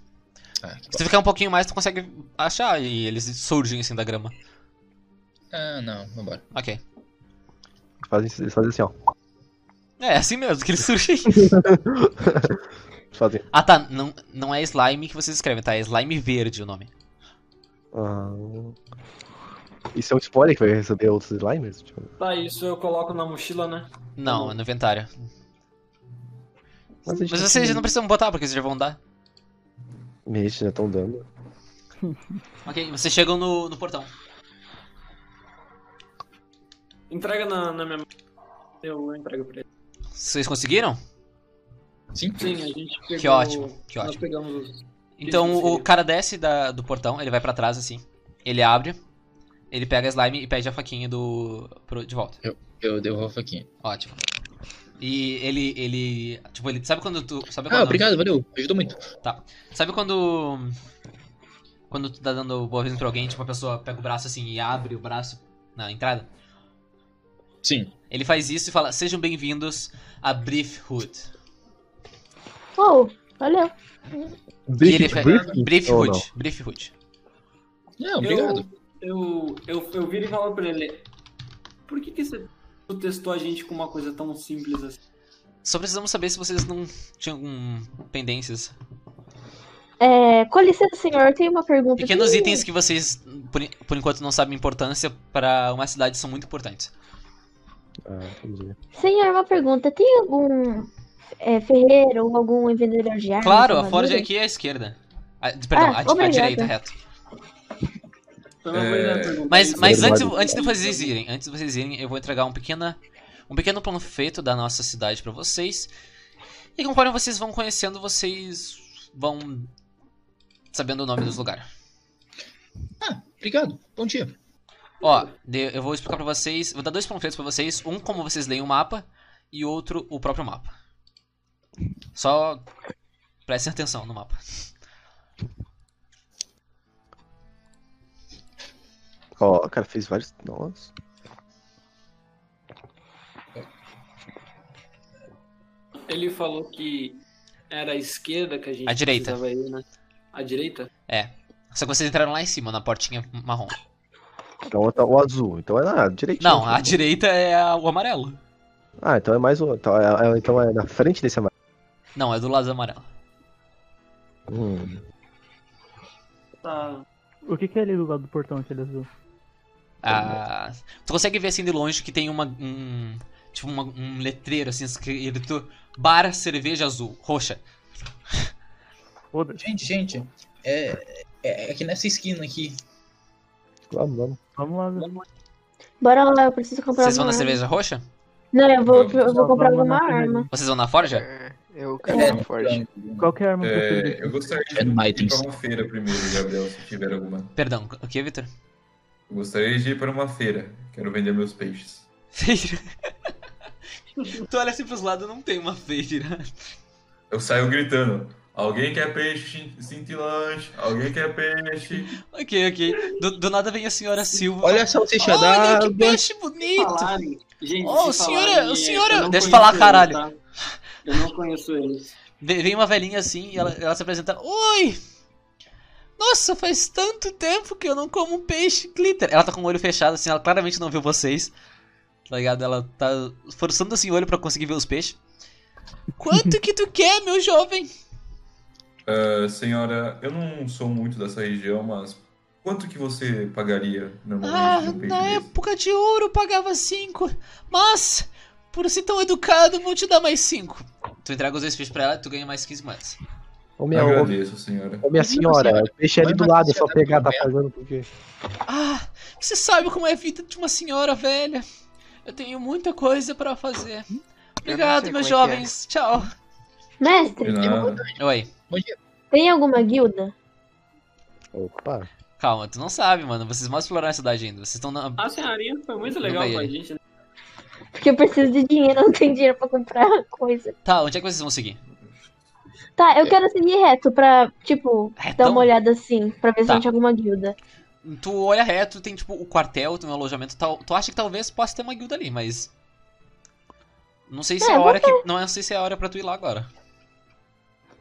S7: Ah, que
S1: Se
S7: bom.
S1: tu ficar um pouquinho mais, tu consegue achar e eles surgem assim da grama.
S7: Ah, não, vambora.
S1: Ok.
S3: Fazem, eles fazem assim, ó.
S1: É, assim mesmo, que eles <laughs> surgem.
S3: Fazem.
S1: ah, tá. Não, não é slime que vocês escrevem, tá? É slime verde o nome.
S3: Ah, Isso é um spoiler que vai receber outros slimes? Tipo,
S2: Tá, isso eu coloco na mochila, né?
S1: Não, é no inventário.
S3: mas a gente
S1: Mas vocês já não precisam botar, porque vocês já vão dar.
S3: Mexe, já estão dando.
S1: Ok, vocês chegam no, no portão.
S2: Entrega na, na minha mão. Eu entrego pra ele.
S1: Vocês conseguiram?
S7: Sim?
S2: Sim, a gente pegou...
S1: Que ótimo, que
S2: Nós
S1: ótimo.
S2: pegamos os...
S1: Então
S2: Eles
S1: o
S2: conseguiram.
S1: cara desce da- do portão, ele vai pra trás assim. Ele abre, ele pega a slime e pede a faquinha do. pro- de volta.
S7: Eu devolvo aqui.
S1: Ótimo. E ele. ele. Tipo, ele. Sabe quando tu. Sabe quando,
S7: Ah, obrigado, valeu. Ajudou muito.
S1: Sabe quando. Quando tu tá dando boa-vinda pra alguém, tipo, a pessoa pega o braço assim e abre o braço na entrada?
S7: Sim.
S1: Ele faz isso e fala, sejam bem-vindos a Brief Hood.
S9: Oh, valeu.
S1: e ele fe-
S7: Então,
S3: briefing?
S1: Brief
S3: Ou
S1: Hood. Brief Hood.
S7: Não, obrigado.
S2: Eu, eu, eu viro e falo pra ele, por que que você testou a gente com uma coisa tão simples assim?
S1: Só precisamos saber se vocês não tinham hum, pendências.
S9: É, com licença, senhor, eu tenho uma pergunta.
S1: Pequenos
S9: aqui.
S1: itens que vocês, por, en- por enquanto, não sabem importância para uma cidade são muito importantes.
S3: Ah, entendi.
S9: Senhor, uma pergunta. Tem algum é, ferreiro ou algum vendedor de armas?
S1: Claro, a
S9: armadura?
S1: forja aqui é à esquerda. A- perdão,
S9: Ah,
S1: à di- à,
S9: obrigada.
S1: direita, reto.
S2: Então eu vou
S8: É.
S2: perguntar
S1: Mas,
S2: isso.
S1: mas
S3: Obrigado.
S1: antes, antes de vocês irem, antes de vocês irem, eu vou entregar um pequena, um pequeno panfleto da nossa cidade pra vocês. E conforme vocês vão conhecendo, vocês vão sabendo o nome dos lugares.
S7: Ah, obrigado. Bom dia.
S1: Ó, de- eu vou explicar pra vocês. Vou dar dois panfletos pra vocês. Um, como vocês leem o mapa. E outro, o próprio mapa. Só prestem atenção no mapa.
S3: Ó, o cara fez vários. Nossa.
S2: Ele falou que era a esquerda que a gente
S1: A direita.
S2: precisava ir, né? A direita?
S1: É. Só que vocês entraram lá em cima, na portinha marrom.
S3: Então tá o azul. Então é na direitinha.
S1: Não, a direita é a- o amarelo.
S3: Ah, então é mais o. Então é, é- então é na frente desse amarelo.
S1: Não, é do lado do amarelo.
S3: Hum.
S2: Tá.
S4: O que, que é ali do lado do portão aquele azul?
S1: Ah, tu consegue ver assim de longe que tem uma. Um, tipo uma- um letreiro assim escrito Bar Cerveja Azul, roxa.
S4: Foda-se.
S7: Gente, gente, é, é, é aqui nessa esquina aqui.
S3: Vamos, vamos.
S4: Vamos lá. Zé.
S9: Bora lá, eu preciso comprar
S1: Vocês
S9: uma
S1: vão na
S9: arma.
S1: cerveja roxa?
S9: Não, eu vou, eu vou
S4: Vamos
S9: comprar
S4: lá na
S9: uma
S4: cerveja.
S9: arma.
S1: Vocês vão na forja?
S5: É, eu
S7: É,
S3: então,
S5: quero forte.
S4: Qual que é a arma preferida?
S8: É, eu gostaria de
S7: É no
S8: ir
S7: iTunes.
S8: para uma feira primeiro, Gabriel, se tiver alguma.
S1: Perdão, o que, Victor?
S8: Eu gostaria de ir para uma feira. Quero vender meus peixes.
S1: Feira. <laughs> tu olha assim pros lados não tem uma feira.
S8: Eu saio gritando. Alguém quer peixe cintilante? Alguém quer peixe?
S1: ok, ok. Do, do nada vem a senhora Silva.
S7: Olha a salsicha
S1: Olha que
S7: d'água.
S1: peixe bonito!
S2: Falarem. Gente,
S1: Ô,
S2: se
S1: senhora-
S2: falarem,
S1: ô,
S2: é-
S1: senhora-
S2: eu não
S1: Deixa eu
S2: conheço
S1: falar,
S2: eles,
S1: caralho.
S2: tá? Eu não conheço eles.
S1: Ve- Vem uma velhinha assim e ela, ela se apresenta. Oi! Nossa, faz tanto tempo que eu não como um peixe glitter. Ela tá com o olho fechado, assim, ela claramente não viu vocês. Tá ligado? Ela tá forçando assim o olho pra conseguir ver os peixes. Quanto que tu quer, meu jovem?
S8: Ah, senhora, eu não sou muito dessa região, mas quanto que você pagaria
S1: Ah,
S8: normalmente de um peixe
S1: na
S8: desse?
S1: época de ouro eu pagava cinco. Mas, por ser tão educado, vou te dar mais cinco. Tu entrega os dois peixes pra ela e tu ganha mais 15 moedas.
S3: Ô
S8: Eu
S3: minha, ô,
S8: agradeço, senhora.
S3: ô, minha senhora,
S7: senhora,
S3: o peixe é ali
S7: vai
S3: do
S7: na
S3: lado, é só
S7: salsicha
S3: pegar, tá
S7: d'água
S3: pagando por quê?
S1: Ah, você sabe como é a vida de uma senhora velha. Eu tenho muita coisa pra fazer. Obrigado,
S5: Eu não
S1: meus
S5: sei como é que é.
S1: jovens. Tchau.
S8: De
S9: Mestre,
S8: nada.
S1: Oi,
S9: tem alguma guilda?
S3: Opa.
S1: calma, tu não sabe, mano. Vocês mal exploraram a cidade ainda. Vocês estão na.
S2: A senhorinha foi muito
S1: Não
S2: legal
S1: vai
S2: com a
S1: ele.
S2: gente. né?
S9: Porque eu preciso de dinheiro, <laughs> eu não tenho dinheiro pra comprar <laughs> coisa.
S1: Tá, onde é que vocês vão seguir?
S9: Tá, eu quero seguir reto pra, tipo, dar
S1: Retão?
S9: uma olhada assim, pra ver se
S1: Então- Tá.
S9: a gente tem alguma guilda.
S1: Tu olha reto, tem tipo o quartel, tem um alojamento tal. Tu acha que talvez possa ter uma guilda ali, mas. Não sei se
S9: É,
S1: é a
S9: vou
S1: hora que. Não é- sei se é a hora pra tu ir lá agora.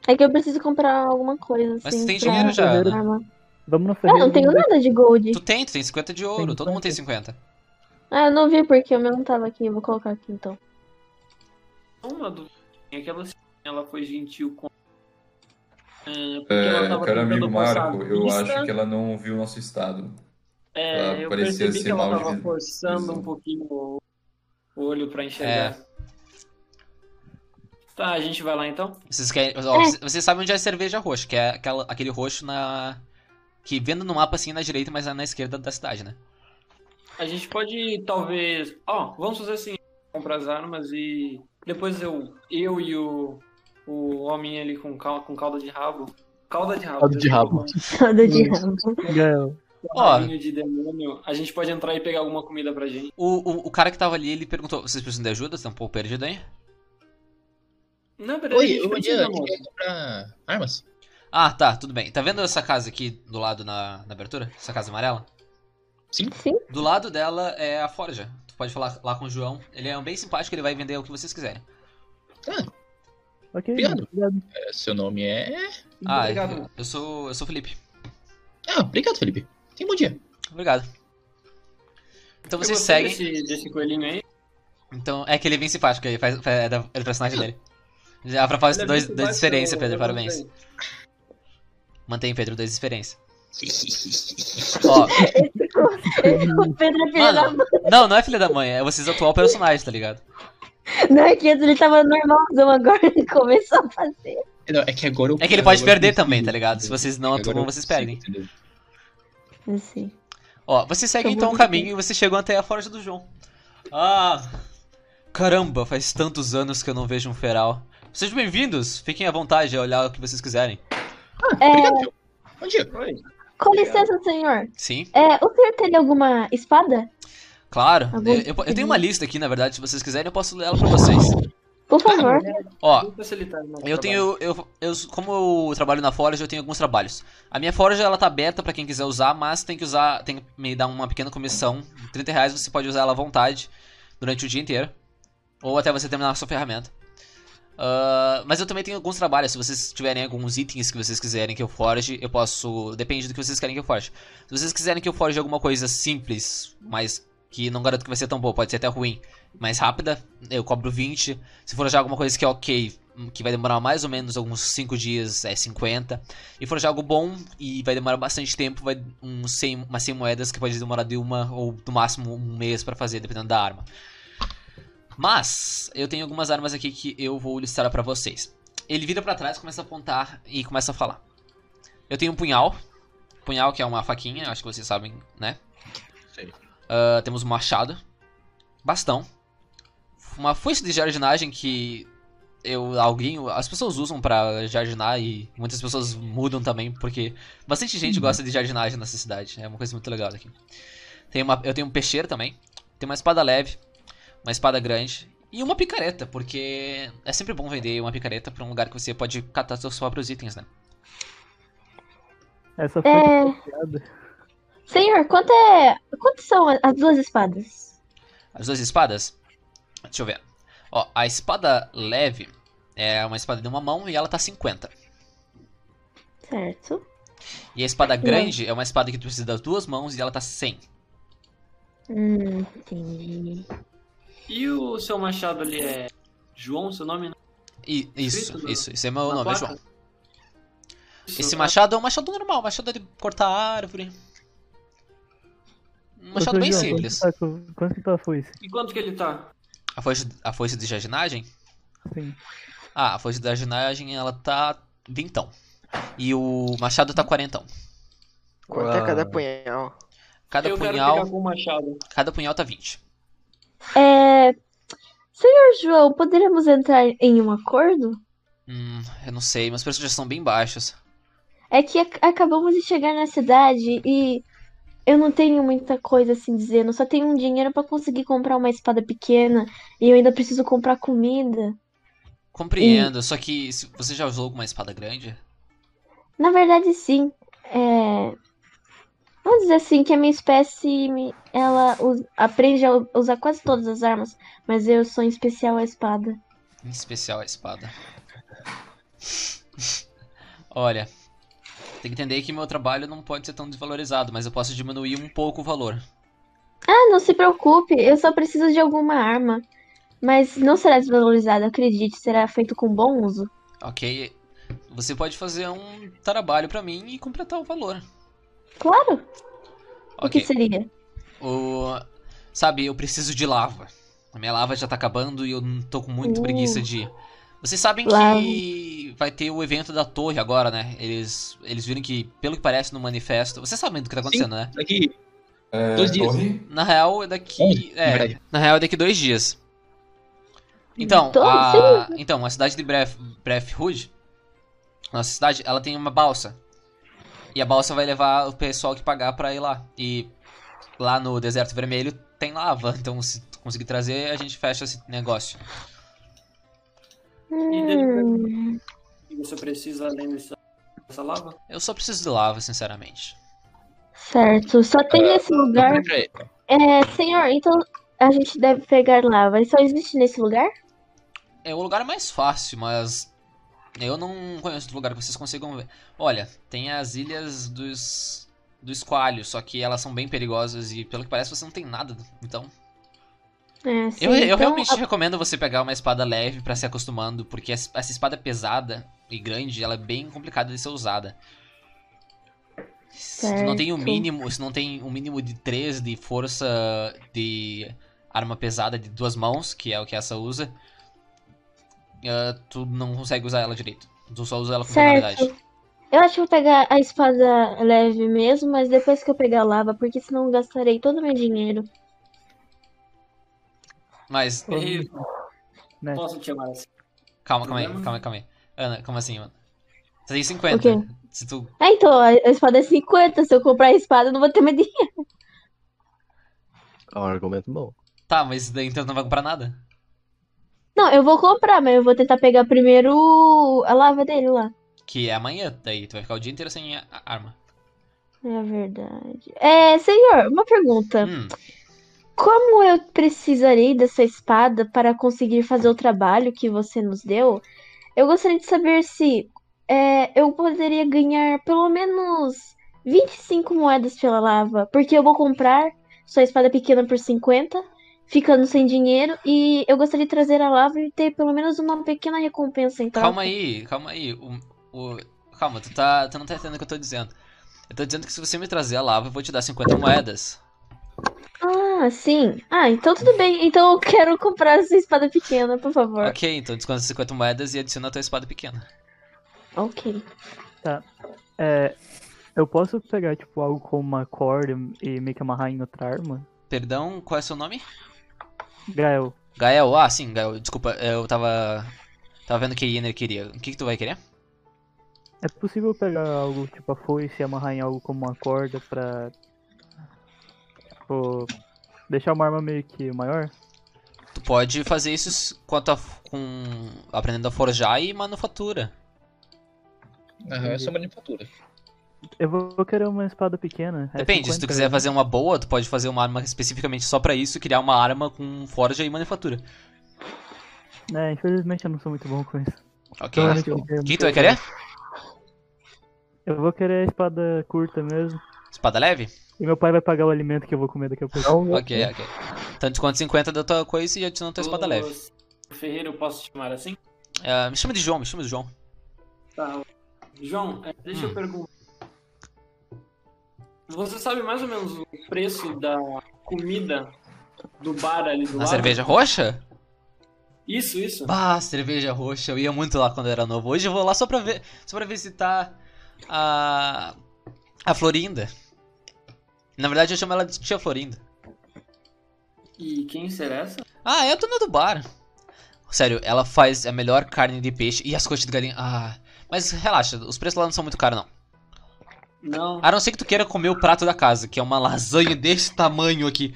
S9: É que eu preciso comprar alguma coisa, assim.
S1: Mas tu tem
S9: pra-
S1: dinheiro já, né?
S9: arma.
S4: Vamos na
S9: Ah,
S4: ferreira.
S9: não tenho nada de gold.
S1: Tu tem, tu tem 50 de ouro, todo mundo tem 50.
S9: Ah, eu não vi porque o meu não tava aqui. Eu vou colocar aqui então. <laughs>
S2: Uma do... Aquela ela foi gentil com... É, porque ela
S8: É,
S2: tava
S8: cara
S2: tentando
S8: amigo
S2: passar
S8: Marco, eu
S2: vista.
S8: acho que ela não viu o nosso estado. Ela
S2: É, eu
S8: parecia
S2: percebi
S8: ser
S2: que ela
S8: mal de
S2: tava
S8: visão.
S2: forçando um pouquinho o o olho pra enxergar.
S1: É.
S2: Tá, a gente vai lá então.
S1: Vocês querem. ó, vocês- vocês sabem onde é a cerveja roxa, que é aquela, aquele roxo na. Que vendo no mapa assim na direita, mas na esquerda da cidade, né?
S2: A gente pode talvez. Ó, vamos fazer assim: comprar as armas e. Depois eu, eu e o, o homem ali com, cal, com calda de rabo. Calda de rabo.
S3: Calda de rabo.
S9: Todo diabo.
S4: Gael,
S1: Ó.
S2: Ó. de demônio. A gente pode entrar e pegar alguma comida pra gente.
S1: O, o, o cara que tava ali, ele perguntou: vocês precisam de ajuda? Vocês estão um pouco perdidos aí?
S2: Não, peraí. a
S7: Oi,
S2: gente
S7: eu
S2: precisa,
S7: podia
S2: amor.
S7: quer comprar armas?
S1: Ah, tá, tudo bem. Tá vendo essa casa aqui do lado na, na abertura? Essa casa amarela?
S9: Sim?
S1: Do lado dela é a Forja. Tu pode falar lá com o João. Ele é um bem simpático, ele vai vender o que vocês quiserem.
S4: ok.
S7: Piano.
S4: Obrigado.
S7: É, seu nome é.
S1: Ah,
S2: Obrigado.
S1: eu, eu sou. Eu sou o Felipe.
S7: Ah, obrigado, Felipe. Tem um <laughs> bom dia.
S1: Obrigado. Então
S2: Eu
S1: vocês
S2: gostei
S1: seguem.
S2: Desse, desse coelhinho aí. Então,
S1: Então, é que ele é bem simpático, ele faz, é da- é do personagem dele. Já a
S9: é
S1: propósito, dois, dois de experiência, Pedro, parabéns. Mantém, Pedro, dois de experiência. Ó,
S9: <laughs>
S1: <laughs>
S9: O Pedro é filho da
S1: mano,
S9: mãe.
S1: não, não é filha da mãe, é vocês atual personagem, tá ligado?
S9: Não é que antes ele tava normalzão, agora <laughs> ele começou a fazer.
S7: Não, é que agora eu.
S1: É que ele pode
S7: agora eu
S1: perder
S7: consigo,
S1: também, tá ligado? Se
S7: entendeu?
S1: vocês não
S7: Agora
S1: atuam,
S7: eu
S1: vocês
S7: consigo,
S1: perdem.
S7: entendeu?
S9: Assim.
S1: Ó, você segue
S9: Eu
S1: então o
S9: vou
S1: caminho e você chegou até a Forja do João. Ah! Caramba, faz tantos anos que eu não vejo um feral. Sejam bem-vindos, fiquem à vontade a olhar o que vocês quiserem.
S9: É,
S7: Bom dia.
S2: Oi.
S9: Com licença, senhor.
S1: Sim,
S9: É, o senhor teria alguma espada?
S1: claro.
S9: Algum
S1: Eu, eu- eu tenho uma lista aqui, na verdade, se vocês quiserem, eu posso ler ela pra vocês.
S9: Por
S2: <laughs>
S9: favor.
S1: Ó,
S2: Vamos facilitar o nosso
S1: eu
S2: trabalho.
S1: tenho. Eu, eu, como eu trabalho na Forge, eu tenho alguns trabalhos. A minha Forge ela tá aberta pra quem quiser usar, mas tem que usar. Tem que me dar uma pequena comissão. R$ 30 reais você pode usar ela à vontade durante o dia inteiro. Ou até você terminar a sua ferramenta. Ah, mas eu também tenho alguns trabalhos. Se vocês tiverem alguns itens que vocês quiserem que eu forge, eu posso. Depende do que vocês querem que eu forge. Se vocês quiserem que eu forge alguma coisa simples, mas que não garanto que vai ser tão boa, pode ser até ruim, mais rápida, eu cobro 20. Se forjar alguma coisa que é ok, hum, que vai demorar mais ou menos alguns 5 dias, é 50. E forjar algo bom e vai demorar bastante tempo, vai uns 100, umas 100 moedas que pode demorar de uma ou no máximo um mês pra fazer, dependendo da arma. Mas eu tenho algumas armas aqui que eu vou listar pra vocês. Ele vira pra trás, começa a apontar e começa a falar. Eu tenho um punhal. Punhal que é uma faquinha, acho que vocês sabem, né?
S7: Sei.
S1: Ah, temos um machado. Bastão. Uma foice de jardinagem que eu alguém, as pessoas usam pra jardinar e muitas pessoas mudam também porque bastante gente gosta de jardinagem nessa cidade. É uma coisa muito legal daqui. Tem uma, eu tenho um peixeiro também. Tem uma espada leve, uma espada grande e uma picareta, porque é sempre bom vender uma picareta pra um lugar que você pode catar seus próprios itens, né?
S4: Essa foi
S9: É,
S4: piada.
S9: senhor, quanto é. Quanto são a- as duas espadas?
S1: As duas espadas? Deixa eu ver. Ó, a espada leve é uma espada de uma mão e ela tá 50.
S9: Certo.
S1: E a espada grande é uma espada que tu precisa das duas mãos e ela tá 100.
S9: Hum, entendi.
S2: E o seu machado ali é João, seu nome? né?
S1: E, isso,
S2: Escrito na-
S1: isso, isso é meu
S2: na
S1: nome, é
S2: né? placa? assim,
S1: João.
S2: Isso,
S1: Esse
S2: ah,
S1: machado é um machado normal, machado de cortar árvore. Um machado
S4: Ô, seu
S1: bem
S4: João,
S1: simples.
S4: Quanto, tá, com- quanto que tá foi isso?
S2: E quanto que ele tá?
S1: A foice, a foice de jardinagem?
S4: Sim.
S1: Ah, a foice de jardinagem ela tá vintão. E o machado tá quarentão.
S5: Quanto é
S3: Ah.
S5: cada punhal?
S1: Cada
S2: eu quero
S1: punhal,
S2: pegar com o machado.
S1: cada punhal tá 20.
S9: É. Senhor João, poderíamos entrar em um acordo?
S1: Hum, eu não sei, meus preços já são bem baixos.
S9: É que ac- acabamos de chegar na cidade e eu não tenho muita coisa assim dizendo. Só tenho um dinheiro pra conseguir comprar uma espada pequena e eu ainda preciso comprar comida.
S1: Compreendo, só que se- você já usou alguma espada grande?
S9: Na verdade, sim. É... Vamos dizer assim que a minha espécie me- ela us- aprende a u- usar quase todas as armas, mas eu sou em especial a espada.
S1: Em especial a espada. <laughs> Olha, tem que entender que meu trabalho não pode ser tão desvalorizado, mas eu posso diminuir um pouco o valor.
S9: Ah, não se preocupe, eu só preciso de alguma arma. Mas não será desvalorizado, acredite, será feito com bom uso.
S1: Ok? Você pode fazer um trabalho pra mim e completar o valor.
S9: Claro, o que
S1: Ok.
S9: seria?
S1: O... Sabe, eu preciso de lava. A minha lava já tá acabando e eu não tô com muita
S9: Uh.
S1: preguiça de ir. Vocês sabem
S9: Lava.
S1: que vai ter o evento da torre agora, né? Eles, eles viram que, pelo que parece no manifesto. Vocês sabem do que tá acontecendo, né?
S7: Daqui,
S8: É,
S7: Dois dias.
S8: Torre,
S1: Na real, é daqui.
S7: Onze, em
S1: É,
S7: breve.
S1: na real, é daqui dois dias. Então,
S9: Então,
S1: a, então, a cidade de Bref, Brefhood, nossa cidade, ela tem uma balsa. E a balsa vai levar o pessoal que pagar pra ir lá. E lá no Deserto Vermelho tem lava. <laughs> Então, se tu conseguir trazer, a gente fecha esse negócio.
S2: E daí-
S9: Hum,
S2: E você precisa além dessa, dessa lava?
S1: Eu só preciso de lava, sinceramente.
S9: certo, só tem esse lugar.
S7: Peraí,
S9: É, senhor, então a gente deve pegar lava. Só existe nesse lugar?
S1: É o lugar mais fácil, mas eu não conheço outro lugar que vocês consigam ver. Olha, tem as ilhas dos do esqualho, só que elas são bem perigosas e pelo que parece você não tem nada. Então,
S9: É, sim,
S1: eu, eu
S9: então-
S1: realmente recomendo você pegar uma espada leve pra se acostumando, porque es- essa espada pesada e grande, ela é bem complicada de ser usada. Se tu não tem o
S9: Certo.
S1: mínimo, se não tem o mínimo de 3 de força de arma pesada de duas mãos, que é o que essa usa, ah, tu não consegue usar ela direito. Tu só usa ela com
S9: Certo.
S1: verdade.
S9: Eu acho que vou pegar a espada leve mesmo, mas depois que eu pegar a lava, porque senão eu gastarei todo o meu dinheiro.
S1: Mas
S2: Ei,
S4: Né?
S2: Posso te chamar assim?
S1: calma, calma aí,
S2: Problema?
S1: calma aí, calma aí. Ana, como assim, mano? 3,50.
S9: O quê?
S1: Se tu...
S9: Ah, então, a a espada é 50. Se eu comprar a espada, eu não vou ter mais dinheiro.
S3: É um argumento bom.
S1: Tá, mas daí então tu não vai comprar nada.
S9: Não, eu vou comprar, mas eu vou tentar pegar primeiro o- a lava dele lá.
S1: Que é amanhã, daí tu vai ficar o dia inteiro sem a- a arma.
S9: É verdade. É, senhor, uma pergunta.
S1: Hum,
S9: Como eu precisarei dessa espada para conseguir fazer o trabalho que você nos deu? Eu gostaria de saber se é, eu poderia ganhar pelo menos 25 moedas pela lava, porque eu vou comprar sua espada pequena por 50, ficando sem dinheiro, e eu gostaria de trazer a lava e ter pelo menos uma pequena recompensa então. em troca.
S1: Calma aí, calma aí. O, o- calma, tu, tá, tu não tá entendendo o que eu tô dizendo. Eu tô dizendo que se você me trazer a lava, eu vou te dar 50 moedas.
S9: Ah, sim. Ah, então tudo bem. Então eu quero comprar essa espada pequena, por favor.
S1: Ok, então desconta as 50 moedas e adiciona a tua espada pequena.
S9: Ok.
S4: Tá. É, eu posso pegar, tipo, algo com uma corda e meio que amarrar em outra arma?
S1: Perdão, qual é o seu nome?
S4: Gael,
S1: Gael, ah sim, Gael, desculpa, eu tava. Tava vendo o que a Yenner queria. O que, que tu vai querer?
S4: é possível pegar algo, tipo, a foice e amarrar em algo como uma corda pra... Tipo, deixar uma arma meio que maior?
S1: Tu pode fazer isso s- com a tua. f- com. aprendendo a forjar e manufatura.
S7: Na real, é só manufatura.
S4: Eu vou eu vou querer uma espada pequena. é
S1: Depende, se tu
S4: 50,
S1: quiser fazer uma boa, tu pode fazer uma arma especificamente só pra isso, criar uma arma com forja e manufatura.
S4: né? É, infelizmente eu não sou muito bom com isso.
S1: Ok.
S4: Eu acho que eu tenho
S1: O que é? tu vai
S4: muito-
S1: querer?
S4: Eu vou querer a espada curta mesmo.
S1: Espada leve?
S4: E meu pai vai pagar o alimento que eu vou comer daqui a pouco.
S1: Ok, ok. Então desconta 50 da tua coisa e adiciona a tua espada leve.
S2: Ferreira, eu posso te chamar assim?
S1: Ah, me chama de João, me chama de João.
S2: Tá. João, é,
S1: Hum.
S2: deixa eu perguntar. Você sabe mais ou menos o preço da comida do bar ali do
S1: Na
S2: lado?
S1: cerveja roxa?
S2: Isso, isso.
S1: Bah, cerveja roxa, eu ia muito lá quando eu era novo. Hoje eu vou lá só pra ver, só pra visitar a a Florinda. Na verdade eu chamo ela de tia Florinda.
S2: E quem será essa?
S1: Ah, é a dona do bar. Sério, ela faz a melhor carne de peixe e as coxas de galinha. Ah, mas relaxa, os preços lá não são muito caros não.
S2: Não.
S1: A não ser que tu queira comer o prato da casa, que é uma lasanha <laughs> desse tamanho aqui.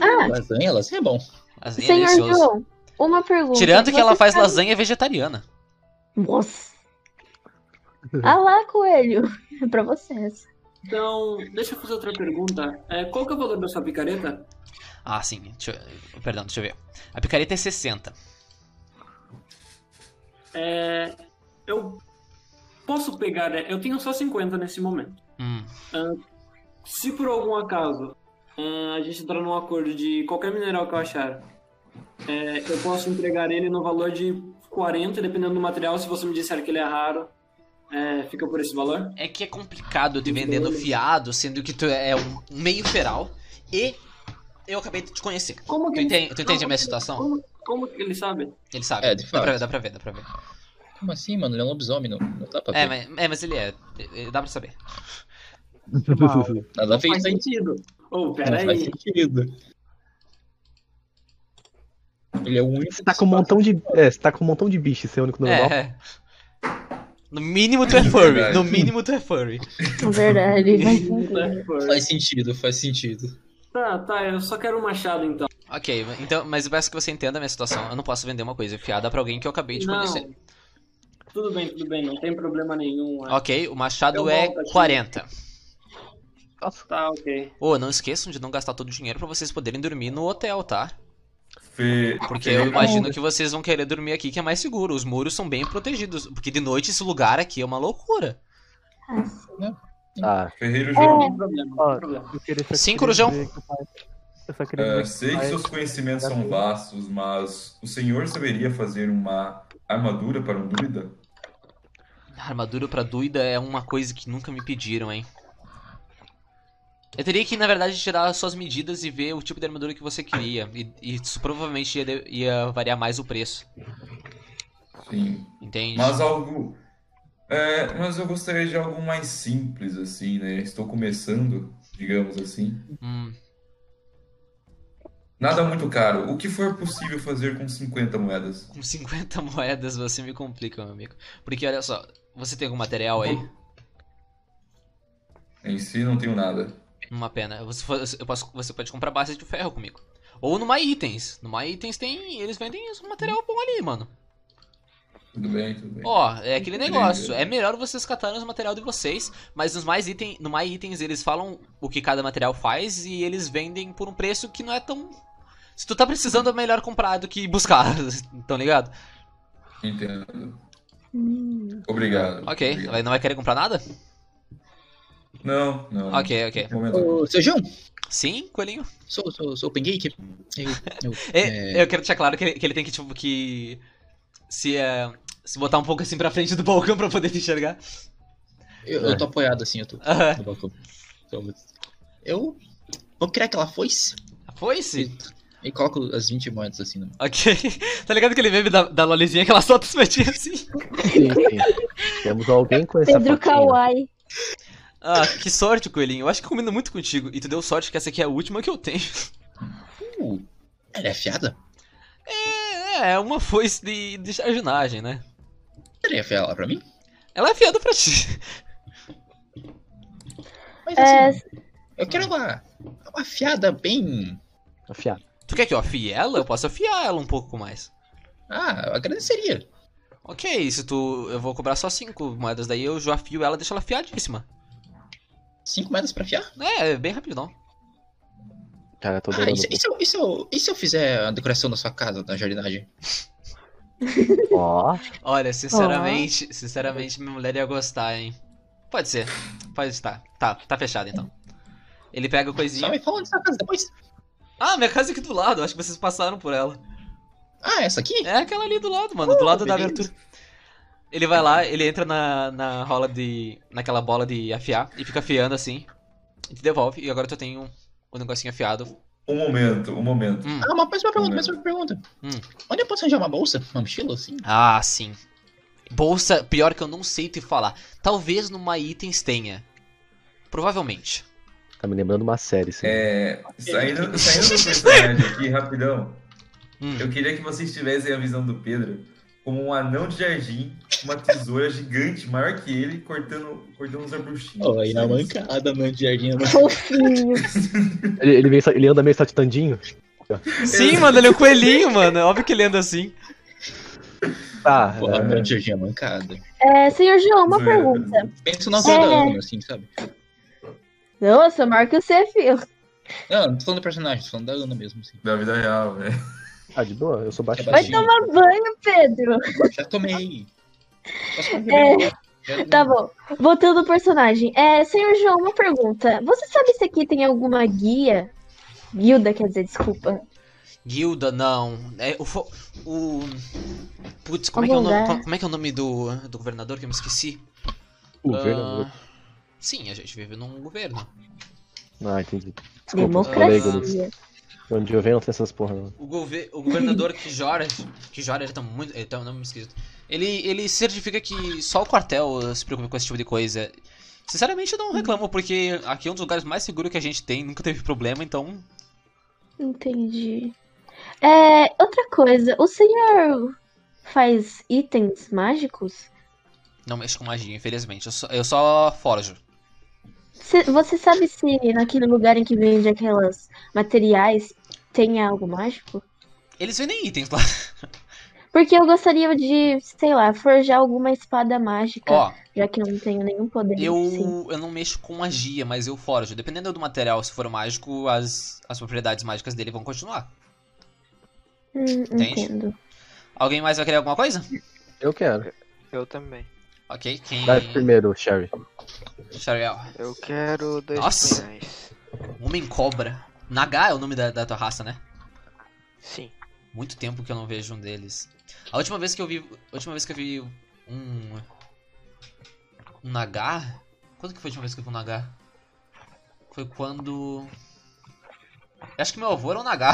S9: Ah,
S7: Lasanha, lasanha é bom.
S1: Lasanha é
S9: senhor
S1: delicioso.
S9: João, uma pergunta.
S1: Tirando que ela
S9: Você
S1: faz
S9: sabe-
S1: lasanha vegetariana.
S9: Nossa. Ah lá, coelho. É pra você essa.
S2: Então, deixa eu fazer outra pergunta. É, qual que é o valor da sua picareta?
S1: Ah, sim. Deixa eu- Perdão, deixa eu ver. A picareta é 60.
S2: É, eu posso pegar... é, Eu tenho só 50 nesse momento.
S1: Hum.
S2: Ah, se por algum acaso ah, a gente entrar num acordo de qualquer mineral que eu achar, é, eu posso entregar ele no valor de 40, dependendo do material. Se você me disser que ele é raro, é, fica por esse valor.
S1: É que é complicado de vender no fiado, sendo que tu é um meio feral e eu acabei de te conhecer.
S2: Como
S1: tu,
S2: ele-
S1: entende, tu entende a minha
S2: Como-
S7: então?
S1: situação?
S2: Como, como que ele sabe?
S1: Ele sabe.
S7: É, de
S1: dá, pra,
S7: fato.
S1: dá pra ver, dá pra ver.
S7: Como assim, mano? Ele é um lobisomem, não, não dá pra ver.
S1: É mas, é, mas ele é. é, Dá pra saber.
S3: tá
S7: Nada a
S2: <laughs>
S7: ver
S2: Faz
S7: isso aí.
S2: sentido. Ô,
S7: Não
S2: <laughs>
S7: faz
S2: peraí.
S7: sentido. Ele é o único.
S3: Você tá com um montão de. É, você tá com um montão de bicho, esse é o único normal.
S1: É, é. No mínimo tu é furry.
S7: Verdade.
S1: No mínimo tu é furry.
S9: Verdade.
S2: <laughs> Né?
S7: Faz sentido, faz sentido.
S2: Tá, tá, eu só quero o machado então.
S1: Ok, então, mas eu peço que você entenda a minha situação. Eu não posso vender uma coisa fiada pra alguém que eu acabei de
S2: Não.
S1: conhecer.
S2: Tudo bem, tudo bem, não tem problema nenhum. é.
S1: Ok, o machado
S2: Eu
S1: é
S2: volto aqui.
S1: 40.
S2: Tá, ok.
S1: Ô, não esqueçam de não gastar todo o dinheiro pra vocês poderem dormir no hotel, tá?
S8: Fe-
S1: Porque
S8: Ferreira,
S1: eu imagino que vocês vão querer dormir aqui, que é mais seguro. Os muros são bem protegidos. Porque de noite esse lugar aqui é uma loucura.
S9: é assim.
S3: Ah,
S8: Ferreiro João,
S2: Não tem problema, não
S4: Ó,
S2: tem problema.
S4: eu queria só
S1: Cinco,
S4: queria
S1: Rojão.
S4: dizer que o pai- Eu só queria
S8: eh,
S4: dizer
S8: sei que
S4: pai-
S8: seus conhecimentos são vastos, mas o senhor saberia fazer uma armadura para um druida?
S1: Armadura pra doida é uma coisa que nunca me pediram, hein? Eu teria que, na verdade, tirar suas medidas e ver o tipo de armadura que você queria. E, e isso provavelmente ia, de- ia variar mais o preço.
S8: Sim.
S1: Entende?
S8: Mas algo. É, mas eu gostaria de algo mais simples, assim, né? Estou começando, digamos assim.
S1: Hum,
S8: Nada muito caro. O que for possível fazer com 50 moedas?
S1: <laughs> com 50 moedas você me complica, meu amigo. Porque olha só, Você tem algum material aí?
S8: Em si não tenho nada.
S1: Uma pena. Você, fo- eu posso- você pode comprar barras de ferro comigo. Ou numa itens. Numa itens tem. Eles vendem um material bom ali, mano.
S8: Tudo bem, tudo bem.
S1: Ó, é aquele negócio. É melhor vocês catarem os material de vocês, mas nos mais item, no mais itens eles falam o que cada material faz e eles vendem por um preço que não é tão. Se tu tá precisando, é melhor comprar do que buscar, <laughs> tão ligado?
S8: Entendo. Obrigado.
S1: Ok, ela não vai querer comprar nada?
S8: Não, não. Um
S1: Ok, ok.
S7: Ô, Sejão,
S1: Sim, coelhinho?
S7: sou, sou, sou open gate. Eu, eu,
S1: É, Eu quero deixar claro que ele, que ele tem que, tipo, que. Se, é, se botar um pouco assim pra frente do balcão pra poder te enxergar. <laughs>
S7: eu, eu tô apoiado assim, eu tô
S1: Aham.
S7: no balcão. Então, Eu vou criar aquela foice
S1: Foi sim.
S7: e coloco as 20 moedas assim. No...
S1: Ok. <laughs> tá ligado aquele meme da, da Lolizinha que ela solta os petinhos assim?
S3: Sim, sim. Temos alguém com essa
S9: Pedro
S3: fotinha.
S9: Kawaii.
S1: Ah, que sorte, coelhinho. Eu acho que combina muito contigo. E tu deu sorte que essa aqui é a última que eu tenho. <laughs>
S7: Uh, ela é afiada?
S1: É, é uma foice de, de jardinagem, né?
S7: Ela é afiar ela pra mim?
S1: Ela é fiada pra ti. <laughs>
S7: Mas
S9: É,
S7: assim, eu quero uma, uma afiada bem...
S3: Afiado.
S1: Tu quer que eu afie ela? Eu posso afiar ela um pouco mais.
S7: Ah, eu agradeceria.
S1: Ok, se tu. Eu vou cobrar só cinco moedas, daí eu já afio ela, deixo ela afiadíssima.
S7: Cinco moedas pra Ah, afiar?
S1: É, é bem rapidão.
S3: Cara, eu tô
S7: Ah,
S3: adorando.
S7: e se, e se eu, e se eu- e se eu fizer a decoração da sua casa, da jardinagem?
S3: Ó,
S1: Olha, sinceramente, sinceramente, minha mulher ia gostar, hein? Pode ser. Pode estar. Tá, tá fechado então. Ele pega a
S7: Só
S1: coisinha.
S7: me fala da sua casa depois.
S1: Ah, minha casa é aqui do lado, acho que vocês passaram por ela.
S7: Ah, essa aqui?
S1: É aquela ali do lado, mano, do lado da
S7: beleza.
S1: abertura. Ele vai lá, ele entra na, na rola de. naquela bola de afiar e fica afiando assim. E te devolve, e agora tu tem um, um negocinho afiado.
S8: Um momento, um momento.
S1: Hum.
S7: Ah, uma, mais uma pergunta, mais uma pergunta.
S1: Hum.
S7: Onde eu posso arranjar uma bolsa? Uma mochila, assim?
S1: Ah, sim. Bolsa, pior que eu não sei te falar. Talvez numa itens tenha. Provavelmente.
S3: tá me lembrando uma série, sim.
S8: É, saindo, saindo do personagem aqui, rapidão.
S1: Hum.
S8: Eu queria que vocês tivessem a visão do Pedro como um anão de jardim, uma tesoura gigante maior que ele, cortando, cortando os arbustinhos.
S7: Oi,
S9: é
S7: na mancada, mano, de jardim. é na mancada.
S9: Fofinho.
S3: Ele, ele, vem, sa- ele anda meio saltitandinho.
S1: Sim, mano, ele é um coelhinho, mano. É Óbvio que ele anda assim.
S3: Tá,
S7: Pô,
S3: é,
S7: anão de jardim é mancada.
S9: É, senhor João, uma
S8: Zoeira.
S9: pergunta.
S7: Pensa na altura
S9: É.
S7: da Ana, assim, sabe?
S9: Nossa, marca você, filho.
S7: Ah, Não, não tô falando do personagem, tô falando da Ana mesmo, assim.
S8: Da vida real, né? velho.
S3: ah, de boa, eu sou baixinho.
S9: Vai
S7: Baixinho.
S9: tomar banho, Pedro.
S7: Já tomei. Posso fazer
S9: <laughs> É.
S7: bem? Já-
S9: Tá bom. Voltando ao personagem. É, senhor João, uma pergunta. Você sabe se aqui tem alguma guia? Guilda, quer dizer, desculpa.
S1: Guilda, não. É, o, fo- o. Putz, como é, que é o
S9: Algum
S1: nome,
S9: lugar.
S1: co- como é que é o nome do, do governador que eu me esqueci?
S3: O governador.
S1: Ah, Sim, a gente vive num governo.
S3: Ah, entendi. Desculpa, falei, Guilherme.
S9: Democracia.
S3: né? Onde eu venho não tem essas porra, né? não.
S1: O, gover- o governador que Jorge, que Jorge ele tá muito, ele tá um nome esquisito. Ele ele certifica que só o quartel se preocupa com esse tipo de coisa. Sinceramente, eu não reclamo porque aqui é um dos lugares mais seguros que a gente tem, nunca teve problema, então
S9: Entendi. É, outra coisa. O senhor faz itens mágicos?
S1: não mexo com magia, infelizmente. Eu só, eu só forjo.
S9: Cê- Você sabe se naquele lugar em que vende aquelas materiais tem algo mágico?
S1: Eles vendem itens lá.
S9: Porque eu gostaria de, sei lá, forjar alguma espada mágica,
S1: Ó,
S9: já que eu não tenho nenhum poder. assim.
S1: Eu, eu não mexo com magia, mas eu forjo. Dependendo do material, se for mágico, as, as propriedades mágicas dele vão continuar.
S9: Hum,
S1: Entende?
S9: entendo.
S1: Alguém mais vai querer alguma coisa?
S3: Eu quero.
S5: Eu também.
S1: Ok, quem.
S3: Vai primeiro, Sherry.
S1: Xariel.
S5: Eu quero dois
S1: Nossa.
S5: pinhais.
S1: é, Homem Cobra. Naga é o nome da, da tua raça, né?
S5: Sim.
S1: Muito tempo que eu não vejo um deles. A última vez que eu vi. A última vez que eu vi um. Um Naga? Quando que foi a última vez que eu vi um Naga? Foi quando. Eu acho que meu avô era um Naga.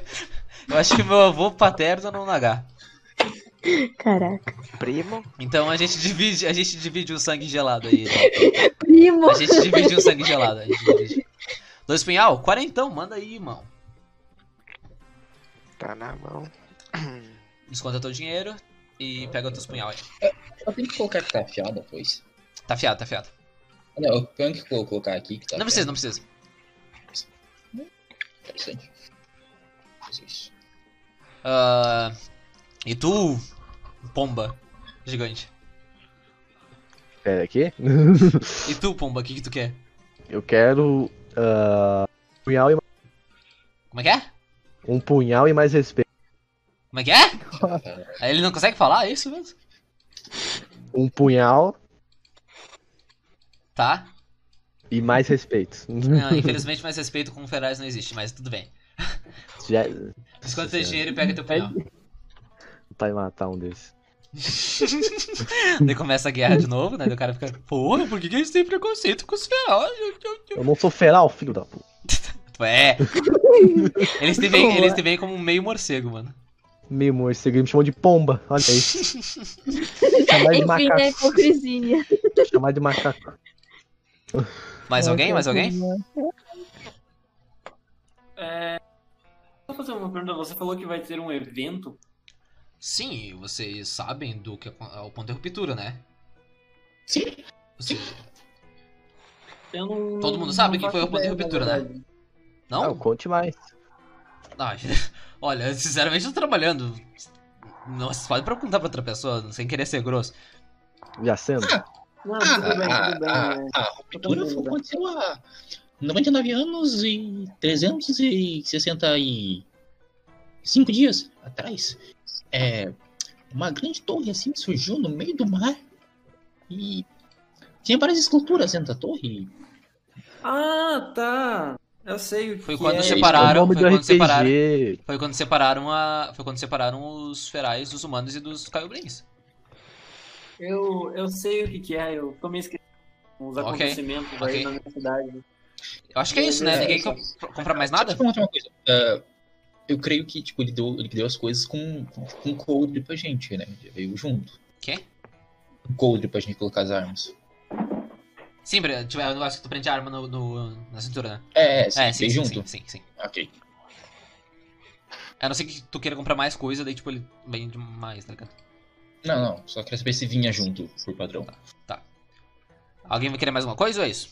S1: <laughs> eu acho que meu avô paterno era um Naga.
S9: Caraca.
S5: Primo.
S1: Então a gente divide, a gente divide o sangue gelado aí. né?
S9: Primo!
S1: A gente divide o sangue gelado. A gente divide. Dois punhal? Quarentão, manda aí, irmão.
S5: Tá na mão.
S1: Desconta teu dinheiro. e pega outros punhal aí.
S7: Só tem que colocar que tá afiado depois.
S1: Tá afiado, tá afiado.
S7: Não, eu tenho que colo- colocar aqui que tá
S1: Não precisa, não precisa.
S7: precisa. Isso.
S1: Ah, e tu, pomba gigante.
S3: Pera aqui.
S1: E tu, pomba, o que, que tu quer?
S3: Eu quero. ah, punhal e-
S1: Como é que é?
S3: um punhal e mais respeito.
S1: Como é que é? Aí Ele não consegue falar, é isso mesmo?
S3: Um punhal
S1: Tá.
S3: e mais respeito.
S1: Não, infelizmente mais respeito com ferais não existe, mas tudo bem. É.
S3: <laughs> Já É,
S1: Esconde teu dinheiro e pega teu punhal.
S3: vai matar um desses.
S1: Daí começa a guerra de novo, né? Daí o cara fica, porra, por que, que eles têm preconceito com os ferais?
S3: Eu não sou feral, filho da puta.
S1: É. Eles te veem, eles te veem como um meio morcego, mano.
S3: Meu morcego, ele me chamou de pomba.
S1: <laughs>
S3: Olha aí.
S1: é
S3: chamar de
S9: Enfim, né?
S3: macaco.
S9: Hipocrisia.
S3: Chamar de macaco.
S1: Mais alguém?
S4: um
S1: Mais alguém?
S2: Só fazer uma pergunta. Você falou que vai ter um evento.
S1: Sim, e vocês sabem do que é o ponto de ruptura, né? Sim.
S2: Eu não-
S1: Todo mundo sabe
S2: não
S1: que foi
S2: faço
S1: o ponto de
S2: ideia, na
S1: ruptura, né?
S2: verdade.
S1: Não?
S3: Não, conte mais.
S1: Ah, <laughs> olha, sinceramente, eu tô trabalhando. Nossa, pode perguntar pra outra pessoa, sem querer ser grosso.
S3: Já sendo.
S2: Não,
S7: Ah,
S2: tudo bem,
S7: ah,
S2: tudo bem.
S7: ah,
S2: né?
S7: A ruptura foi- aconteceu há 99 anos e 365 dias atrás. É, uma grande torre assim surgiu no meio do mar e tinha várias esculturas dentro da torre.
S2: Ah, tá. Eu sei o que
S1: Foi quando
S2: é.
S7: você-
S3: É o
S1: separaram.
S3: nome
S1: Foi
S3: do
S1: quando separaram.
S3: RPG.
S1: Foi quando separaram a. Foi quando separaram os ferais dos humanos e dos caiobrins.
S2: Eu, eu sei o que, que é. Eu tô me esquecendo os
S1: Ok,
S2: acontecimentos
S1: ok.
S2: aí na minha cidade.
S1: Eu acho que é isso, né?
S2: É,
S1: Ninguém
S2: só-
S1: co- compra mais
S7: Deixa
S1: nada?
S7: eu perguntar uma coisa. Ah, eu creio que tipo, ele, deu, ele deu as coisas com, com, com coldre pra gente, né? Ele veio junto.
S1: Quê?
S7: Um coldre pra gente colocar as armas.
S1: Sim, Bre- tipo, é o negócio que tu prende a arma no, no- na cintura, né?
S7: É, é, sim,
S1: É, sim,
S7: veio
S1: sim,
S7: junto.
S1: sim, sim, sim.
S7: Ok.
S1: A não ser que tu queira comprar mais coisa, daí tipo ele vem demais, tá ligado?
S7: Não, não. Só queria saber se vinha junto, por padrão.
S1: Alguém vai querer mais alguma coisa ou é isso?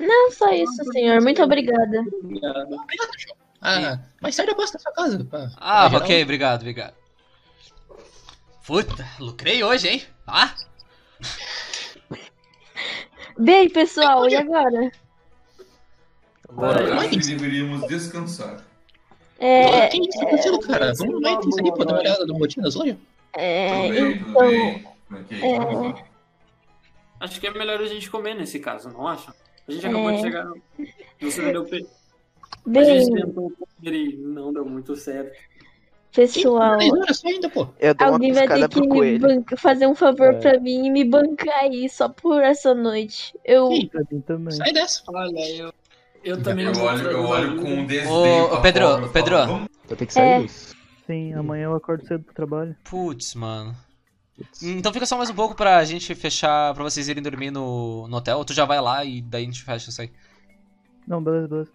S9: Não só isso, senhor. Muito obrigada.
S2: Obrigado.
S7: Obrigado, João. Ah, mais tarde eu passo na sua casa. Pra,
S1: Ah,
S7: pra
S3: um-
S1: ok, obrigado, obrigado. Puta, lucrei hoje, hein? Ah!
S9: Bem, pessoal, e agora?
S8: Eu
S7: Bora.
S8: acho que deveríamos descansar.
S7: geral.
S9: É,
S7: Ah, que isso tá acontecendo, cara?
S2: sim,
S7: Vamos no Matrix ali pra dar uma olhada no rotina das lojas?
S9: é, então,
S8: tudo bem, tudo bem. Ok, vamos lá.
S2: Acho que é melhor a gente comer nesse caso, não acha? A gente acabou de chegar. Você não deu pe... A
S9: bem,
S2: gente tentou comer e não deu muito certo.
S7: <laughs>
S9: pessoal.
S7: 10 horas só ainda, pô.
S5: Eu dou
S9: Alguém
S5: uma
S9: vai ter
S5: piscada
S9: que
S5: pro
S9: me
S5: coelho.
S9: banca- fazer um
S3: É.
S9: favor pra mim e me bancar aí só por essa noite. Eu.
S7: Sim.
S4: Pra mim também.
S7: Sai dessa.
S2: Olha, eu. Eu também
S8: Eu
S2: não
S8: olho, eu olho com um desdém.
S1: Ô,
S8: pra
S1: Pedro,
S8: fora, eu falo,
S1: Pedro.
S8: "Vamos
S3: Eu tenho que sair,
S9: É.
S3: Luiz.
S4: Sim, amanhã eu acordo cedo pro trabalho.
S1: Putz, mano.
S3: Putz.
S1: Então fica só mais um pouco pra gente fechar, pra vocês irem dormir no, no hotel, ou tu já vai lá e daí a gente fecha isso aí.
S4: Não, beleza, beleza.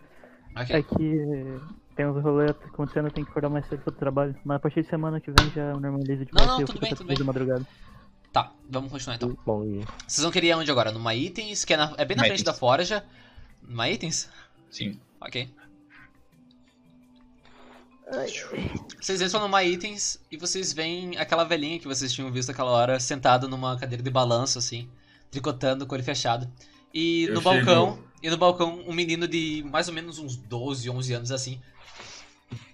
S1: Ok.
S4: É que é, tem uns rolês acontecendo, eu tenho que acordar mais cedo pro trabalho. Mas a partir de semana que vem já normaliza de
S1: Não,
S4: volta
S1: não,
S4: e eu
S1: tudo
S4: fico
S1: bem,
S4: até
S1: tudo
S4: três da
S1: bem.
S4: madrugada.
S1: Tá, vamos continuar então.
S3: Bom, e-
S1: Vocês vão querer ir aonde agora? Numa itens, que é, na- é bem na
S7: Numa
S1: frente da
S7: Itens.
S1: forja. Numa itens?
S7: Sim.
S1: Ok. Vocês entram numa itens e vocês veem aquela velhinha que vocês tinham visto aquela hora sentada numa cadeira de balanço, assim, tricotando com o olho fechado. E
S8: Eu
S1: no
S8: chego-
S1: balcão, e no balcão, um menino de mais ou menos uns 12, 11 anos assim.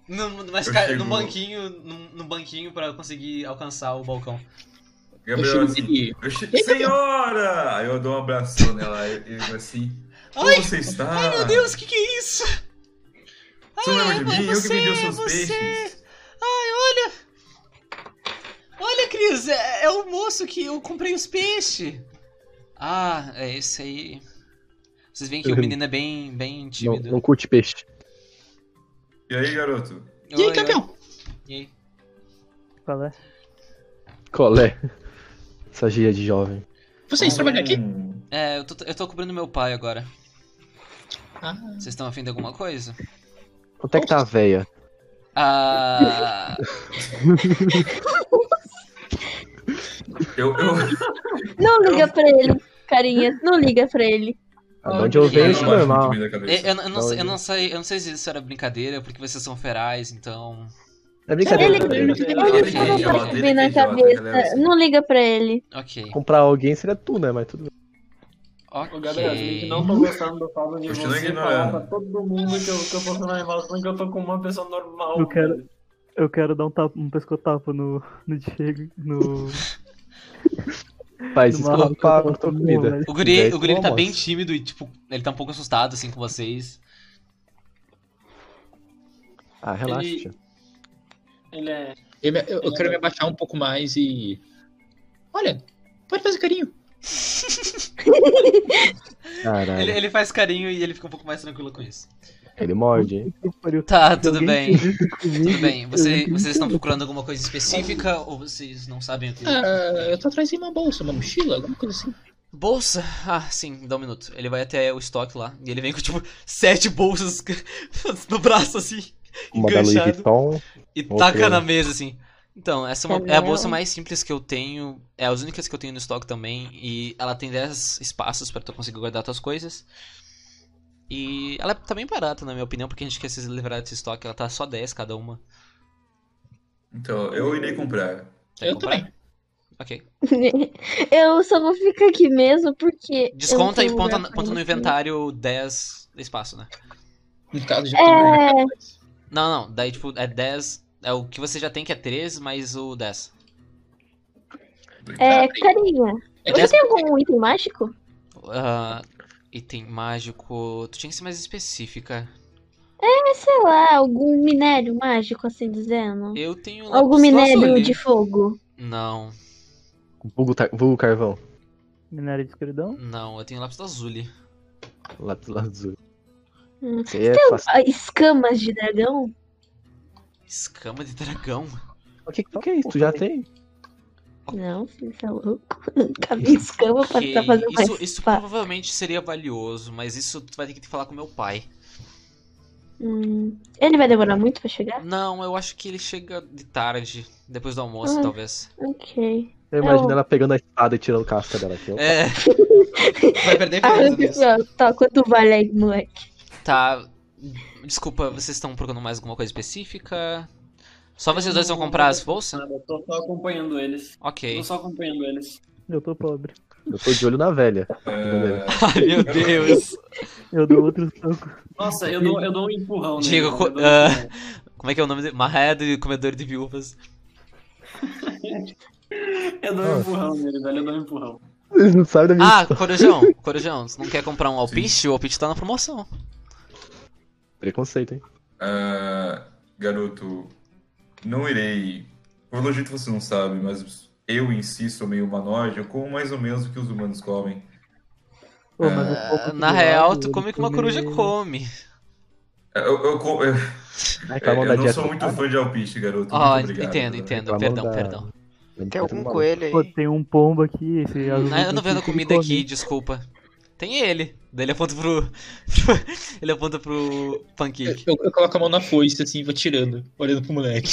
S1: Num, numa escada-
S8: chego-
S1: num banquinho, num, num banquinho para conseguir alcançar o balcão.
S8: Gabriel,
S7: eu
S8: assim,
S7: cheguei.
S8: eu che- Senhora! Aí eu dou um abração nela e e assim. Como
S1: Ai,
S8: você está?
S1: Ai meu Deus, o que, que é isso?
S8: Ah. Você não lembra de
S1: Ai, é
S8: mim? eu que vendi os seus
S1: você-
S8: peixes.
S1: Ai, olha! Olha, Cris, é, é o moço que eu comprei os peixes! Ah, é esse aí. Vocês veem que o menino é bem, bem
S3: Uhum. não,
S1: tímido.
S3: não curte peixe.
S8: E aí, garoto?
S7: E
S1: Oi,
S7: aí,
S1: oi.
S7: campeão?
S1: E aí?
S4: Qual é?
S3: Colé. Essa gíria de jovem.
S7: Vocês trabalham aqui?
S8: Hum,
S1: É, eu tô, eu tô cobrindo meu pai agora.
S7: Ah.
S1: Vocês estão afim de alguma coisa?
S3: Quanto é que tá a véia?
S1: Ah.
S8: Eu, eu...
S9: Não liga pra ele, carinha. Não liga pra ele.
S3: Onde
S8: <laughs>
S3: eu vejo, é
S8: acho
S3: normal.
S8: muito bem da cabeça.
S1: É, Eu, eu não- eu não,
S3: Não,
S1: sei- eu,
S3: eu-
S1: não sei, eu não sei se isso era brincadeira, porque vocês são ferais, então.
S3: É
S9: Ele,
S3: brincadeira.
S9: ele,
S1: ele-
S9: tá
S1: ele-
S9: com uma
S1: ele-
S9: parte bem na
S8: ele- ele-
S9: cabeça.
S8: ele-
S9: Não liga pra ele. <laughs>
S1: Ok.
S3: Comprar alguém seria tu, né? Mas tudo bem.
S1: Ok.
S2: Ô, Gabriel, gente não tô gostando do fato de
S8: Continua
S2: você falar
S8: ignorando.
S2: pra todo mundo que eu, que eu posso normal, sendo que eu tô com uma pessoa normal.
S4: Eu quero-
S2: velho.
S4: Eu quero dar um, tapa, um pescotapo no, <laughs> no Diego. No.
S3: Faz
S4: no
S3: isso
S4: Marrocos,
S3: com pra
S4: eu tô
S3: tua
S4: com
S3: comida.
S4: fome,
S1: O guri,
S3: Dez
S1: o guri ele tá
S3: com
S1: bem
S3: almoço.
S1: tímido e, tipo, ele tá um pouco assustado, assim, com vocês.
S3: Ah, relaxa. tio.
S2: Ele é.
S7: Eu, me- eu- eu quero me abaixar um pouco mais e. Olha, pode fazer carinho.
S1: Ele,
S3: Caralho.
S1: é
S3: Ele,
S1: ele faz carinho e ele fica um pouco mais tranquilo com isso.
S3: morde, hein?
S4: velho. Que pariu.
S1: Tá,
S4: Se
S1: tudo
S4: alguém
S1: bem. <laughs>
S4: fez isso comigo,
S1: Tudo bem. Você-
S4: eu-
S1: vocês estão procurando alguma coisa específica ou vocês não sabem o que?
S7: Ah, eu tô atrás de uma bolsa, uma mochila, alguma coisa assim.
S1: Bolsa? Ah, sim, dá um minuto. Ele vai até o estoque lá e ele vem com, tipo, sete bolsas <laughs> no braço, assim,
S3: Uma da Louis
S1: enganchado.
S3: Vuitton.
S1: E
S3: Outra.
S1: taca na mesa, assim. Então, essa é, uma- é a
S9: Caralho.
S1: bolsa mais simples que eu tenho. É as únicas que eu tenho no estoque também. E ela tem 10 espaços pra tu conseguir guardar tuas coisas. E ela tá bem barata, na minha opinião, porque a gente quer se livrar desse estoque. Ela tá só 10 cada uma.
S8: Então, eu irei comprar.
S1: Quer
S7: eu
S1: comprar?
S7: também.
S1: Ok.
S9: Eu só vou ficar aqui mesmo porque. eu
S1: Desconta
S9: não
S1: e
S9: tenho
S1: ponta,
S9: lugar pra
S1: ponta no
S9: ir.
S1: inventário 10 espaço, né?
S7: No caso de
S9: É.
S1: Não, não. Daí, tipo, é 10. É o que você já tem, que é 3, mais o 10.
S8: Ah, Tá
S9: É, carinha.
S7: É
S9: Você
S7: dez-
S9: tem algum item mágico?
S1: Ah, item mágico. Tu tinha que ser mais específica.
S9: É, sei lá, algum minério mágico, assim dizendo.
S1: Eu tenho.
S9: Algum
S1: lápis
S9: minério
S1: lazuli.
S9: de fogo.
S1: Não,
S3: Vulgo, ta- vulgo carvão.
S4: Minério de escuridão?
S1: não, eu tenho lápis lazuli.
S3: Lápis azul.
S9: Hum.
S3: Isso aí é fácil.
S9: Ah, escamas de dragão?
S1: Escama de dragão?
S3: O que, o que é isso? Tu já tem?
S9: Não, filho, você é louco. <laughs> Nunca vi escama pra
S1: Que
S9: pra fazer tá mais.
S1: isso, isso
S9: fa-
S1: provavelmente seria valioso, mas isso tu vai ter que falar com meu pai.
S9: Hum, Ele vai demorar muito pra chegar?
S1: Não, eu acho que ele chega de tarde, depois do almoço,
S9: Ah.
S1: talvez.
S9: Ok.
S3: Eu imagino
S9: Eu-
S3: ela pegando a espada e tirando casca dela aqui.
S1: É.
S9: <laughs>
S1: Vai perder
S9: Ah,
S1: peso
S9: <laughs>
S1: nisso.
S9: tá, quanto vale aí, moleque?
S1: Tá. Desculpa, vocês estão procurando mais alguma coisa específica? Só vocês dois vão comprar as bolsas?
S2: Nada, eu tô só acompanhando eles.
S1: Ok. <laughs>
S2: Tô só acompanhando eles.
S4: Eu tô pobre.
S3: Eu tô de olho na velha.
S8: É,
S1: Ai, meu Deus.
S4: Eu dou outro soco.
S2: Nossa, eu dou, eu dou um empurrão. nele,
S1: Diego,
S2: eu
S1: co-
S2: dou um
S1: ah.
S2: empurrão.
S1: Como é que é o nome dele? Marredo e comedor de viúvas.
S2: Eu dou um empurrão nele, velho. Eu dou um empurrão.
S3: Vocês não sabem da minha
S1: Ah, Corujão, Corujão, você não quer comprar um alpiste? O alpiste tá na promoção.
S3: preconceito, hein?
S8: ah, garoto, não irei. Pelo jeito você não sabe, mas eu em si sou meio humanoide, eu como mais ou menos o que os humanos comem.
S4: Pô, mas o
S1: Ah,
S4: pouco
S1: Na
S4: que
S1: real,
S4: vale,
S1: tu
S4: ele
S1: come o que uma coruja come.
S8: Eu, eu, co- eu,
S3: Ai, com a mão da
S8: É, eu não
S3: dieta.
S8: sou muito fã de alpiste, garoto.
S1: Ó,
S8: Muito obrigado.
S1: entendo,
S8: né?
S1: entendo.
S3: Reclamando
S1: Perdão,
S3: da-
S1: perdão.
S5: Tem algum coelho
S4: Pô,
S5: aí?
S4: tem um pombo aqui. Esse azul
S1: Ah, eu não
S4: aqui
S1: vendo
S4: que ele
S1: comida
S4: come.
S1: aqui, desculpa. Tem ele. Daí ele aponta pro. <laughs> ele aponta pro
S7: Eu, <laughs>
S1: pancake.
S7: eu coloco a mão na foice assim e vou tirando, olhando pro moleque.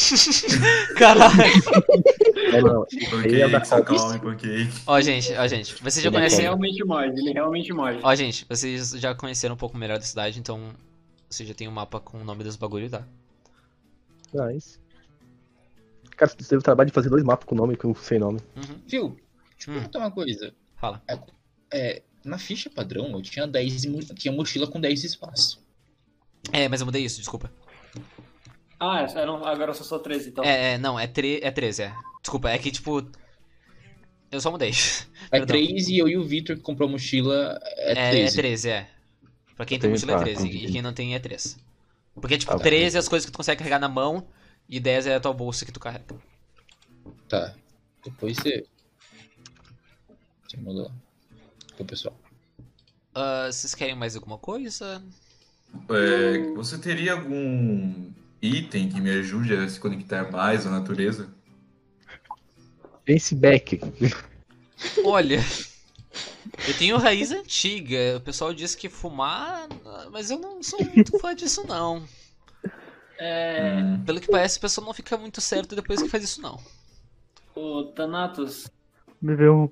S1: Caralho.
S3: Não, não. Ele é da
S8: Pancake, sacalme, pancake.
S1: Ó, gente, ó, gente. Vocês já
S2: Ele
S3: Ele
S1: conhecem.
S2: realmente morde, ele realmente morde.
S1: Ó, gente, vocês já conheceram um pouco melhor da cidade, então. Você já tem um mapa com o nome dos bagulho, tá?
S3: Nice. Ah, Cara, você teve o trabalho de fazer dois mapas com nome e com sem nome.
S1: Uhum.
S7: Viu? Deixa eu
S1: Hum.
S7: perguntar uma coisa.
S1: Fala.
S7: É, na ficha padrão, eu tinha 10 mo- tinha mochila com 10 espaços.
S1: É, mas eu mudei isso, desculpa.
S2: Ah, eram, agora eu só sou 13, então.
S1: É, é, não, é, tre é 13, é. Desculpa, é que tipo. Eu só mudei.
S7: É
S1: Perdão.
S7: 3 e eu e o Victor que comprou a mochila é
S1: É, é
S7: 13.
S1: 13, é. Pra quem
S3: Eu
S1: tem
S3: tenho
S1: mochila é
S3: quatro,
S1: 13, e
S3: entendi.
S1: quem não tem é 3. Porque, tipo,
S3: Tá bom.
S1: 13 é as coisas que tu consegue carregar na mão, e 10 é a tua bolsa que tu carrega.
S7: Tá. Depois você. Você manda lá. Pro pessoal.
S1: Ah, vocês querem mais alguma coisa?
S8: É, você teria algum item que me ajude a se conectar mais à natureza?
S3: Pense back.
S1: Olha, eu tenho raiz antiga. O pessoal diz que fumar, mas eu não sou muito fã disso, não.
S2: É,
S8: Hum,
S1: Pelo que parece, o pessoal não fica muito certo depois que faz isso, não.
S2: o Thanatos,
S4: BV1.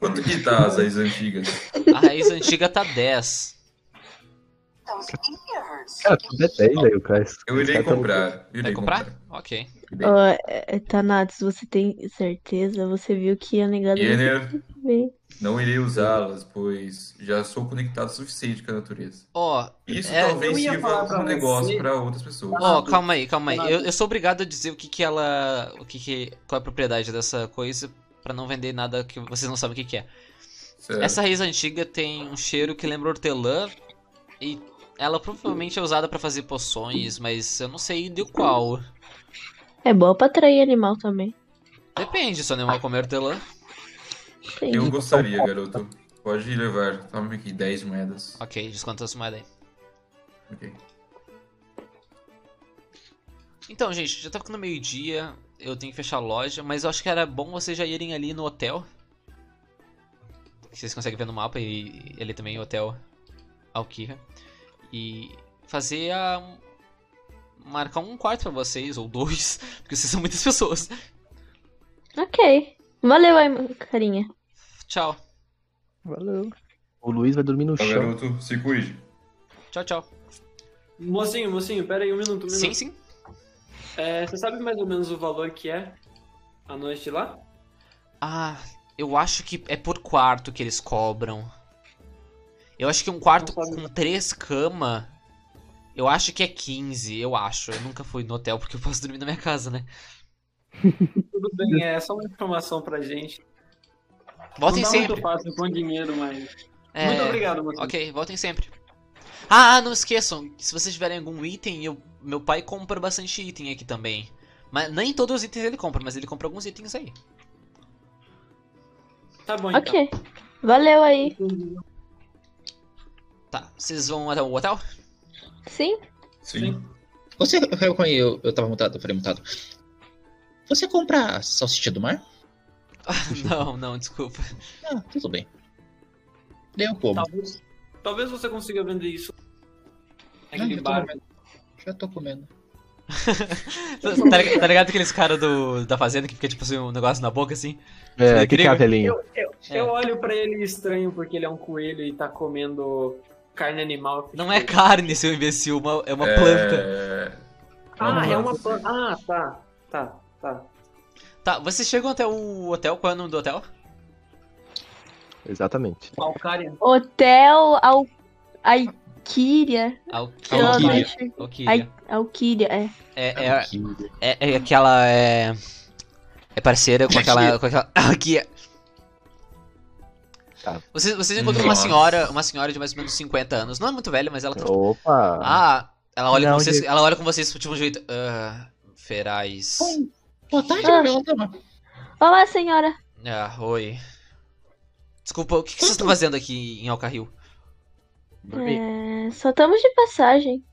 S8: Quanto que tá as raiz antigas?
S1: A raiz antiga tá 10.
S3: Cara, tudo é 10 aí, o cara. tá
S8: Eu irei comprar. Irei
S1: Vai comprar? Ok.
S9: Ô, Tanatos, é, você tem certeza? Você viu que a negada
S8: Yenner,
S9: veio.
S8: não irei usá-las, pois já sou conectado o suficiente com a natureza.
S1: Ó,
S8: Isso
S1: É,
S8: talvez
S2: eu ia
S8: sirva
S2: falar pra
S8: como negócio
S2: você.
S8: para outras pessoas.
S1: ó, calma aí, calma aí.
S2: Nada.
S1: Eu, eu sou obrigado a dizer o que que ela. O que que. Qual é a propriedade dessa coisa pra não vender nada que vocês não sabem o que que é.
S8: Certo.
S1: Essa raiz antiga tem um cheiro que lembra hortelã e ela provavelmente é usada pra fazer poções, mas eu não sei de qual.
S9: É boa pra atrair animal também.
S1: Depende, se o animal comer hortelã.
S9: Tem.
S8: Eu gostaria, garoto. Pode levar. Toma aqui 10 moedas.
S1: Ok, desconta essa moeda aí.
S8: Ok.
S1: Então, gente, já tá ficando meio-dia, eu tenho que fechar a loja, mas eu acho que era bom vocês já irem ali no hotel. Vocês conseguem ver no mapa e ele também, o hotel Alquira. E fazer a. marcar um quarto pra vocês, ou dois, <laughs> porque vocês são muitas pessoas.
S9: Ok. Valeu aí, carinha.
S1: Tchau,
S4: Valeu.
S3: O Luiz vai dormir no
S8: Então,
S3: chão.
S8: garoto, se cuide.
S1: tchau, tchau.
S2: Mocinho, mocinho, pera aí um minuto, um minuto.
S1: Sim, sim.
S2: É, você sabe mais ou menos o valor que é a noite lá?
S1: Ah, eu acho que é por quarto que eles cobram. Eu acho que um quarto
S2: Não sabe.
S1: com três camas. Eu acho que é 15, eu acho. Eu nunca fui no hotel porque eu posso dormir na minha casa, né?
S2: Tudo bem, é só uma informação pra gente.
S1: Voltem
S2: não tá
S1: sempre.
S2: muito fácil com dinheiro, mas...
S1: É,
S2: Muito obrigado, mocinho.
S1: Ok, voltem sempre. Ah, ah, não esqueçam, se vocês tiverem algum item, eu- meu pai compra bastante item aqui também. Mas nem todos os itens ele compra, mas ele compra alguns itens aí.
S2: Tá bom, então.
S9: Ok. Valeu aí.
S1: Tá, vocês vão até o hotel? <laughs>
S9: Sim?
S8: Sim.
S7: Você, eu, eu, eu tava mutado, eu falei mutado. Você compra salsicha do mar?
S1: não, não,
S2: <laughs>
S1: desculpa.
S7: Ah, tudo bem. um Daí eu como.
S2: Talvez, talvez você consiga vender isso naquele
S7: eu Ah, tô
S2: bar.
S7: Já tô comendo.
S1: tá, tá ligado aqueles caras do- da fazenda que fica tipo assim, um negócio na boca assim?
S3: É,
S1: Você
S3: que
S1: é
S3: que é, velhinho?
S1: É.
S2: Eu olho pra ele estranho porque ele é um coelho e tá comendo carne animal. tipo,
S1: Não é carne, seu imbecil, uma- é uma
S8: É,
S1: planta.
S2: Ah, é uma
S8: planta.
S2: planta. Ah, tá. Tá, tá.
S1: Tá, vocês chegam até o hotel, qual é o nome do hotel?
S3: Exatamente.
S2: Alcária.
S9: Hotel Al... Aikiria.
S7: Alquíria.
S1: Alquíria.
S9: Alquiria, é.
S1: É, é, é, é aquela. É, é parceira com aquela. com aquela. <laughs> Aqui. é.
S3: Tá.
S1: Vocês, vocês encontram uma
S8: Nossa.
S1: senhora, uma senhora de mais ou menos 50 anos. Não é muito velha, mas ela tá tipo,
S3: Opa!
S1: Ah, ela olha
S4: Não,
S1: com vocês.
S4: Diego.
S1: Ela olha com vocês tipo de um jeito. Ah, ferais.
S7: Boa tarde,
S9: Ah.
S7: meu dama.
S9: Olá, senhora.
S1: Ah, oi. Desculpa, o que, que vocês estão fazendo aqui em Alcarril?
S9: É, Só estamos de passagem.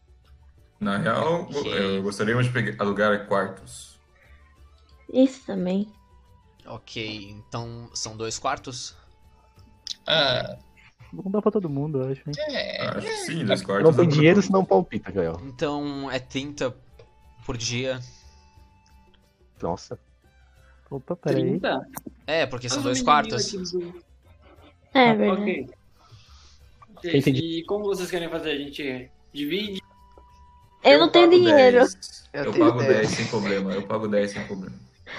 S8: Na real, eu gostaria de pegar, alugar quartos.
S9: Isso também.
S1: Ok, então são dois quartos?
S7: Ah,
S4: Não dá pra todo mundo, eu acho, hein?
S7: é.
S8: Acho que sim, dois quartos.
S3: Ah, Não tem
S8: dá pra-
S3: dinheiro, senão palpita, Gael.
S1: Então é 30 por dia.
S3: Nossa.
S4: Opa, peraí.
S2: 30?
S1: É, porque são
S2: Mas Ah, o
S1: dois
S2: menininho
S1: quartos.
S2: aqui do-
S9: É verdade.
S2: Ah, Ok. Ok,
S3: Entendi.
S2: E como vocês querem fazer? A gente divide?
S9: Eu não tenho
S8: pago
S9: dinheiro.
S8: 10.
S5: Eu
S8: Eu
S5: tenho
S8: pago
S5: 10.
S8: 10 sem problema. Eu pago 10 sem problema.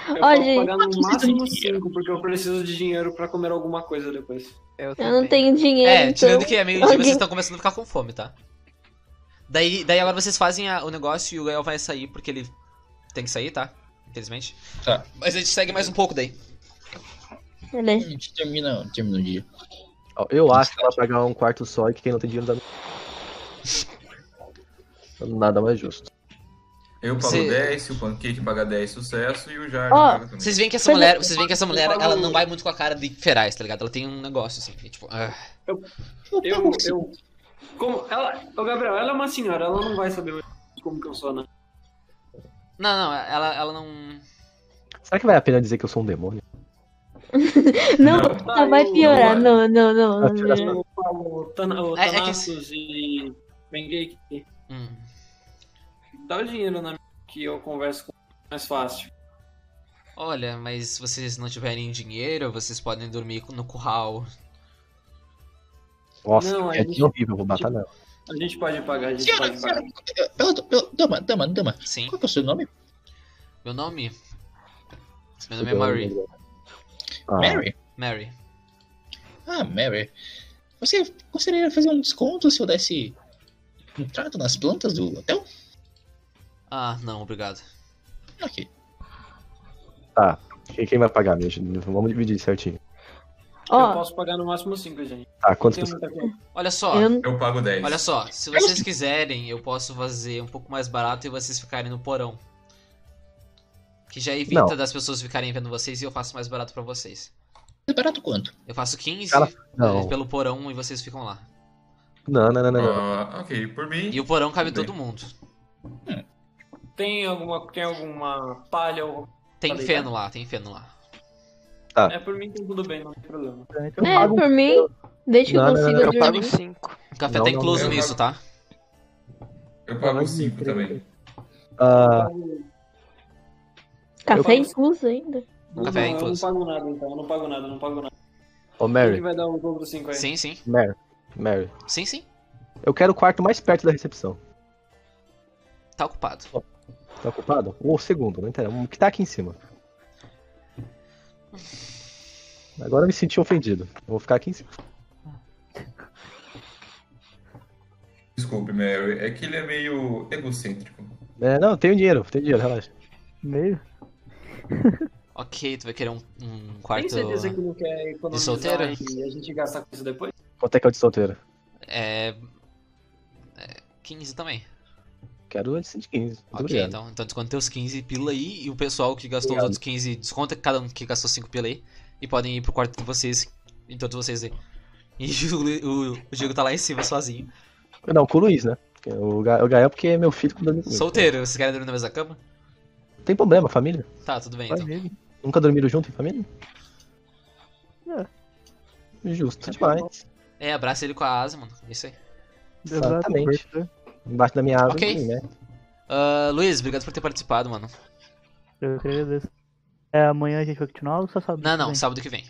S2: Eu
S9: Ó,
S2: posso
S9: gente,
S2: pagar no máximo
S7: dinheiro.
S2: 5, porque eu preciso de dinheiro pra comer alguma coisa depois.
S5: Eu,
S9: Eu
S5: também.
S9: não tenho dinheiro,
S1: É,
S9: então.
S1: tirando que é meio-dia,
S9: Alguém-
S1: vocês estão começando a ficar com fome, tá? Daí, daí agora vocês fazem a- o negócio e o Gael vai sair porque ele tem que sair, tá? Infelizmente.
S7: Tá.
S1: Mas a gente segue mais um pouco daí.
S7: A
S9: Beleza.
S7: gente termina, termina o dia.
S3: Ó, Eu acho que ela pagar um quarto só e que quem não tem dinheiro dá. <laughs> Nada mais justo.
S8: Eu pago
S1: Você-
S8: 10, se o pancake pagar 10, sucesso, e o Jair
S9: Ó,
S8: paga também.
S1: Vocês veem que essa
S9: Mas eu-
S1: mulher, vocês veem que essa mulher,
S2: falo-
S1: ela não vai muito com a cara de ferais, tá ligado? Ela tem um negócio assim, que, tipo, ah,
S2: Eu, eu. Como? Ela. Ô, Gabriel, ela é uma senhora, ela não vai saber como que eu sou, né?
S1: não, não, ela ela não
S3: Será que vale a pena dizer que eu sou um demônio?
S9: Não,
S8: Não.
S9: só vai piorar. Não, não, não. não,
S3: Atira
S9: não.
S2: Eu falo Tana- o
S1: É- é que
S2: Thanatos e Bengeki.
S1: hum.
S2: né? Dá o dinheiro na minha que eu converso com mais fácil.
S1: Olha, mas se vocês não tiverem dinheiro, vocês podem dormir no curral.
S3: Nossa, é horrível, vou matar não.
S2: A gente pode pagar, a gente pode pagar.
S7: Pela, pela, dama, dama, dama.
S1: Sim.
S7: Qual que é o seu nome?
S1: Meu nome? Meu nome é Marie.
S3: Ah.
S7: Mary?
S1: Mary.
S7: Ah, Mary. Você gostaria de fazer um desconto se eu desse um trato nas plantas do hotel?
S1: Ah, não, obrigado.
S7: Ok.
S3: Tá. Quem, quem vai pagar, minha gente? Vamos dividir certinho.
S2: Eu posso pagar no máximo 5, gente.
S3: Tá, quantas
S2: Tem
S3: pessoas?
S2: muita coisa.
S1: Olha só,
S9: Eu-
S8: Eu pago 10.
S1: olha só, se vocês quiserem, eu posso fazer um pouco mais barato e vocês ficarem no porão. Que já evita
S3: Não.
S1: das pessoas ficarem vendo vocês e eu faço mais barato pra vocês.
S7: É barato quanto?
S1: Eu faço 15
S3: Cara,
S1: eh,
S3: Não.
S1: pelo porão e vocês ficam lá.
S3: Não, não, não, não, não.
S8: Ah, ok, por mim.
S1: E o porão cabe
S8: Tudo
S1: todo mundo.
S2: Tem alguma, tem alguma palha ou.
S1: Tem
S2: Tá
S1: feno lá, tem feno lá.
S2: É, por mim tem tudo bem, não tem problema.
S4: Então,
S9: É, por mim, desde que eu
S3: Não, não, não,
S9: consiga
S3: não,
S5: Eu pago
S9: dormir.
S5: 5.
S1: O café
S3: Não,
S1: tá
S3: não,
S1: incluso
S8: não.
S1: nisso, tá?
S8: Eu pago
S3: Caralho,
S8: 5
S3: incrível.
S8: também.
S9: Tá.
S3: Ah,
S9: Café
S2: Eu-
S9: incluso ainda.
S2: Não,
S1: Café
S2: eu não
S1: incluso.
S2: pago nada, então. Eu não pago nada, eu não pago nada.
S3: ô
S2: Quem que
S3: Mary,
S2: vai dar o dobro do 5 aí?
S1: Sim, sim.
S3: Mary, Mary.
S1: Sim, sim.
S3: Eu quero o quarto mais perto da recepção.
S1: Tá ocupado.
S3: Tá ocupado? Ou o segundo, não interessa. O que tá aqui em cima. Agora eu me senti ofendido. Eu vou ficar aqui em cima.
S8: Desculpe, Mary. É que ele é meio egocêntrico.
S3: É, não, eu tenho dinheiro, eu tenho dinheiro, relaxa.
S4: meio.
S1: Ok, tu vai querer um, um
S2: Tem
S1: quarto.
S3: é
S2: certeza que não quer
S1: De
S2: economizar
S1: solteiro?
S2: e a gente gasta com isso depois?
S3: Quanto é que é o de solteiro?
S1: É. é, 15 também.
S3: Quero antes de 15. Muito
S1: ok,
S3: obrigado.
S1: então. Então desconta teus 15 pila aí. E o pessoal que gastou os
S3: Obrigado.
S1: outros 15, desconta cada um que gastou 5 pila aí. E podem ir pro quarto de vocês. E todos vocês aí. E <laughs> o, o, o Diego tá lá em cima sozinho.
S3: Não, com o Luiz, né? Porque O Ga- o Gael, porque é meu filho. com dois meninos.
S1: Solteiro, vocês querem dormir na mesma cama?
S3: Não Tem problema, família?
S1: Tá, tudo bem
S3: Vai
S1: então.
S3: ver. Nunca dormiram junto em família? É.
S1: Tá
S3: Justo demais.
S1: É, abraça ele com a asa, mano. é Isso aí.
S3: Exatamente.
S4: Exato, né?
S3: Embaixo da minha asa.
S1: Ok.
S3: sim, né?
S1: Ah, Luiz, obrigado por ter participado, mano.
S4: Eu queria agradecer. É, amanhã a gente vai continuar ou só sábado?
S1: Não, não,
S4: que
S1: sábado que vem.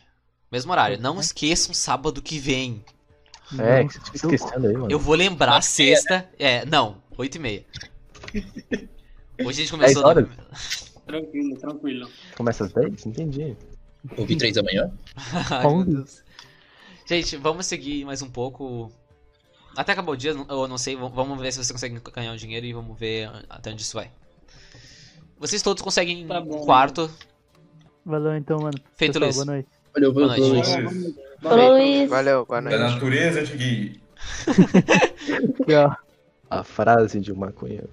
S1: Mesmo horário. Não esqueçam sábado que vem.
S4: vem?
S3: É,
S4: Não.
S3: que você fica esquecendo aí, mano.
S1: Eu vou lembrar sexta. É, não, 8 e
S3: <laughs>
S1: meia. Hoje a gente
S3: 10
S1: começou.
S3: horas?
S1: <laughs>
S2: Tranquilo, tranquilo.
S3: Começa às 10? Entendi.
S7: Ouvi três da manhã?
S1: Ai,
S3: Tá um
S1: meu Deus. Gente, vamos seguir mais um pouco. Até acabar o dia, não- eu não sei. v- Vamos ver se você consegue ganhar um dinheiro e vamos ver até onde isso vai. Vocês todos conseguem
S2: Tá bom.
S1: um quarto.
S4: Valeu então, mano.
S1: Feito,
S4: Pessoal,
S1: Luiz.
S3: né?
S1: Boa
S4: boa noite.
S7: Valeu, valeu,
S1: noite.
S7: valeu.
S8: Isso.
S9: Falou,
S2: então,
S9: Luiz.
S5: Valeu, boa
S8: é Da
S5: noite.
S8: natureza de Gui.
S3: A frase de um maconheiro.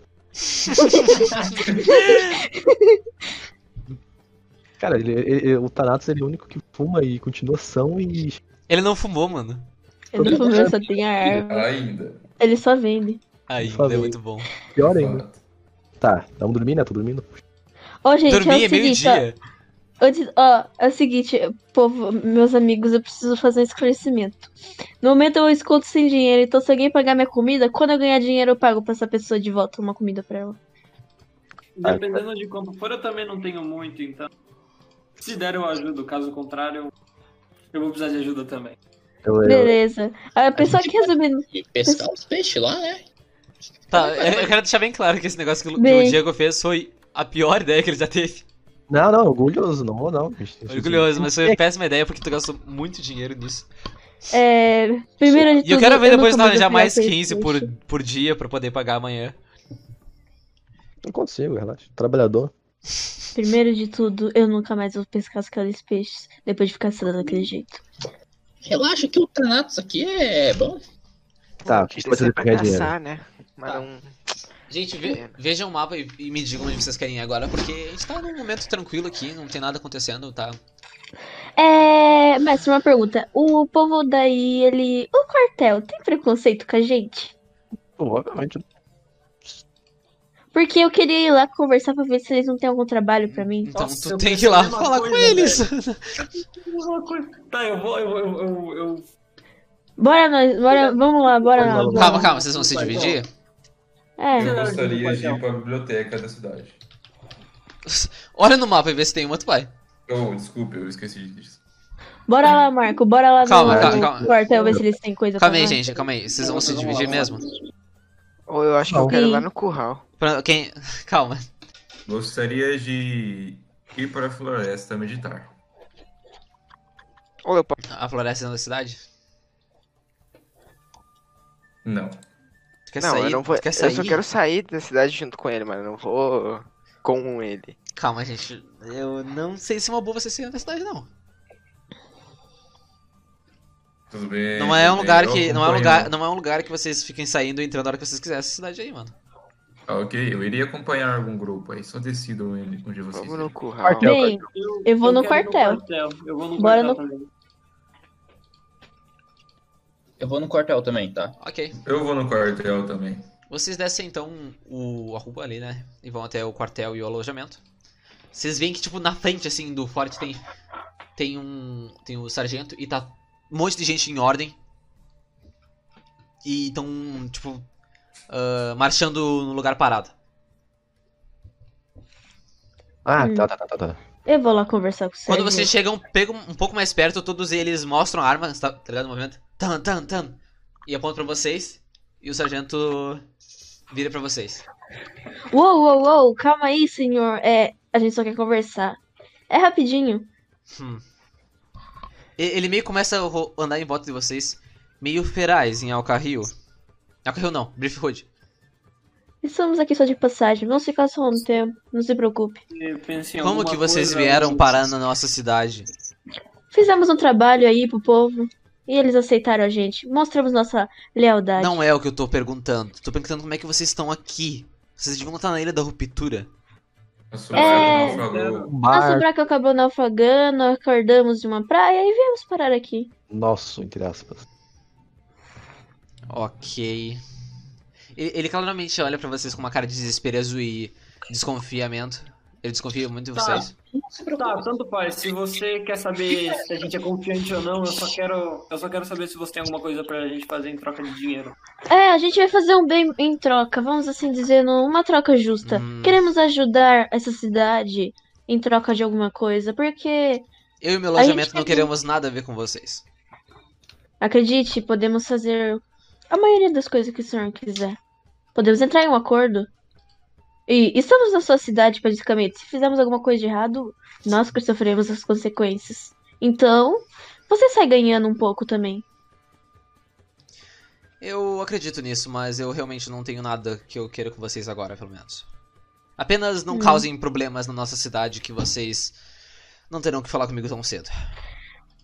S3: Cara, ele, ele- ele- o Thanatos ele é o único que fuma e continua são e.
S1: Ele não fumou, mano.
S9: Ele não comeu, só tem a árvore.
S8: Ainda.
S9: Ele só vende.
S1: Aí,
S3: Por favor.
S1: é muito bom.
S3: Pior ainda.
S8: Fato.
S3: Tá, tamo dormindo, né? Tô dormindo.
S9: Ô, gente,
S1: Dormir
S9: é
S1: é
S9: o seguinte, ó.
S1: meio-dia.
S9: Antes- ó, é o seguinte, povo, meus amigos, eu preciso fazer um esclarecimento. No momento eu escondo sem dinheiro, então se alguém pagar minha comida, quando eu ganhar dinheiro eu pago pra essa pessoa de volta uma comida pra ela.
S2: Dependendo de quanto for, eu também não tenho muito, então. Se der, eu ajudo. Caso contrário, eu vou precisar de ajuda também.
S3: Eu, eu,
S9: Beleza. A pessoa que resumindo.
S7: E pescar uns peixes lá, né?
S1: Tá, eu eu quero deixar bem claro que esse negócio que o- que o
S9: Bem.
S1: Diego fez foi a pior ideia que ele já teve.
S3: não, não, orgulhoso, não vou não. bicho.
S1: Orgulhoso, mas foi uma péssima ideia porque tu gastou muito dinheiro nisso.
S9: É, primeiro de
S1: E eu
S9: tudo,
S1: quero ver
S9: não
S1: depois tu
S9: comendo
S1: arranjar
S9: filé
S1: mais
S9: peixe.
S1: 15 por, por dia pra poder pagar amanhã.
S3: Não consigo, relaxa. Trabalhador.
S9: Primeiro de tudo, eu nunca mais vou pescar aqueles peixes depois de ficar sedando daquele jeito.
S7: Relaxa que o Thanatos aqui é bom.
S3: Tá, o que a gente pode fazer pra ganhar dinheiro?
S5: Caçar, né? Mas
S1: Tá.
S5: não-
S1: Gente,
S5: Hum.
S1: ve vejam o mapa e, e me digam onde vocês querem ir agora, porque a gente tá num momento tranquilo aqui, não tem nada acontecendo, tá?
S9: É, mestre, uma pergunta. O povo daí, ele. O quartel tem preconceito com a gente?
S3: Provavelmente.
S9: Porque eu queria ir lá conversar pra ver se eles não têm algum trabalho pra mim.
S1: Então
S2: Nossa,
S1: tu
S2: eu
S1: tem
S2: penso
S1: que ir
S2: a
S1: lá
S2: mesma
S1: falar
S2: coisa,
S1: com eles.
S2: Tá, eu vou, eu, eu, eu, eu-
S9: Bora nós, bora, vamos lá, bora lá.
S3: Vamos lá.
S1: <laughs> calma, calma, vocês vão se
S2: Vai,
S1: dividir?
S9: É,
S8: Eu gostaria de ir pra biblioteca da cidade.
S1: Olha no mapa e vê se tem um uma, tu vai.
S8: Oh, desculpa, eu esqueci disso.
S9: Bora lá, Marco, bora lá
S1: Calma,
S9: no,
S1: calma,
S9: no
S1: calma.
S9: quartel ver se eles têm coisa
S1: Calma
S9: pra
S1: aí,
S9: nós.
S1: gente, calma aí. Vocês vão se dividir mesmo?
S5: Ou eu acho que eu
S9: Não.
S5: quero ir lá
S9: Sim.
S5: no curral.
S1: Pra quem... <laughs> Calma.
S8: Gostaria de ir para a floresta meditar.
S5: Ou eu posso.
S1: A floresta da cidade?
S8: Não.
S1: Tu quer
S5: não,
S1: sair?
S5: eu não vou.
S1: Tu quer
S5: Eu
S1: sair?
S5: só quero sair da cidade junto com ele, mas eu não vou com ele.
S1: Calma, gente. Eu não sei se é uma boa você sair da cidade, não.
S8: Tudo bem.
S1: Não é um
S8: tudo
S1: lugar
S8: bem, eu
S1: que. Não é um
S8: acompanho.
S1: lugar, não é um lugar que vocês fiquem saindo e entrando a hora que vocês quiserem essa cidade aí, mano.
S8: Ah, ok, eu iria acompanhar algum grupo aí, só um decidam ele onde vocês
S5: Vamos no
S8: irem.
S5: curral.
S3: Quartel.
S9: Bem,
S2: Eu,
S9: eu vou no
S2: quero ir
S9: quartel.
S2: Eu vou no
S9: Bora
S2: quartel
S9: no-
S2: também.
S7: Eu vou no quartel também, tá?
S1: Ok.
S8: Eu vou no quartel também.
S1: Vocês descem então o, a rua ali, né? E vão até o quartel e o alojamento. Vocês veem que, tipo, na frente, assim, do forte tem. Tem um. Tem o sargento e tá um monte de gente em ordem. E estão, tipo. ah, marchando no lugar parado.
S3: Ah,
S9: Hum.
S3: tá, tá, tá, tá, tá.
S9: Eu vou lá conversar com o
S1: Quando
S9: Sérgio.
S1: vocês chegam pegam um pouco mais perto, todos eles mostram a arma, tá, tá ligado? No momento. Tan, tan, tan. E apontam pra vocês. E o sargento vira pra vocês.
S9: Uou, uou, uou, calma aí, senhor. É, a gente só quer conversar. É rapidinho.
S1: Hum. E- Ele meio começa a ro- andar em volta de vocês, meio feraz em Alcarril. Alcarril não, Brief Hood.
S9: Estamos aqui só de passagem, vamos ficar só um tempo, não se preocupe.
S2: Eu pensei em
S1: Como
S2: alguma
S1: que vocês
S2: coisa,
S1: vieram
S2: mas-
S1: parar na nossa cidade?
S9: Fizemos um trabalho aí pro povo e eles aceitaram a gente. Mostramos nossa lealdade.
S1: Não é o que eu tô perguntando. Tô perguntando como é que vocês estão aqui. Vocês deviam estar na Ilha da Ruptura.
S8: Nosso barco
S9: É.
S8: naufragou.
S9: Nosso
S3: Bar,
S9: buraco acabou é naufragando, acordamos de uma praia e viemos parar aqui.
S3: nosso, entre aspas.
S1: Ok. Ele, ele claramente olha pra vocês com uma cara de desespero e desconfiamento. Ele desconfia muito de
S2: Tá.
S1: vocês.
S2: Tá, tanto faz. Se você quer saber se a gente é confiante ou não, eu só quero, eu só quero saber se você tem alguma coisa pra gente fazer em troca de dinheiro.
S9: É, a gente vai fazer um bem em troca, vamos assim dizer, uma troca justa.
S1: Hum.
S9: Queremos ajudar essa cidade em troca de alguma coisa, porque,
S1: Eu e meu
S9: A gente
S1: alojamento não
S9: quer-
S1: queremos nada a ver com vocês.
S9: acredite, podemos fazer a maioria das coisas que o senhor quiser. Podemos entrar em um acordo. E estamos na sua cidade, praticamente. Se fizermos alguma coisa de errado, nós que sofreremos as consequências. Então, você sai ganhando um pouco também.
S1: Eu acredito nisso, mas eu realmente não tenho nada que eu queira com vocês agora, pelo menos. Apenas não
S9: Hum.
S1: causem problemas na nossa cidade que vocês não terão que falar comigo tão cedo.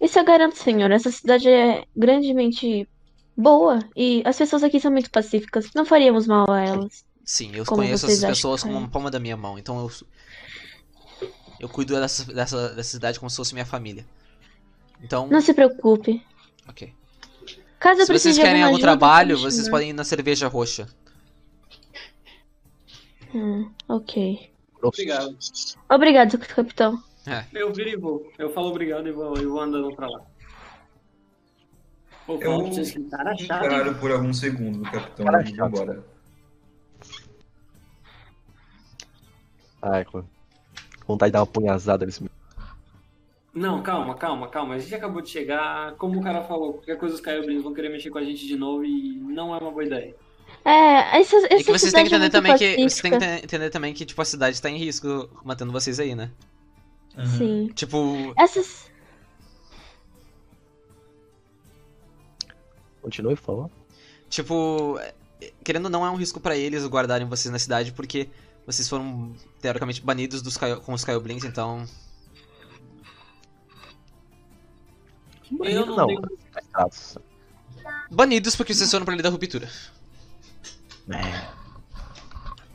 S9: Isso eu garanto, senhor. Essa cidade é grandemente boa e as pessoas aqui são muito pacíficas. Não faríamos mal a elas.
S1: Sim, eu
S9: Como
S1: conheço
S9: vocês
S1: essas
S9: acham
S1: pessoas
S9: que
S1: como
S9: é?
S1: uma palma da minha mão, então eu. Eu cuido dessa, dessa, dessa cidade como se fosse minha família. Então,
S9: Não se preocupe.
S1: ok.
S9: Caso eu
S1: Se vocês
S9: precise de
S1: querem algum
S9: alguma ajuda,
S1: trabalho,
S9: pode me
S1: vocês
S9: chamar.
S1: podem ir na cerveja roxa.
S9: Hum, ok.
S2: Obrigado.
S9: Obrigado, capitão.
S2: Eu viro e vou. Eu falo obrigado e vou, e vou andando pra lá. Pô,
S8: Eu-
S2: eu... vocês que tá cara chato. hein?
S8: Encararam por alguns segundos o capitão
S3: Cara
S8: e
S3: chato.
S8: embora.
S3: Ai, com vontade de dar uma punhazada nesse
S2: Não, calma, calma, calma. A gente acabou de chegar. Como o cara falou, qualquer coisa os Caiobrins vão querer mexer com a gente de novo e não é uma boa ideia.
S9: É, essa, essa
S1: e que vocês têm que
S9: cidade é
S1: entender
S9: muito
S1: também que. Vocês têm que
S9: pacífica.
S1: te- entender também que, tipo, a cidade tá em risco matando vocês aí, né?
S9: Sim.
S1: Tipo,
S9: Essas.
S3: Continue, por favor.
S1: Tipo, é- querendo ou não, é um risco pra eles guardarem vocês na cidade, porque vocês foram teoricamente banidos dos Kaio- com os Kaioblins, então.
S2: Eu não,
S3: Não. tá,
S2: tenho.
S3: Status.
S1: Banidos porque vocês foram pra Ilha da Ruptura.
S2: Mas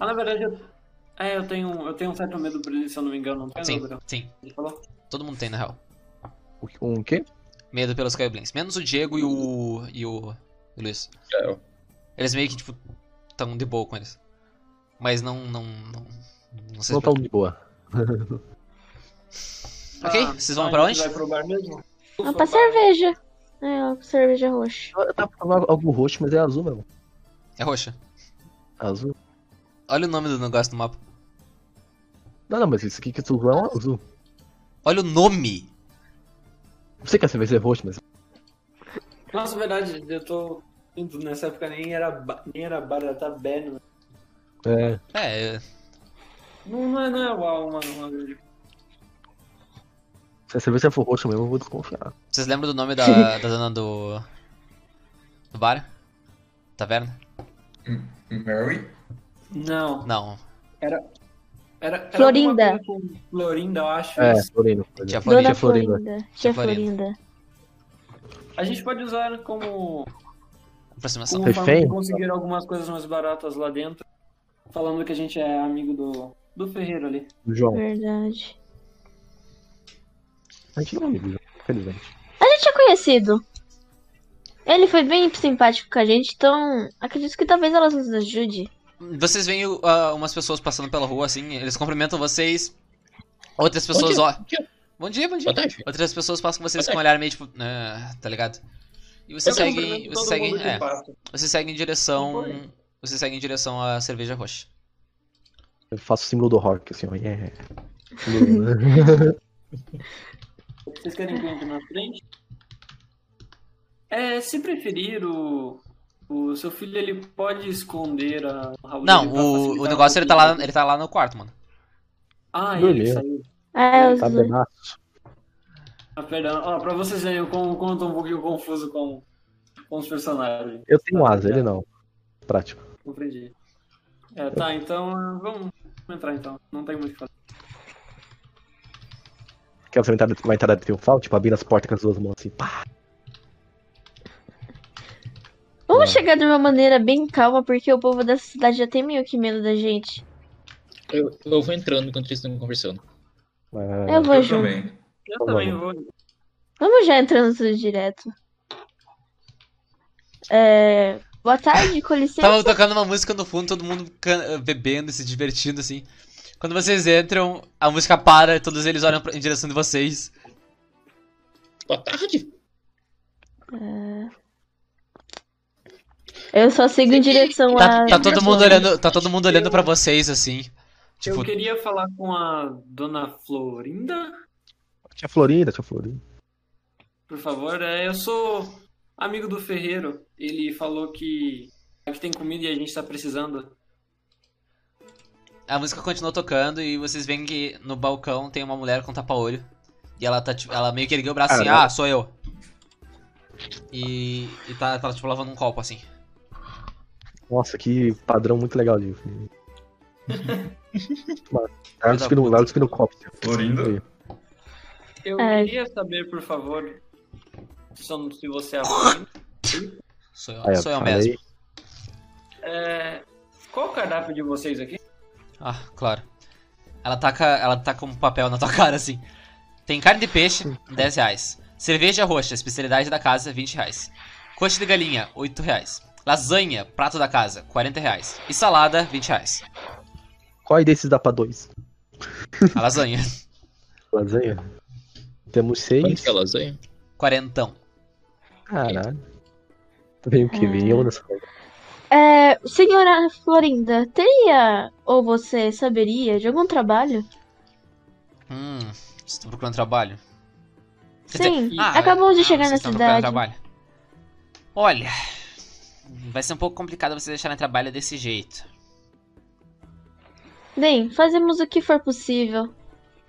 S2: na verdade eu. É, eu tenho, eu tenho um certo medo por ele, se eu não me engano. Não tenho
S1: Sim,
S2: Gabriel?
S1: sim.
S2: Ele falou?
S1: Todo mundo tem, na real.
S3: Um quê?
S1: Medo pelos Kaioblins. Menos o Diego e o. e o. e o Luiz.
S7: Já,
S1: Eles meio que, tipo, tão de boa com eles. Mas não. não. não, não sei
S3: Não tão de boa.
S1: Ok,
S2: Ah,
S1: vocês vão
S2: a
S1: pra
S2: gente
S1: onde?
S2: Vai pro bar mesmo?
S9: Ah, pra cerveja. É, ó, cerveja roxa.
S3: Eu tava falando algo roxo, mas é azul mesmo.
S1: É roxa.
S3: Azul.
S1: Olha o nome do negócio no mapa.
S3: Não, não, mas isso aqui que tu usa é um azul.
S1: Olha o nome!
S3: Não sei que essa vez é roxo, mas.
S2: Nossa, verdade, eu tô. Nessa época nem era, ba- nem era bar, era taberna.
S3: É.
S1: É.
S2: Não, não é, não é uau, uma, uma grande
S3: Se a cerveja for roxa mesmo, eu vou desconfiar.
S1: Vocês lembram do nome da, da dona do. do bar? Taverna?
S8: Uhum. Mary?
S2: Não.
S1: Não.
S2: Era. Era, era
S9: Florinda.
S2: alguma coisa com Florinda, eu acho.
S3: É, Florino.
S1: Tia Florinda.
S9: Dona
S3: Tia Florinda.
S9: Florinda. é
S1: Tia
S9: Tia
S1: Florinda.
S9: Florinda.
S2: A gente pode usar como,
S1: Aproximação.
S2: como forma de
S3: Refém?
S2: conseguir algumas coisas mais baratas lá dentro. Falando que a gente é amigo do, do Ferreiro ali.
S3: Do João.
S9: Verdade.
S3: A gente não é amigo, do João, infelizmente.
S9: A gente é conhecido. Ele foi bem simpático com a gente, então acredito que talvez elas nos ajude.
S1: Vocês veem ah, umas pessoas passando pela rua assim, eles cumprimentam vocês. Outras pessoas, ó. Bom dia, bom dia.
S7: Boa tarde.
S1: Outras pessoas passam com vocês
S7: Boa
S1: com um olhar meio tipo. "Ah", tá ligado? E vocês
S2: Eu
S1: seguem.
S2: cumprimento
S1: Vocês
S2: todo
S1: seguem.
S2: mundo que
S1: É,
S2: passa.
S1: vocês seguem em direção.
S2: Oi.
S1: Vocês seguem em direção à cerveja roxa.
S3: Eu faço o símbolo do rock, assim, ó. Yeah. <laughs>
S2: Vocês querem que eu entre na frente? É, se preferir, o, o seu filho ele pode esconder a o Raul
S1: Não,
S2: dele pra
S1: o, o
S2: facilitar
S1: negócio
S2: um
S1: ele tá lá,
S2: pouquinho.
S1: ele tá lá no quarto, mano.
S2: Ah, ele
S3: Beleza.
S2: saiu.
S9: Ah, eu
S3: tá benaço.
S2: Ah, perdão. Ó, pra vocês verem como, como eu tô um pouquinho confuso com, com os personagens.
S3: Eu tenho um asa, ele não. Prático.
S2: Compreendi. É, tá, então ah, vamos vamos entrar então. Não tem muito o que fazer.
S3: Quer você entrar, vai entrar triunfal? Tipo, abrindo as portas com as duas mãos assim, pá.
S9: Vamos chegar de uma maneira bem calma, porque o povo dessa cidade já tem meio que medo da gente.
S7: Eu, eu vou entrando enquanto eles estão conversando.
S3: É
S9: Eu vou
S8: Eu
S9: junto.
S8: também.
S2: Eu
S3: Vamos.
S2: também vou.
S9: Vamos já entrando tudo direto. É... Boa tarde, com licença.
S1: Tava tocando uma música no fundo, todo mundo can- eh, bebendo, se divertindo, assim. Quando vocês entram, a música para, todos eles olham pra- em direção de vocês.
S7: Boa tarde.
S9: Eu só sigo em direção
S1: Tá,
S9: a.
S1: tá todo mundo olhando, tá todo mundo olhando pra vocês, assim. Tipo,
S2: Eu queria falar com a dona Florinda.
S3: Tia Florinda, tia Florinda.
S2: Por favor, é, eu sou amigo do Ferreiro. Ele falou que aqui tem comida e a gente tá precisando.
S1: a música continua tocando e vocês veem que no balcão tem uma mulher com tapa-olho. E ela tá, tipo, ela meio que ergueu o braço assim,
S3: Caralho.
S1: ah, sou eu. E, e tá, tá, tipo, lavando um copo, assim.
S3: Nossa, que padrão muito legal de.
S1: <laughs>
S3: Larga o espinho-
S1: um.
S3: larga o espinho no copo.
S8: Florinda?
S2: Eu
S9: É.
S2: queria saber, por favor, se se você é a Florinda.
S1: Sou eu,
S3: Aí, ó,
S1: sou eu
S3: falei.
S1: mesmo.
S2: É, qual o cardápio de vocês aqui?
S1: Ah, claro. Ela taca, ela taca um papel na tua <laughs> cara, assim. Tem carne de peixe, 10 reais. Cerveja roxa, especialidade da casa, 20 reais. Coxa de galinha, 8 reais. Lasanha, prato da casa, 40 reais. E salada, 20 reais.
S3: Qual desses dá pra dois?
S1: A lasanha, <laughs>
S3: Lasanha? Temos
S7: Quanto
S3: seis.
S7: que é a lasanha?
S1: quarentão.
S3: Caralho. Veio que vem, eu nessa coisa.
S9: É, senhora Florinda, teria ou você saberia de algum trabalho?
S1: Hum, estou procurando trabalho. Quer dizer,
S9: Sim,
S1: ah,
S9: acabamos de chegar
S1: vocês
S9: na
S1: estão procurando
S9: cidade.
S1: trabalho. Olha, vai ser um pouco complicado vocês deixarem trabalho desse jeito.
S9: Bem, fazemos o que for possível.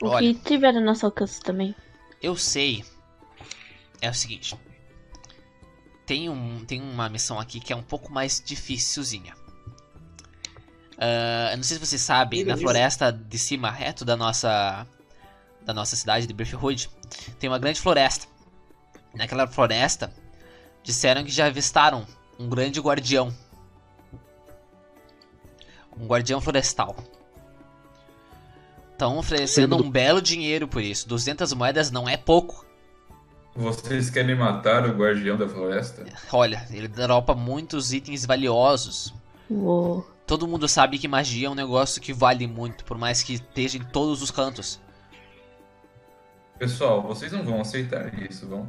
S9: O
S1: Olha.
S9: que tiver ao nosso alcance também.
S1: Eu sei. É o seguinte. Tem, um, tem uma missão aqui que é um pouco mais dificilzinha. Ah, eu não sei se vocês sabem, na floresta de cima, reto da nossa da nossa cidade de Briefwood, tem uma grande floresta. Naquela floresta, disseram que já avistaram um grande guardião. Um guardião florestal. Estão oferecendo um belo dinheiro por isso. 200 moedas não é pouco.
S8: Vocês querem matar o guardião da floresta?
S1: Olha, ele dropa muitos itens valiosos.
S9: Uou.
S1: Todo mundo sabe que magia é um negócio que vale muito, por mais que esteja em todos os cantos.
S8: Pessoal, vocês não vão aceitar isso, vão?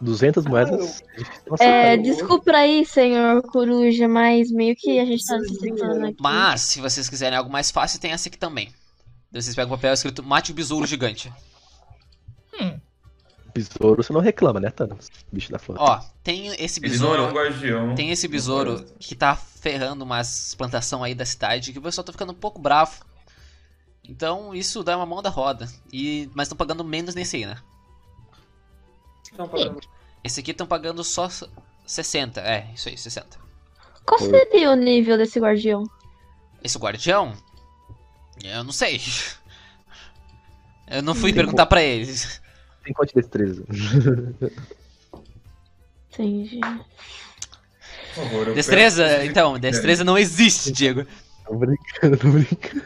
S3: 200 moedas? Nossa,
S9: É,
S3: cara.
S9: desculpa aí, senhor Coruja, mas meio que a gente tá se sentando aqui.
S1: Mas, se vocês quiserem algo mais fácil, tem essa aqui também. Daí vocês pegam o papel escrito mate o besouro gigante.
S7: Hum.
S3: Besouro, você não reclama, né, Thanos? Bicho da flor.
S1: Ó, tem esse
S8: Ele
S1: besouro.
S8: não é um guardião.
S1: Tem esse besouro que tá ferrando umas plantação aí da cidade que o pessoal tá ficando um pouco bravo. Então isso dá uma mão da roda. E, mas estão pagando menos nesse aí, né?
S2: Então, pagando.
S1: Esse aqui estão pagando só 60. É, isso aí, 60.
S11: Qual seria o nível desse guardião?
S1: Esse guardião? Eu não sei. <laughs> Eu não fui perguntar pra eles.
S3: Tem quanto de destreza?
S11: Entendi.
S8: Por favor, eu
S1: Destreza?
S8: peço-
S1: Então, destreza não existe, Diego.
S3: <laughs> tô brincando, tô brincando.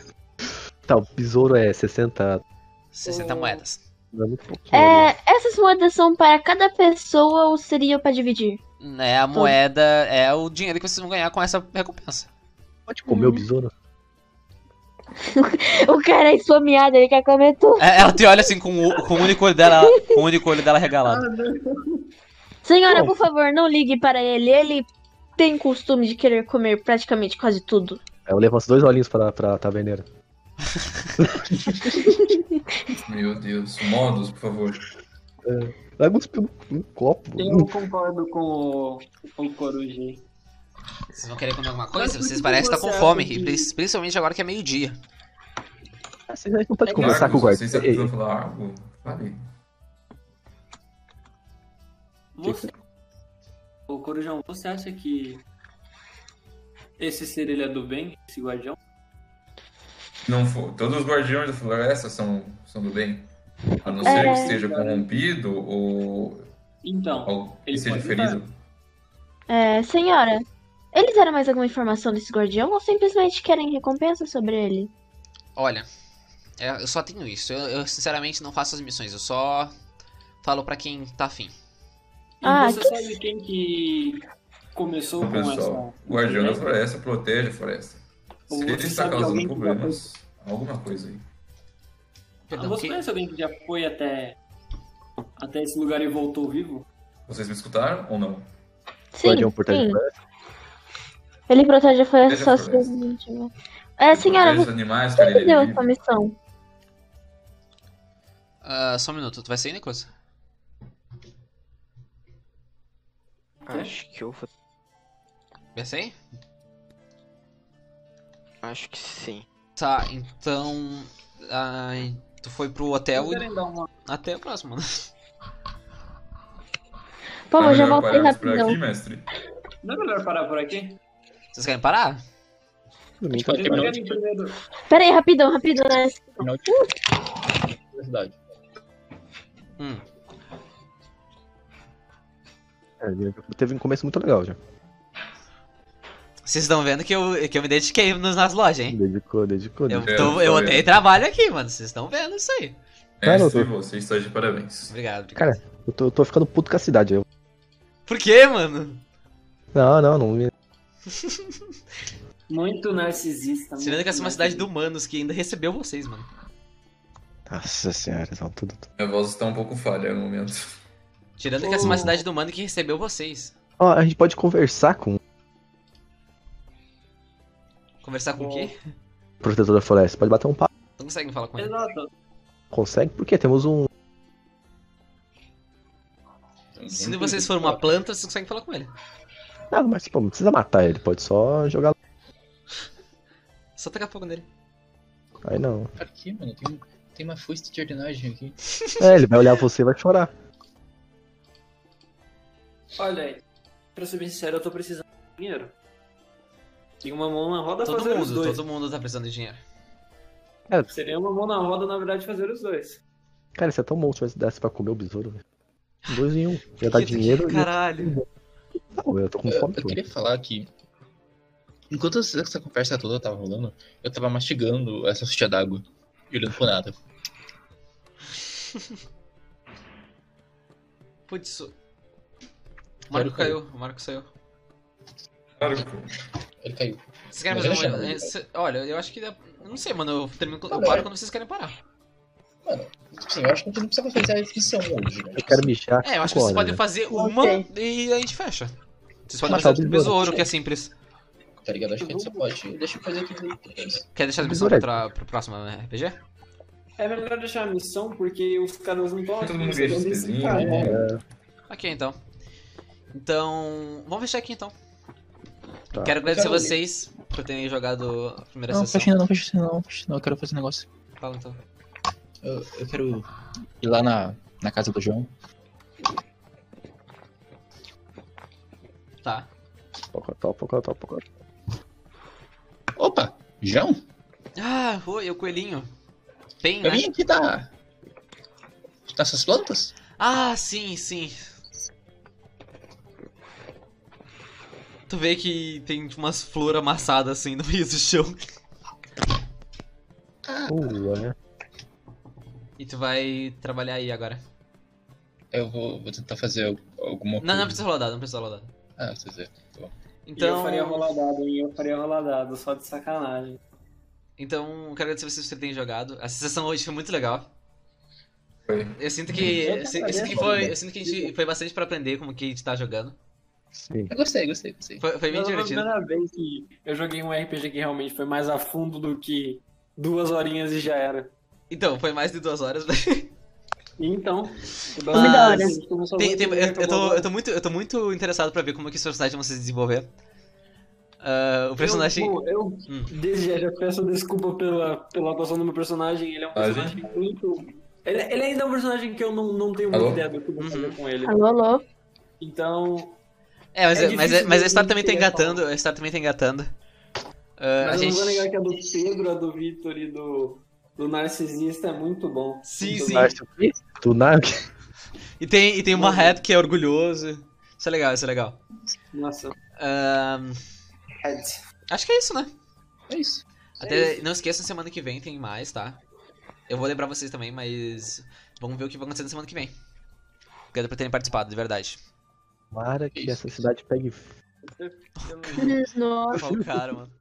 S3: Tá, o besouro é 60.
S1: 60 moedas.
S3: Não é muito pouquinho. né?
S11: É, essas moedas são para cada pessoa ou seria para dividir? <laughs>
S1: É a moeda, é o dinheiro que vocês vão ganhar com essa recompensa.
S3: Pode comer o besouro?
S11: O cara é esfomeado, ele quer comer tudo.
S1: É, ela te olha assim com o, com o único olho dela, com o único olho dela regalado.
S11: Senhora,
S3: Bom.
S11: por favor, não ligue para ele. Ele tem costume de querer comer praticamente quase tudo.
S3: Aí É, eu levanto os dois olhinhos pra, pra taverneira.
S8: Meu Deus, modos, por favor.
S3: Larga uns pelo um copo.
S2: Eu concordo com o, com o Coruja aí.
S1: Vocês vão querer comer alguma
S2: Mas
S1: coisa?
S2: por que
S1: Vocês parecem estar
S2: você
S1: com
S2: acha
S1: fome,
S2: que-
S1: e prin- principalmente agora que é meio-dia.
S3: Ah, Vocês não podem
S11: É
S3: conversar
S8: um-
S3: com o guarda.
S8: Vocês precisam falar "Ah, algo. Fale.
S2: Você, ô Corujão, você acha que esse ser ele é do bem, esse guardião?
S8: Não for. Todos os guardiões da floresta são, são do bem. A não ser
S11: É.
S8: que seja corrompido ou,
S2: Então,
S8: ou que
S2: Ele
S8: seja
S2: pode
S8: ferido.
S11: É, senhora, eles deram mais alguma informação desse guardião ou simplesmente querem recompensa sobre ele?
S1: Olha, é, eu só tenho isso. Eu, eu, sinceramente não faço as missões, eu só falo pra quem tá afim.
S2: e
S11: Ah,
S2: então você
S11: que-
S2: sabe quem que começou
S8: Então,
S2: com
S8: pessoal,
S2: essa... né?
S8: o guardião da floresta protege a floresta.
S2: Ou
S8: Se ele
S2: você
S8: está
S2: sabe
S8: causando
S2: alguém que já foi-
S8: problemas, alguma coisa aí.
S2: Ah,
S1: Perdão,
S2: Você
S1: que...
S2: conhece alguém que já foi até, até esse lugar e voltou vivo?
S8: Vocês me escutaram ou não?
S11: Sim,
S3: Guardião por trás
S11: sim.
S3: de floresta.
S11: Ele protege a
S8: Protege
S11: floresta
S8: a
S11: só
S8: floresta.
S11: se ele tiver. É, senhora,
S8: Protege os
S11: você
S8: animais, cara, ele
S11: deu
S8: é
S9: tá
S11: essa
S8: livre.
S11: missão.
S1: Ah, só um minuto, tu vai sair, Nicolas?
S5: Acho que eu vou.
S1: Vai sair?
S5: Acho que sim.
S1: Tá, então. ah, tu foi pro hotel
S2: Vocês
S1: e.
S2: querem dar uma-
S1: Até o próximo, né?
S11: Pô,
S8: Não é
S11: eu já
S8: melhor
S11: voltei
S8: pararmos por
S11: rapidão.
S8: aqui, mestre?
S2: Não é melhor parar por aqui?
S1: Vocês querem parar?
S3: Pra mim, tá-
S7: Pode
S2: Vocês não
S7: terminar
S2: querem um primeiro...
S11: Pera aí, rapidão, rapidão, né?
S7: Final de universidade.
S1: Hum.
S3: é, Teve um começo muito legal já.
S1: Vocês estão vendo que eu, que eu me dediquei nas nas lojas, hein?
S3: Dedicou, dedicou.
S1: Eu,
S8: É,
S1: tô,
S8: tá
S1: eu
S8: vendo.
S1: dei trabalho aqui, mano. Vocês estão vendo isso aí.
S3: Tá,
S8: Mestre,
S3: doutor.
S8: você está de parabéns.
S1: Obrigado, obrigado.
S3: Cara, eu tô, eu tô ficando puto com a cidade. Eu...
S1: Por quê, mano?
S3: Não, não, não.
S2: Muito narcisista.
S1: Você vendo
S2: muito
S1: que essa é uma cidade de humanos que ainda recebeu vocês, mano.
S3: Nossa senhora, não, tudo. tudo.
S8: Minha voz está um pouco falha no momento. <laughs>
S1: Tirando que essa é uma cidade do humano que recebeu vocês.
S3: Ó, a gente pode conversar com o
S1: Conversar com o quê?
S3: protetor da floresta. Pode bater um papo.
S1: Não consegue me falar com ele.
S2: Exato.
S3: Consegue? Porque temos um.
S1: Se vocês forem uma planta, vocês conseguem falar com ele.
S3: Não, ah, mas pô, não precisa matar ele. Pode só jogar.
S1: Só tacar fogo nele.
S3: Aí não.
S7: Aqui, mano, tem, um- tem uma foice de jardinagem aqui.
S3: É, ele vai olhar você e vai chorar.
S2: Olha aí, pra ser bem sincero, eu tô precisando de dinheiro. Tem uma mão na roda
S1: Todo
S2: fazer os
S1: mundo,
S2: dois.
S1: todo mundo tá precisando de dinheiro.
S2: Seria uma mão na roda, na verdade, fazer os dois.
S3: Cara, você é tão bom se desse pra comer o besouro, velho. Dois em um. Já dá dinheiro e.
S1: Caralho.
S3: Não, eu tô com
S7: É, Eu,
S3: fome.
S7: eu
S3: pô.
S7: queria falar que. Enquanto essa essa conversa toda tava rolando, eu tava mastigando essa suja d'água e olhando pro nada.
S1: Putz. isso- O Marco caiu, o Marco saiu.
S8: Claro,
S7: Ele caiu.
S1: Vocês querem
S7: Mas
S1: fazer
S7: eu
S1: uma.
S7: chamo.
S1: é, cê- Olha, eu acho que. dá- Eu não sei, mano. Eu termino com. Eu
S7: Olha.
S1: paro quando vocês querem parar.
S7: Sim, Tipo assim, eu acho que a gente não precisa fazer a missão hoje. né?
S3: Eu quero mijar.
S1: É, eu acho que vocês
S3: Concordo,
S1: podem
S3: né?
S1: fazer uma e a gente fecha. Vocês podem
S3: Matar
S1: fazer
S3: o
S1: o
S3: besouro.
S1: besouro, que é simples.
S7: Tá ligado? Acho que a gente só pode. Deixa eu fazer tudo depois.
S1: Quer deixar a
S3: O
S1: missão
S3: besouro é-
S1: pra, pro próximo né, RPG?
S2: É melhor deixar a missão, porque os caras não podem.
S8: Todo mundo ganha XPzinho, né?
S1: Ok, então. Então, vamos fechar aqui então.
S7: Tá.
S1: Quero agradecer vocês por terem jogado a primeira
S7: Não,
S1: sessão.
S7: fecha ainda não, fecha ainda não, fecha ainda não. Eu quero fazer um negócio.
S1: Fala então.
S7: Eu, eu quero ir lá na, na casa do João.
S1: Tá.
S3: Pocotó, pocotó, pocotó.
S7: Opa, João?
S1: Ah, oi, é o coelhinho. Tem, né?
S7: Eu vim aqui da... Dessas plantas?
S1: Ah, sim, sim. Tu vê que tem tipo, umas flores amassadas assim no meio do chão.
S3: Uh, é.
S1: E tu vai trabalhar aí agora.
S7: Eu vou, vou tentar fazer al- alguma
S1: Não, não
S7: coisa.
S1: precisa rolar dado, não precisa rolar dado.
S7: Ah, quer dizer, tá bom.
S1: Então,
S2: E eu faria rolar dado, hein? Eu faria rolar dado, só de sacanagem.
S1: então quero agradecer vocês por terem jogado. A sessão hoje foi muito legal.
S8: Foi.
S1: Eu sinto que.
S2: Eu
S1: Eu, sinto- eu sinto que
S2: agradeço.
S1: foi. Eu sinto que a gente foi bastante pra aprender como que a gente tá jogando.
S3: Sim.
S7: Eu gostei, gostei, gostei.
S1: Foi, foi bem
S2: Mas foi a
S1: divertido.
S2: primeira vez que eu joguei um RPG que realmente foi mais a fundo do que duas horinhas e já era.
S1: Então, foi mais de duas horas.
S2: E então, duas
S1: Mas-
S2: horas, a gente começou a
S1: Tem- tem-
S2: jogar
S1: eu, eu tô,
S2: acabou.
S1: eu, tô muito, eu tô muito interessado pra ver como que esse personagem vão se desenvolver. Ah, o personagem.
S2: Eu, eu
S1: Hum.
S2: desde já, já peço desculpa pela, pela atuação do meu personagem. Ele é um
S8: Ah,
S2: personagem muito. Ele, ele ainda é um personagem que eu não, não tenho
S8: Alô?
S2: muita ideia do que eu vou fazer
S1: Uhum.
S2: com ele.
S9: Alô, alô.
S2: Então,
S1: É, mas,
S2: É
S1: mas,
S2: difícil
S1: mas a
S2: mesmo
S1: história também tá
S2: entender,
S1: engatando. A história também tá engatando. Ah, a
S2: mas eu não vou negar
S1: gente.
S2: que a do Pedro, a do Vitor e do, do Narcisista é muito bom.
S1: Sim,
S2: Muito
S1: sim.
S2: bom.
S3: Mas, do nada.
S1: E tem, e tem uma rap que é orgulhoso. Isso é legal, isso é legal.
S2: Nossa,
S1: Ah,
S2: Red.
S1: acho que é isso, né?
S7: É isso.
S1: Até, não esqueçam, semana que vem tem mais, tá? Eu vou lembrar vocês também, mas vamos ver o que vai acontecer na semana que vem. Obrigado por terem participado, de verdade.
S3: Tomara que essa cidade pegue
S2: Tá
S9: Nossa.
S1: Qual o cara, mano?